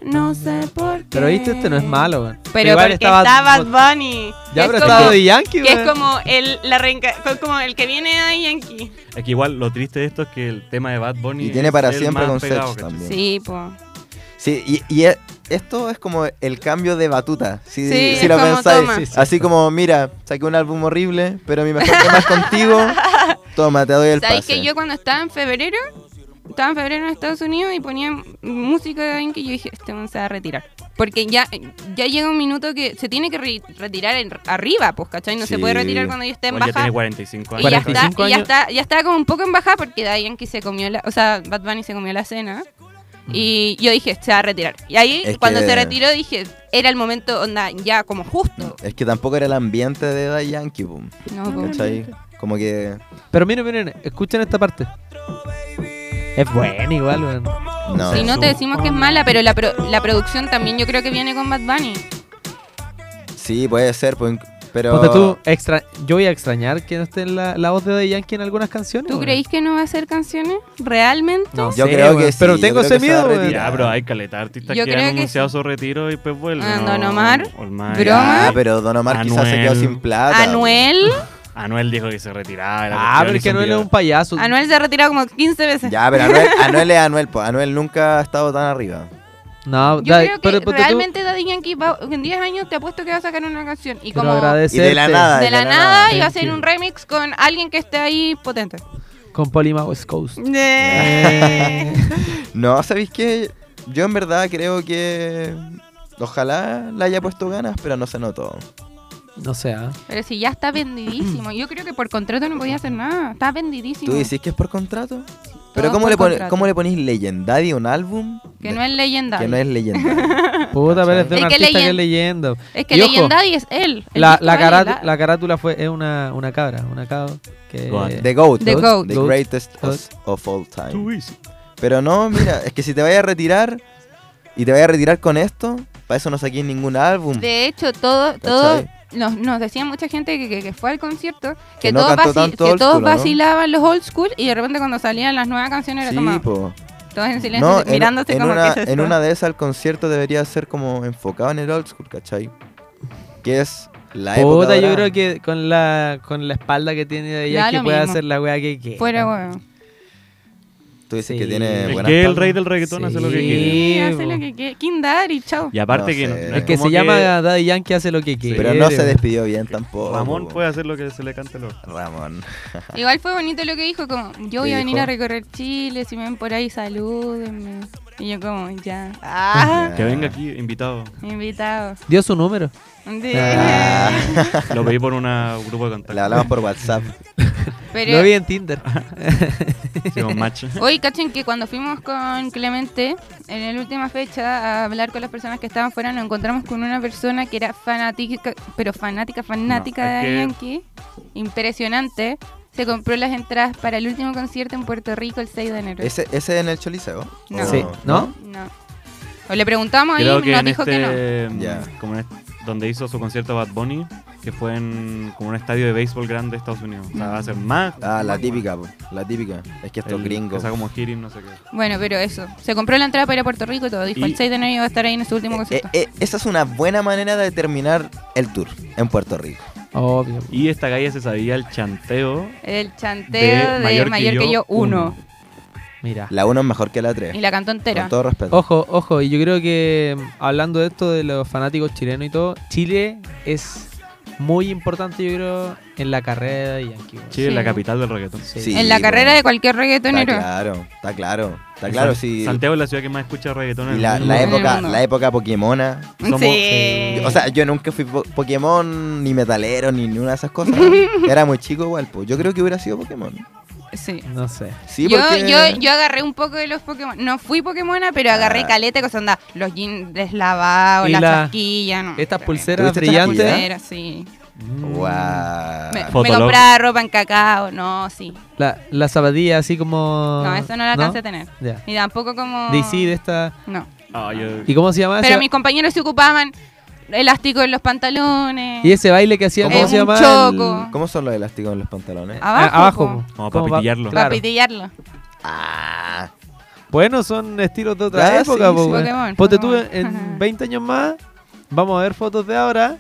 [SPEAKER 3] No sé por qué.
[SPEAKER 5] Pero viste, este no es malo, weón.
[SPEAKER 3] Pero
[SPEAKER 5] Igual
[SPEAKER 3] porque estaba Bad Bunny.
[SPEAKER 5] Ya,
[SPEAKER 3] Es
[SPEAKER 5] pero
[SPEAKER 3] como-
[SPEAKER 5] estaba de Yankee,
[SPEAKER 3] Que
[SPEAKER 5] weón.
[SPEAKER 3] es como el, la reenca- fue como el que viene de Yankee.
[SPEAKER 4] Es que igual lo triste de esto es que el tema de Bad Bunny.
[SPEAKER 2] Y tiene
[SPEAKER 4] es
[SPEAKER 2] para
[SPEAKER 4] el
[SPEAKER 2] siempre
[SPEAKER 4] más
[SPEAKER 2] con
[SPEAKER 4] pegado,
[SPEAKER 2] Sech
[SPEAKER 4] ¿cachai?
[SPEAKER 2] también.
[SPEAKER 3] Sí, po.
[SPEAKER 2] Sí, y, y e- esto es como el cambio de batuta. Si,
[SPEAKER 3] Sí,
[SPEAKER 2] si
[SPEAKER 3] es
[SPEAKER 2] lo
[SPEAKER 3] como
[SPEAKER 2] pensáis,
[SPEAKER 3] toma.
[SPEAKER 5] Sí, sí.
[SPEAKER 2] así como, mira, saqué un álbum horrible, pero mi mejor tema es contigo. Toma, te doy el
[SPEAKER 3] ¿Sabéis
[SPEAKER 2] pase.
[SPEAKER 3] que yo cuando estaba en febrero, estaba en febrero en Estados Unidos y ponía m- música de Yankee y yo dije, este man se va a retirar. Porque ya, ya llega un minuto que se tiene que re- retirar en- arriba, pues, ¿cachai? No se
[SPEAKER 2] Sí.
[SPEAKER 3] puede retirar cuando ya esté en
[SPEAKER 4] Igual ya
[SPEAKER 3] baja.
[SPEAKER 4] tiene 45
[SPEAKER 3] Y
[SPEAKER 4] años.
[SPEAKER 3] ya
[SPEAKER 5] 45
[SPEAKER 3] está, y ya
[SPEAKER 5] años.
[SPEAKER 3] está, ya estaba como un poco en baja porque Daddy Yankee se comió la, o sea, Bad Bunny se comió la cena. Y yo dije, se va a retirar. Y ahí,
[SPEAKER 2] Es
[SPEAKER 3] cuando
[SPEAKER 2] que-
[SPEAKER 3] se retiró, dije, era el momento, onda, ya como justo.
[SPEAKER 2] Es que tampoco era el ambiente de Daddy Yankee, boom.
[SPEAKER 3] No, po.
[SPEAKER 2] ¿Cachai? Como que.
[SPEAKER 5] Pero miren, miren, escuchen esta parte. Es buena igual, weón.
[SPEAKER 2] No.
[SPEAKER 3] Si no te decimos que es mala, pero la, pro- la producción también yo creo que viene con Bad Bunny.
[SPEAKER 2] Sí, puede ser, pues, pero.
[SPEAKER 5] Ponte tú, extra... yo voy a extrañar que no esté la, la voz de Daddy Yankee en algunas canciones.
[SPEAKER 3] ¿Tú
[SPEAKER 5] weón.
[SPEAKER 3] creéis que no va a hacer canciones? ¿Realmente?
[SPEAKER 5] No
[SPEAKER 2] Yo
[SPEAKER 5] sé,
[SPEAKER 2] creo
[SPEAKER 5] weón,
[SPEAKER 2] que sí,
[SPEAKER 5] Pero
[SPEAKER 2] yo
[SPEAKER 5] tengo
[SPEAKER 2] creo
[SPEAKER 5] ese
[SPEAKER 2] que se va a
[SPEAKER 5] miedo, weón.
[SPEAKER 2] retirar.
[SPEAKER 4] Ya, pero hay caleta de artistas
[SPEAKER 3] Yo
[SPEAKER 4] que
[SPEAKER 3] creo
[SPEAKER 4] han
[SPEAKER 3] que
[SPEAKER 4] anunciado
[SPEAKER 3] sí.
[SPEAKER 4] su retiro y pues vuelven.
[SPEAKER 3] Ah,
[SPEAKER 4] ¿no?
[SPEAKER 3] Don Omar,
[SPEAKER 4] Olmar.
[SPEAKER 3] Broma.
[SPEAKER 2] Ah, pero Don Omar quizás se quedó
[SPEAKER 4] Anuel.
[SPEAKER 2] sin plata. boom.
[SPEAKER 3] Anuel.
[SPEAKER 4] Anuel dijo que se retiraba.
[SPEAKER 5] Ah, pero es que no es un payaso.
[SPEAKER 3] Anuel se ha retirado como 15 veces.
[SPEAKER 2] Ya, pero Anuel, Anuel es Anuel, pues. Anuel nunca ha estado tan arriba.
[SPEAKER 5] No,
[SPEAKER 3] Yo
[SPEAKER 5] Daddy-
[SPEAKER 3] creo que
[SPEAKER 5] pero ponte tú,
[SPEAKER 3] realmente Daddy Yankee va- en 10 años te apuesto que va a sacar una canción. Y
[SPEAKER 5] quiero
[SPEAKER 3] como de
[SPEAKER 5] agradecerte
[SPEAKER 2] Y de la nada.
[SPEAKER 3] la nada y va a hacer
[SPEAKER 5] Thank
[SPEAKER 3] un
[SPEAKER 5] you.
[SPEAKER 3] remix con alguien que esté ahí potente.
[SPEAKER 5] con Polima West Coast.
[SPEAKER 3] Eh.
[SPEAKER 2] No, ¿sabéis qué? Yo en verdad creo que. Ojalá le haya puesto ganas, pero no se notó.
[SPEAKER 5] No sé, ah.
[SPEAKER 3] Pero si ya está vendidísimo. Yo creo que por contrato no podía hacer nada. Está vendidísimo.
[SPEAKER 2] ¿Tú decís que es por contrato? Pero
[SPEAKER 3] Todo
[SPEAKER 2] ¿cómo
[SPEAKER 3] por
[SPEAKER 2] le, pone,
[SPEAKER 3] contrato.
[SPEAKER 2] ¿cómo le ponís Legendary a un álbum?
[SPEAKER 3] Que
[SPEAKER 2] de-
[SPEAKER 3] no es leyenda.
[SPEAKER 2] que no es Legendary?
[SPEAKER 5] Puta, pero este es de
[SPEAKER 3] Es
[SPEAKER 5] un
[SPEAKER 3] que
[SPEAKER 5] artista que es
[SPEAKER 3] leyen-
[SPEAKER 5] leyenda.
[SPEAKER 3] Es que
[SPEAKER 5] Y ojo,
[SPEAKER 3] leyenda y es él. El
[SPEAKER 5] La,
[SPEAKER 3] disco
[SPEAKER 5] la,
[SPEAKER 3] vale
[SPEAKER 5] cará-
[SPEAKER 3] la-
[SPEAKER 5] la carátula fue es una, una cabra, una cabra que
[SPEAKER 4] Goat.
[SPEAKER 2] The GOAT.
[SPEAKER 3] The Goat.
[SPEAKER 2] The
[SPEAKER 5] Goat.
[SPEAKER 2] greatest
[SPEAKER 5] Goat.
[SPEAKER 2] Of, of all time. Pero no, mira, es que si te vayas a retirar y te vayas a retirar con esto, para eso no saquís ningún álbum.
[SPEAKER 3] De hecho, todo, todo
[SPEAKER 2] ¿Cachai?
[SPEAKER 3] nos, nos decía mucha gente que, que- que fue al concierto que,
[SPEAKER 2] Que no
[SPEAKER 3] todos,
[SPEAKER 2] cantó
[SPEAKER 3] vaci-
[SPEAKER 2] tanto
[SPEAKER 3] que
[SPEAKER 2] old
[SPEAKER 3] todos
[SPEAKER 2] school, ¿o no?
[SPEAKER 3] vacilaban los old school y de repente cuando salían las nuevas canciones era
[SPEAKER 2] sí,
[SPEAKER 3] como
[SPEAKER 2] po.
[SPEAKER 3] todos en silencio
[SPEAKER 2] No, en,
[SPEAKER 3] mirándose
[SPEAKER 2] en
[SPEAKER 3] como
[SPEAKER 2] una,
[SPEAKER 3] que es
[SPEAKER 2] en
[SPEAKER 3] esto?
[SPEAKER 2] una de esas el concierto debería ser como enfocado en el old school, ¿cachai? Que es la época
[SPEAKER 5] Puta, yo
[SPEAKER 2] dorada.
[SPEAKER 5] creo que con la, con la espalda que tiene de
[SPEAKER 3] Ya,
[SPEAKER 5] ella que
[SPEAKER 3] lo
[SPEAKER 5] puede
[SPEAKER 3] mismo.
[SPEAKER 5] hacer la wea que quiera.
[SPEAKER 3] Fuera, huevo.
[SPEAKER 2] Tú dices
[SPEAKER 5] Sí.
[SPEAKER 2] que tiene
[SPEAKER 5] Es
[SPEAKER 4] Es
[SPEAKER 2] buena
[SPEAKER 4] que el
[SPEAKER 2] espalda.
[SPEAKER 4] rey del reggaetón hace lo que
[SPEAKER 5] Sí.
[SPEAKER 4] quiere.
[SPEAKER 3] Sí,
[SPEAKER 5] bo.
[SPEAKER 3] hace lo que quiere. King Daddy, chao.
[SPEAKER 4] Y aparte
[SPEAKER 2] No
[SPEAKER 4] que no,
[SPEAKER 2] sé.
[SPEAKER 4] no
[SPEAKER 2] Es
[SPEAKER 5] El que se
[SPEAKER 4] como
[SPEAKER 5] llama Daddy Yankee hace lo que quiere.
[SPEAKER 2] Pero no se
[SPEAKER 5] weón.
[SPEAKER 2] despidió bien tampoco.
[SPEAKER 4] Ramón
[SPEAKER 2] po.
[SPEAKER 4] puede hacer lo que se le cante lo.
[SPEAKER 2] Ramón.
[SPEAKER 3] Igual fue bonito lo que dijo, como, yo voy a
[SPEAKER 2] ¿Qué
[SPEAKER 3] venir
[SPEAKER 2] dijo?
[SPEAKER 3] a recorrer Chile, si me ven por ahí, salúdenme. Y yo como, ya. Ah,
[SPEAKER 4] Que venga aquí invitado.
[SPEAKER 3] invitado.
[SPEAKER 5] Dio su número.
[SPEAKER 3] Sí.
[SPEAKER 4] Ah. Lo pedí por una grupo de
[SPEAKER 2] Le
[SPEAKER 4] contacto.
[SPEAKER 2] hablamos por WhatsApp.
[SPEAKER 5] Lo vi
[SPEAKER 3] Pero,
[SPEAKER 5] en Tinder.
[SPEAKER 4] Hicimos match.
[SPEAKER 3] hoy cachen que cuando fuimos con Clemente, en la última fecha, a hablar con las personas que estaban fuera, nos encontramos con una persona que era fanática, pero fanática, fanática
[SPEAKER 4] No,
[SPEAKER 3] de
[SPEAKER 4] es que-
[SPEAKER 3] Yankee. Impresionante. Se compró las entradas para el último concierto en Puerto Rico el 6 de enero.
[SPEAKER 2] ¿Ese, ese en el Choliseo?
[SPEAKER 3] No.
[SPEAKER 5] Sí, ¿no?
[SPEAKER 3] No. O le preguntamos y
[SPEAKER 4] Creo
[SPEAKER 3] nos
[SPEAKER 4] que en
[SPEAKER 3] dijo que no.
[SPEAKER 4] este. mm,
[SPEAKER 2] Ya.
[SPEAKER 4] Como en este- donde hizo su concierto Bad Bunny, que fue en como un estadio de béisbol grande de Estados Unidos. O sea, va a ser más.
[SPEAKER 2] Ah, la
[SPEAKER 4] más
[SPEAKER 2] típica, po, la típica. Es que
[SPEAKER 4] bueno.
[SPEAKER 2] estos
[SPEAKER 4] El-
[SPEAKER 2] gringos.
[SPEAKER 4] Esa como Hirim, no sé qué.
[SPEAKER 3] Bueno, pero eso. Se compró la entrada para ir a Puerto Rico y todo. Dijo
[SPEAKER 4] Y-
[SPEAKER 3] el 6 de enero iba a estar ahí en su último
[SPEAKER 2] Eh,
[SPEAKER 3] concierto.
[SPEAKER 2] eh, esa es una buena manera de terminar el tour en Puerto Rico.
[SPEAKER 5] Obvio.
[SPEAKER 4] Y esta calle se sabía el chanteo
[SPEAKER 3] El chanteo de, mayor, que yo, uno.
[SPEAKER 5] Mira.
[SPEAKER 2] La 1 es mejor que la 3.
[SPEAKER 3] Y la cantó entera.
[SPEAKER 2] Con todo respeto.
[SPEAKER 5] Ojo, ojo, y yo creo que mm, hablando de esto de los fanáticos chilenos y todo, Chile es muy importante, yo creo, en la carrera de Yankee. weón.
[SPEAKER 4] Chile,
[SPEAKER 3] Sí.
[SPEAKER 4] la capital del reggaetón.
[SPEAKER 5] Sí.
[SPEAKER 2] Sí.
[SPEAKER 3] en la
[SPEAKER 2] po.
[SPEAKER 3] carrera de cualquier
[SPEAKER 2] Está
[SPEAKER 3] reggaetonero.
[SPEAKER 2] claro, está claro. Está claro,
[SPEAKER 4] San-
[SPEAKER 2] sí.
[SPEAKER 4] Santiago es la ciudad que más escucha reggaetón. en
[SPEAKER 2] Y
[SPEAKER 4] el
[SPEAKER 2] la,
[SPEAKER 4] mundo.
[SPEAKER 2] la
[SPEAKER 3] En el
[SPEAKER 2] época,
[SPEAKER 3] mundo.
[SPEAKER 2] la época Pokémona.
[SPEAKER 4] Somos-
[SPEAKER 3] sí.
[SPEAKER 2] O sea, yo nunca fui po- Pokémon, ni metalero, ni ninguna de esas cosas. Era muy chico igual, pues. Yo creo que hubiera sido Pokémon.
[SPEAKER 3] Sí.
[SPEAKER 5] No sé.
[SPEAKER 2] Sí,
[SPEAKER 3] yo,
[SPEAKER 2] porque...
[SPEAKER 3] yo, yo agarré un poco de los Pokémon. No fui Pokémona, pero agarré
[SPEAKER 2] Ah.
[SPEAKER 3] caleta, cosa onda. Los jeans deslavados,
[SPEAKER 5] Y
[SPEAKER 3] las
[SPEAKER 5] la-
[SPEAKER 3] chasquillas. No,
[SPEAKER 5] Estas
[SPEAKER 3] Pero-
[SPEAKER 5] pulseras
[SPEAKER 2] ¿Tuviste estas
[SPEAKER 5] brillantes.
[SPEAKER 2] pulseras?
[SPEAKER 3] Pulseras, sí.
[SPEAKER 4] Mm.
[SPEAKER 2] Guau.
[SPEAKER 3] Me, me
[SPEAKER 4] Fotolog.
[SPEAKER 3] compraba ropa en cacao, no, sí.
[SPEAKER 5] La, la zapatilla así como.
[SPEAKER 3] No, eso no la alcancé a tener.
[SPEAKER 5] Ya.
[SPEAKER 3] Ni tampoco como.
[SPEAKER 5] DC Ah, de esta.
[SPEAKER 3] No.
[SPEAKER 4] Ah, yo-
[SPEAKER 5] ¿Y cómo se llama?
[SPEAKER 3] Pero
[SPEAKER 5] ese-
[SPEAKER 3] mis compañeros se ocupaban elástico en los pantalones.
[SPEAKER 5] Y ese baile que hacía,
[SPEAKER 2] ¿Cómo?
[SPEAKER 5] ¿cómo
[SPEAKER 2] Eh,
[SPEAKER 5] se
[SPEAKER 2] un
[SPEAKER 5] llama?
[SPEAKER 3] choco.
[SPEAKER 5] El-
[SPEAKER 2] ¿Cómo son los elásticos en los pantalones?
[SPEAKER 5] Ah,
[SPEAKER 3] Abajo.
[SPEAKER 5] Abajo.
[SPEAKER 3] po,
[SPEAKER 5] po.
[SPEAKER 4] Como para
[SPEAKER 5] Como pa-
[SPEAKER 4] pitillarlo.
[SPEAKER 3] Para
[SPEAKER 5] claro.
[SPEAKER 3] pitillarlo.
[SPEAKER 2] Ah,
[SPEAKER 5] Bueno, son estilos de otra
[SPEAKER 2] Ah,
[SPEAKER 5] época,
[SPEAKER 2] sí,
[SPEAKER 5] po,
[SPEAKER 2] sí.
[SPEAKER 5] weón.
[SPEAKER 3] Pokémon,
[SPEAKER 5] Ponte tú
[SPEAKER 3] Pokémon.
[SPEAKER 5] en 20 años más, vamos a ver fotos de ahora.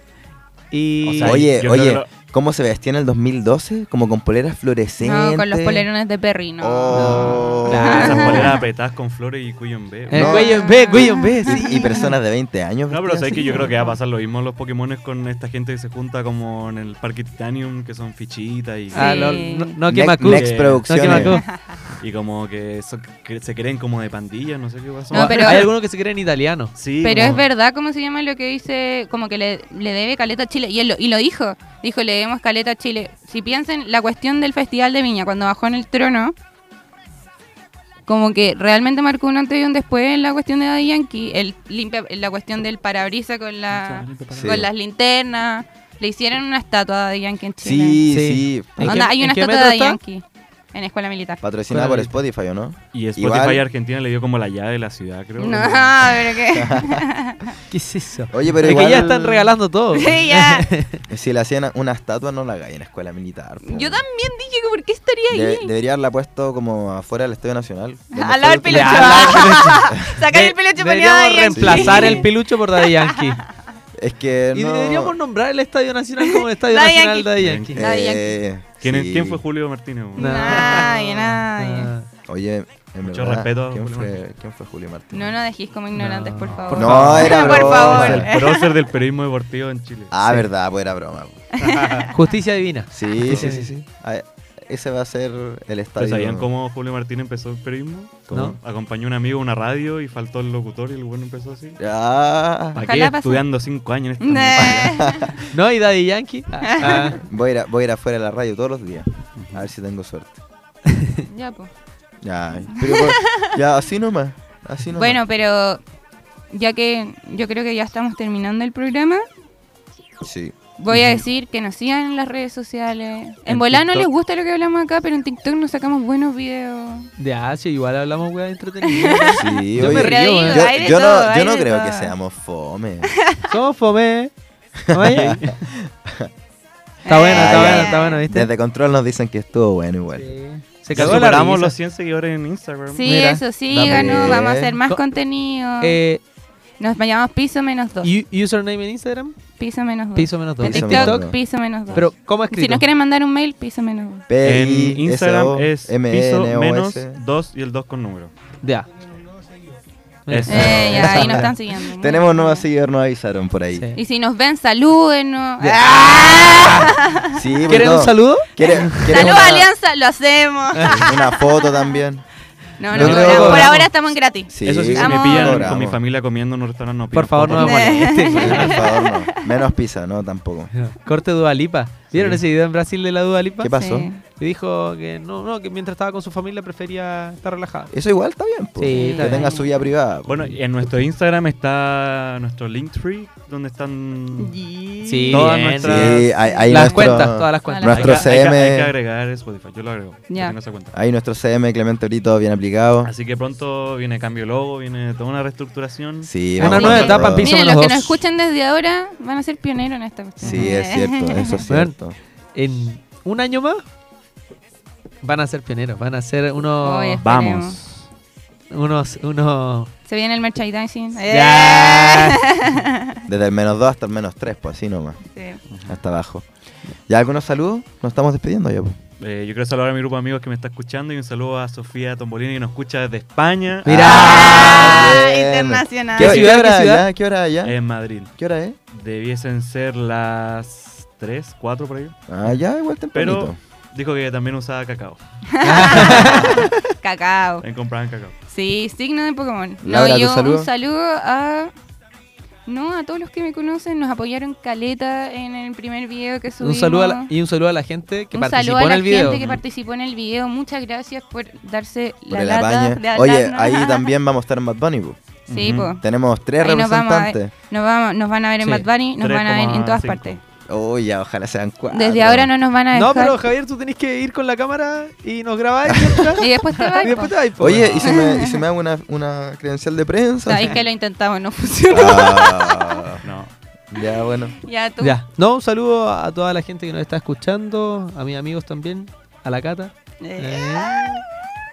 [SPEAKER 5] Y.
[SPEAKER 4] O sea,
[SPEAKER 2] Oye,
[SPEAKER 4] yo creo
[SPEAKER 2] oye.
[SPEAKER 4] que lo-
[SPEAKER 2] ¿Cómo se vestía en el 2012? Como con poleras fluorescentes.
[SPEAKER 3] No, con los polerones de perrino.
[SPEAKER 2] Oh.
[SPEAKER 4] Ah, esas poleras apretadas con flores y cuello en B.
[SPEAKER 5] El
[SPEAKER 3] Eh.
[SPEAKER 2] No.
[SPEAKER 5] cuello en Eh, B, cuello en B, sí.
[SPEAKER 2] Y, y personas de 20 años.
[SPEAKER 4] No, pero
[SPEAKER 2] vestidas
[SPEAKER 4] sabes que
[SPEAKER 2] así,
[SPEAKER 4] yo creo que va a
[SPEAKER 2] ¿no?
[SPEAKER 4] pasar lo mismo en los Pokémon con esta gente que se junta como en el Parque Titanium, que son fichitas y,
[SPEAKER 5] Ah,
[SPEAKER 3] Sí.
[SPEAKER 5] lo- no, no
[SPEAKER 2] Ne-
[SPEAKER 5] que Macu.
[SPEAKER 2] Next
[SPEAKER 4] Eh,
[SPEAKER 5] No que
[SPEAKER 2] Producciones.
[SPEAKER 5] Macu.
[SPEAKER 4] y como que, son- que se creen como de pandillas, no sé qué pasó.
[SPEAKER 3] No, pero-
[SPEAKER 5] Hay algunos que se creen italianos.
[SPEAKER 4] Sí,
[SPEAKER 3] Pero
[SPEAKER 4] como-
[SPEAKER 3] es verdad, ¿cómo se llama lo que dice? Como que le, le debe Caleta a Chile. Y él lo, y lo dijo. Dijo, le debemos Caleta a Chile. Si piensen, la cuestión del Festival de Viña, cuando bajó en el trono, como que realmente marcó un antes y un después en la cuestión de Daddy Yankee. El limpia, la cuestión del parabrisa con, la,
[SPEAKER 2] Sí.
[SPEAKER 3] con las linternas. Le hicieron una estatua a Daddy Yankee en Chile.
[SPEAKER 2] Sí,
[SPEAKER 5] Sí.
[SPEAKER 2] sí.
[SPEAKER 5] ¿En
[SPEAKER 3] Onda,
[SPEAKER 5] qué-
[SPEAKER 3] hay
[SPEAKER 5] en
[SPEAKER 3] una
[SPEAKER 5] qué
[SPEAKER 3] estatua de
[SPEAKER 5] metro
[SPEAKER 3] Daddy
[SPEAKER 5] está?
[SPEAKER 3] Yankee en Escuela Militar.
[SPEAKER 2] Patrocinada por Spotify, ¿o no?
[SPEAKER 4] Y Spotify
[SPEAKER 2] Igual-
[SPEAKER 4] Argentina le dio como la llave de la ciudad, creo.
[SPEAKER 3] No, pero que...
[SPEAKER 5] ¿Qué es eso?
[SPEAKER 2] Oye, pero
[SPEAKER 5] es
[SPEAKER 2] igual...
[SPEAKER 5] que ya están regalando todo.
[SPEAKER 3] Sí, ya.
[SPEAKER 2] Si le hacían una estatua, no la hagáis en escuela militar. po.
[SPEAKER 3] Yo también dije, ¿por qué estaría ahí?
[SPEAKER 2] De- debería haberla puesto como afuera del Estadio Nacional. donde
[SPEAKER 3] Al lado del
[SPEAKER 2] fue-
[SPEAKER 3] Pinocho. Sacar el
[SPEAKER 5] De-
[SPEAKER 3] peluche
[SPEAKER 5] deberíamos
[SPEAKER 3] peleado y
[SPEAKER 5] reemplazar el pilucho por Daddy Yankee.
[SPEAKER 2] Es que
[SPEAKER 5] Y
[SPEAKER 2] no...
[SPEAKER 5] deberíamos nombrar el Estadio Nacional como el Estadio
[SPEAKER 3] Daddy
[SPEAKER 5] Nacional
[SPEAKER 3] Yankee.
[SPEAKER 5] Daddy Yankee.
[SPEAKER 3] Eh, Daddy
[SPEAKER 4] ¿Quién, es-
[SPEAKER 2] sí.
[SPEAKER 4] quién fue Julio Martínez? güey?
[SPEAKER 5] No.
[SPEAKER 3] Nadie, nadie.
[SPEAKER 5] Ah.
[SPEAKER 2] Oye, en
[SPEAKER 4] Mucho
[SPEAKER 2] verdad,
[SPEAKER 4] respeto a
[SPEAKER 2] ¿quién
[SPEAKER 4] Julio
[SPEAKER 2] fue,
[SPEAKER 4] Martínez.
[SPEAKER 2] ¿quién fue Julio Martínez?
[SPEAKER 3] No nos dejéis como ignorantes, por
[SPEAKER 5] No.
[SPEAKER 3] favor.
[SPEAKER 2] No,
[SPEAKER 5] favor.
[SPEAKER 2] era broma.
[SPEAKER 3] Por favor.
[SPEAKER 4] El prócer del periodismo deportivo en Chile.
[SPEAKER 2] Ah, verdad, pues era broma.
[SPEAKER 5] Ah. Justicia divina.
[SPEAKER 2] Sí, sí, sí, sí. Ah, ese va a ser el estadio.
[SPEAKER 4] ¿Pero ¿Sabían cómo Julio Martínez empezó el periodismo?
[SPEAKER 5] ¿Cómo?
[SPEAKER 4] Acompañó a un amigo a una radio y faltó el locutor y el bueno empezó así.
[SPEAKER 2] Ah,
[SPEAKER 4] ¿Para
[SPEAKER 3] Ojalá
[SPEAKER 4] qué
[SPEAKER 3] pase.
[SPEAKER 4] estudiando cinco años en este esta
[SPEAKER 3] Nah.
[SPEAKER 5] No, y Daddy Yankee. Ah, ah.
[SPEAKER 2] voy, a ir a- voy a ir afuera de la radio todos los días. A ver si tengo suerte.
[SPEAKER 3] Ya, po.
[SPEAKER 2] Ya, pero por- ya así nomás. Así nomás.
[SPEAKER 3] Bueno, pero ya que yo creo que ya estamos terminando el programa,
[SPEAKER 2] Sí.
[SPEAKER 3] voy a decir que nos sigan en las redes sociales. En
[SPEAKER 4] En
[SPEAKER 3] volá no
[SPEAKER 4] TikTok.
[SPEAKER 3] les gusta lo que hablamos acá, pero en TikTok nos sacamos buenos videos.
[SPEAKER 5] Ya, sí, igual hablamos weá entretenido.
[SPEAKER 2] Sí,
[SPEAKER 5] Yo
[SPEAKER 2] oye,
[SPEAKER 5] me río,
[SPEAKER 2] yo,
[SPEAKER 5] weón.
[SPEAKER 3] Hay de
[SPEAKER 2] yo
[SPEAKER 3] todo,
[SPEAKER 2] no,
[SPEAKER 3] hay
[SPEAKER 2] yo no
[SPEAKER 3] de
[SPEAKER 2] creo
[SPEAKER 3] todo.
[SPEAKER 2] que seamos fome.
[SPEAKER 5] Somos fome. Oye. Está bueno,
[SPEAKER 2] Ah,
[SPEAKER 5] está bueno,
[SPEAKER 2] ya.
[SPEAKER 5] está bueno, ¿viste?
[SPEAKER 2] Desde control nos dicen que estuvo bueno igual.
[SPEAKER 5] Sí. Se
[SPEAKER 4] Ya
[SPEAKER 5] cagó la
[SPEAKER 4] superamos
[SPEAKER 5] risa.
[SPEAKER 4] los 100 seguidores en Instagram.
[SPEAKER 3] Sí,
[SPEAKER 5] Mira,
[SPEAKER 3] eso, síganos,
[SPEAKER 2] dame.
[SPEAKER 3] vamos a hacer más
[SPEAKER 5] Co-
[SPEAKER 3] contenido.
[SPEAKER 5] Eh,
[SPEAKER 3] Nos llamamos piso menos dos.
[SPEAKER 5] u- username en Instagram,
[SPEAKER 3] Piso menos dos.
[SPEAKER 5] piso menos dos.
[SPEAKER 3] en
[SPEAKER 2] Piso
[SPEAKER 5] En
[SPEAKER 3] TikTok,
[SPEAKER 2] menos
[SPEAKER 5] TikTok,
[SPEAKER 2] dos.
[SPEAKER 3] piso menos dos.
[SPEAKER 5] pero ¿cómo
[SPEAKER 3] si
[SPEAKER 5] escrito?
[SPEAKER 3] nos quieren mandar un mail, piso menos dos.
[SPEAKER 2] P, I,
[SPEAKER 4] En Instagram
[SPEAKER 2] Eh, S, O,
[SPEAKER 4] es
[SPEAKER 2] M, E
[SPEAKER 4] piso
[SPEAKER 2] N, O,
[SPEAKER 4] menos
[SPEAKER 2] S.
[SPEAKER 4] 2 y el 2 con número.
[SPEAKER 5] Ya.
[SPEAKER 4] Eso.
[SPEAKER 3] Eh, ya, ahí nos están siguiendo.
[SPEAKER 2] Tenemos nuevos
[SPEAKER 3] nuevas
[SPEAKER 2] seguidores, nos avisaron por ahí.
[SPEAKER 5] Sí.
[SPEAKER 3] Y si nos ven, salúdenos.
[SPEAKER 5] Ya.
[SPEAKER 2] Sí, pues
[SPEAKER 5] ¿Quieren
[SPEAKER 2] no.
[SPEAKER 5] un saludo?
[SPEAKER 2] ¿Quieren, quieren
[SPEAKER 3] Salud,
[SPEAKER 2] una,
[SPEAKER 3] Alianza, lo hacemos.
[SPEAKER 2] una foto también?
[SPEAKER 3] No,
[SPEAKER 5] Yo
[SPEAKER 3] no,
[SPEAKER 5] creo
[SPEAKER 3] cobramos.
[SPEAKER 5] que
[SPEAKER 3] por
[SPEAKER 5] cobramos.
[SPEAKER 3] ahora estamos en gratis.
[SPEAKER 2] Sí,
[SPEAKER 4] Eso sí, si me
[SPEAKER 3] Vamos.
[SPEAKER 4] pillan con
[SPEAKER 2] Cobramos.
[SPEAKER 4] mi familia comiendo en un restaurante, no pido
[SPEAKER 5] Por favor, no
[SPEAKER 4] foto.
[SPEAKER 5] me
[SPEAKER 3] Eh.
[SPEAKER 5] molestes.
[SPEAKER 2] Sí, por favor, no. Menos pizza, no, tampoco.
[SPEAKER 5] Corte Dudalipa. ¿Vieron
[SPEAKER 4] Sí.
[SPEAKER 5] ese video en Brasil de la Dudalipa?
[SPEAKER 2] ¿Qué pasó?
[SPEAKER 3] Sí.
[SPEAKER 5] Y dijo que no, no, que mientras estaba con su familia prefería estar relajada.
[SPEAKER 2] Eso igual está bien, po.
[SPEAKER 5] Sí,
[SPEAKER 2] que
[SPEAKER 5] está bien.
[SPEAKER 2] tenga su vida privada. po.
[SPEAKER 4] Bueno, y en nuestro Instagram está nuestro Linktree, donde están
[SPEAKER 5] Sí,
[SPEAKER 4] Todas
[SPEAKER 5] bien.
[SPEAKER 2] sí,
[SPEAKER 4] nuestras-
[SPEAKER 2] hay, hay
[SPEAKER 5] las
[SPEAKER 2] nuestro-
[SPEAKER 5] cuentas, todas las cuentas.
[SPEAKER 2] nuestro
[SPEAKER 4] hay que, hay que-
[SPEAKER 2] CM.
[SPEAKER 4] hay que agregar Spotify, yo lo agrego. que
[SPEAKER 3] Ya.
[SPEAKER 4] tengo esa cuenta.
[SPEAKER 2] Ahí nuestro CM Clemente Brito bien aplicado.
[SPEAKER 4] Así que pronto viene cambio de logo, viene toda una reestructuración.
[SPEAKER 2] Sí,
[SPEAKER 5] Una
[SPEAKER 2] vamos
[SPEAKER 5] nueva
[SPEAKER 2] con
[SPEAKER 5] etapa
[SPEAKER 2] todo.
[SPEAKER 5] en Piso
[SPEAKER 3] Miren,
[SPEAKER 5] menos
[SPEAKER 3] los que
[SPEAKER 5] dos.
[SPEAKER 3] nos escuchen desde ahora van a ser pioneros en esta cuestión.
[SPEAKER 2] Sí, es cierto, eso es
[SPEAKER 5] Bueno.
[SPEAKER 2] cierto.
[SPEAKER 5] En un año más van a ser pioneros, van a ser unos
[SPEAKER 3] Oye.
[SPEAKER 4] Vamos.
[SPEAKER 5] unos unos
[SPEAKER 3] Eh, Se viene el merchandising.
[SPEAKER 5] Ya.
[SPEAKER 3] Eh.
[SPEAKER 2] Desde el menos 2 hasta el menos 3, pues así nomás.
[SPEAKER 3] Sí.
[SPEAKER 2] Hasta abajo. ¿Ya algunos saludos? Nos estamos despidiendo ya. pues.
[SPEAKER 4] Eh, yo quiero saludar a mi grupo de amigos que me está escuchando y un saludo a Sofía Tombolini que nos escucha desde España,
[SPEAKER 5] Mira.
[SPEAKER 2] Ah,
[SPEAKER 3] Ah,
[SPEAKER 2] bien.
[SPEAKER 3] internacional.
[SPEAKER 2] ¿Qué,
[SPEAKER 5] ¿Qué ciudad,
[SPEAKER 2] qué hora
[SPEAKER 5] qué ciudad? Eh,
[SPEAKER 2] allá? ¿Qué hora allá?
[SPEAKER 4] en Madrid.
[SPEAKER 2] ¿Qué hora es?
[SPEAKER 4] Debiesen ser las 3, 4 por ahí.
[SPEAKER 2] Ah, ya, igual tempranito.
[SPEAKER 4] Pero dijo que también usaba cacao.
[SPEAKER 3] Cacao.
[SPEAKER 4] En compraban cacao.
[SPEAKER 3] Sí, signo de Pokémon.
[SPEAKER 2] Laura,
[SPEAKER 3] no,
[SPEAKER 2] ¿tu
[SPEAKER 3] yo
[SPEAKER 2] saludo?
[SPEAKER 3] un saludo a. No, a todos los que me conocen, nos apoyaron caleta en el primer video que subimos.
[SPEAKER 5] Un saludo a la- y un saludo a la gente que
[SPEAKER 3] Un
[SPEAKER 5] participó
[SPEAKER 3] saludo a
[SPEAKER 5] en
[SPEAKER 3] la
[SPEAKER 5] el video.
[SPEAKER 3] gente que participó en el video. Muchas gracias por darse
[SPEAKER 2] Por
[SPEAKER 3] la
[SPEAKER 2] el
[SPEAKER 3] lata de
[SPEAKER 2] apañe. Oye,
[SPEAKER 3] hablarnos.
[SPEAKER 2] ahí también vamos a estar en Bad Bunny. pues.
[SPEAKER 3] Sí,
[SPEAKER 4] Ujú.
[SPEAKER 3] po.
[SPEAKER 2] Tenemos tres
[SPEAKER 3] Ahí nos vamos a ver.
[SPEAKER 2] representantes.
[SPEAKER 3] Nos, vamos, nos van a ver en
[SPEAKER 5] Sí,
[SPEAKER 3] Bad Bunny, nos van a ver en todas
[SPEAKER 4] 3,5.
[SPEAKER 3] partes.
[SPEAKER 2] Oh, ya, ojalá sean cuatro.
[SPEAKER 3] Desde ahora no nos van a
[SPEAKER 5] No,
[SPEAKER 3] dejar.
[SPEAKER 5] pero Javier, tú tenés que ir con la cámara y nos grabáis. y ya está.
[SPEAKER 3] Y después te vas.
[SPEAKER 5] Y
[SPEAKER 3] po.
[SPEAKER 5] después te pues, vais, po.
[SPEAKER 2] Oye, ¿y si me, y si me hago una, una credencial de prensa?
[SPEAKER 3] Sabéis que lo intentamos, no funcionó.
[SPEAKER 2] Ah,
[SPEAKER 4] No.
[SPEAKER 2] ya, bueno.
[SPEAKER 3] Ya tú.
[SPEAKER 5] Ya. No, un saludo a toda la gente que nos está escuchando, a mis amigos también, a la Cata.
[SPEAKER 3] Eh,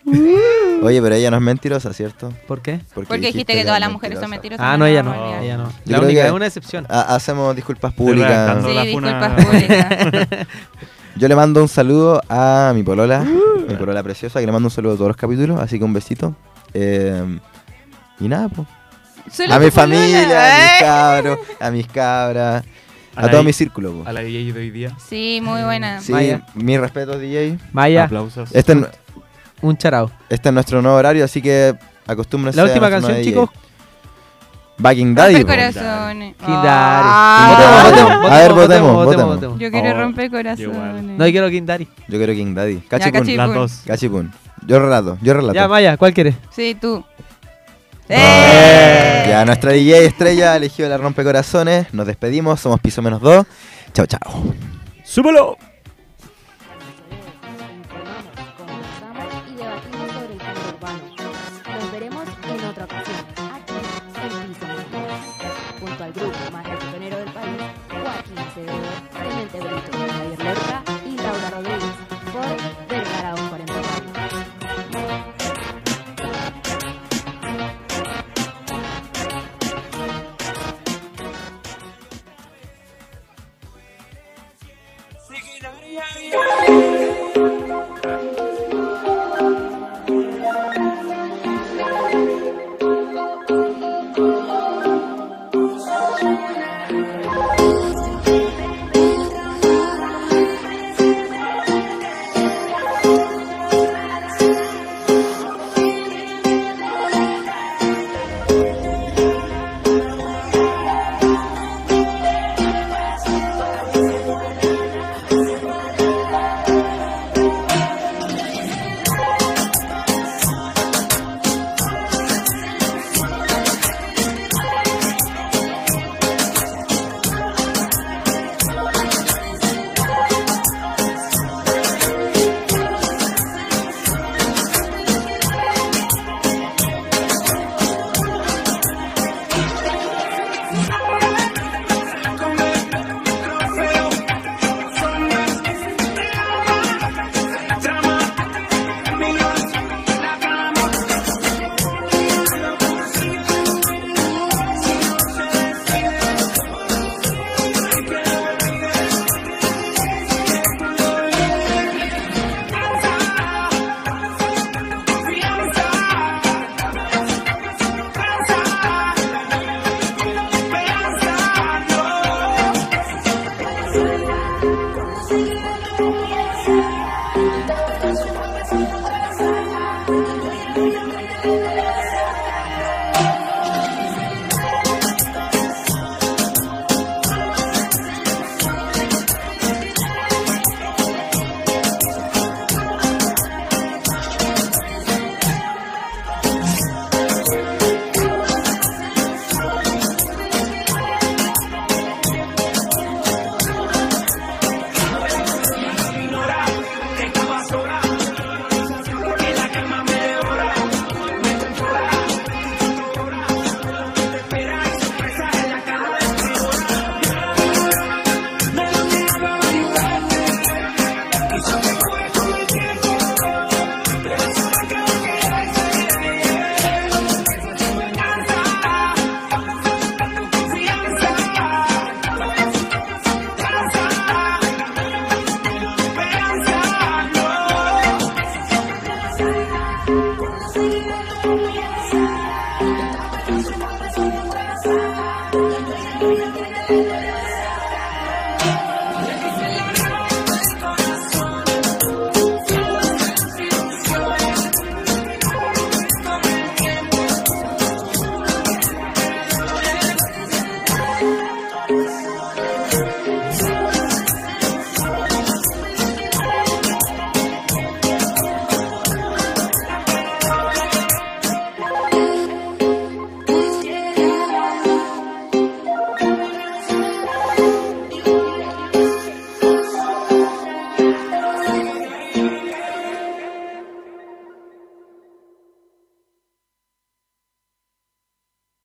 [SPEAKER 5] Eh,
[SPEAKER 2] Oye, pero ella no es mentirosa, ¿cierto?
[SPEAKER 5] ¿Por qué?
[SPEAKER 3] Porque dijiste que
[SPEAKER 2] era
[SPEAKER 3] todas las mujeres son
[SPEAKER 2] mentirosa.
[SPEAKER 3] mentirosas.
[SPEAKER 5] Ah, no, ella
[SPEAKER 3] me
[SPEAKER 5] no.
[SPEAKER 3] voy a olvidar.
[SPEAKER 5] Ella no.
[SPEAKER 2] Yo
[SPEAKER 5] La
[SPEAKER 2] creo
[SPEAKER 5] única,
[SPEAKER 2] que- Ah,
[SPEAKER 5] es una excepción.
[SPEAKER 2] Ha- hacemos disculpas
[SPEAKER 4] redactando.
[SPEAKER 2] públicas.
[SPEAKER 4] No, la
[SPEAKER 3] Sí, disculpas
[SPEAKER 4] funa-
[SPEAKER 3] públicas.
[SPEAKER 2] Yo le mando un saludo a mi polola,
[SPEAKER 3] Uh.
[SPEAKER 2] mi polola preciosa, que le mando un saludo a todos los capítulos, así que un besito. Eh, y nada, pues.
[SPEAKER 3] Solo
[SPEAKER 2] A mi
[SPEAKER 3] tu polola,
[SPEAKER 2] familia, a mis
[SPEAKER 3] ¿eh?
[SPEAKER 2] cabros, a mis cabras,
[SPEAKER 4] la
[SPEAKER 2] a todo
[SPEAKER 4] di-
[SPEAKER 2] mi círculo. po.
[SPEAKER 4] A la DJ de hoy día.
[SPEAKER 3] Sí, muy buena.
[SPEAKER 2] Sí,
[SPEAKER 5] Maya.
[SPEAKER 2] mi respeto, DJ.
[SPEAKER 5] Maya,
[SPEAKER 4] Aplausos.
[SPEAKER 2] Este, es-
[SPEAKER 5] un charao.
[SPEAKER 2] este es nuestro nuevo horario, así que acostúmbrense.
[SPEAKER 5] La
[SPEAKER 2] a
[SPEAKER 5] última
[SPEAKER 2] nuestro nuevo
[SPEAKER 5] canción,
[SPEAKER 2] DJ.
[SPEAKER 5] chicos.
[SPEAKER 2] Backing Daddy.
[SPEAKER 3] Rompe
[SPEAKER 2] po.
[SPEAKER 3] corazones.
[SPEAKER 5] Kindari.
[SPEAKER 3] Ah.
[SPEAKER 2] Kindari. A ver, votemos, votemos.
[SPEAKER 3] Yo quiero
[SPEAKER 4] Oh,
[SPEAKER 3] romper
[SPEAKER 4] yo igual.
[SPEAKER 3] corazones.
[SPEAKER 5] No, yo quiero Kindari.
[SPEAKER 2] Yo quiero King Daddy.
[SPEAKER 3] Ya,
[SPEAKER 2] Cachipun.
[SPEAKER 3] Cachipún.
[SPEAKER 4] Las dos.
[SPEAKER 2] Cachipun. Yo relato, yo relato.
[SPEAKER 5] Ya, Maya, ¿cuál quieres?
[SPEAKER 3] Sí, tú.
[SPEAKER 2] Eh.
[SPEAKER 3] ¡Eh!
[SPEAKER 2] Ya, nuestra DJ estrella eligió la rompecorazones. Nos despedimos, somos piso menos dos. Chao, chao.
[SPEAKER 4] ¡Súbelo!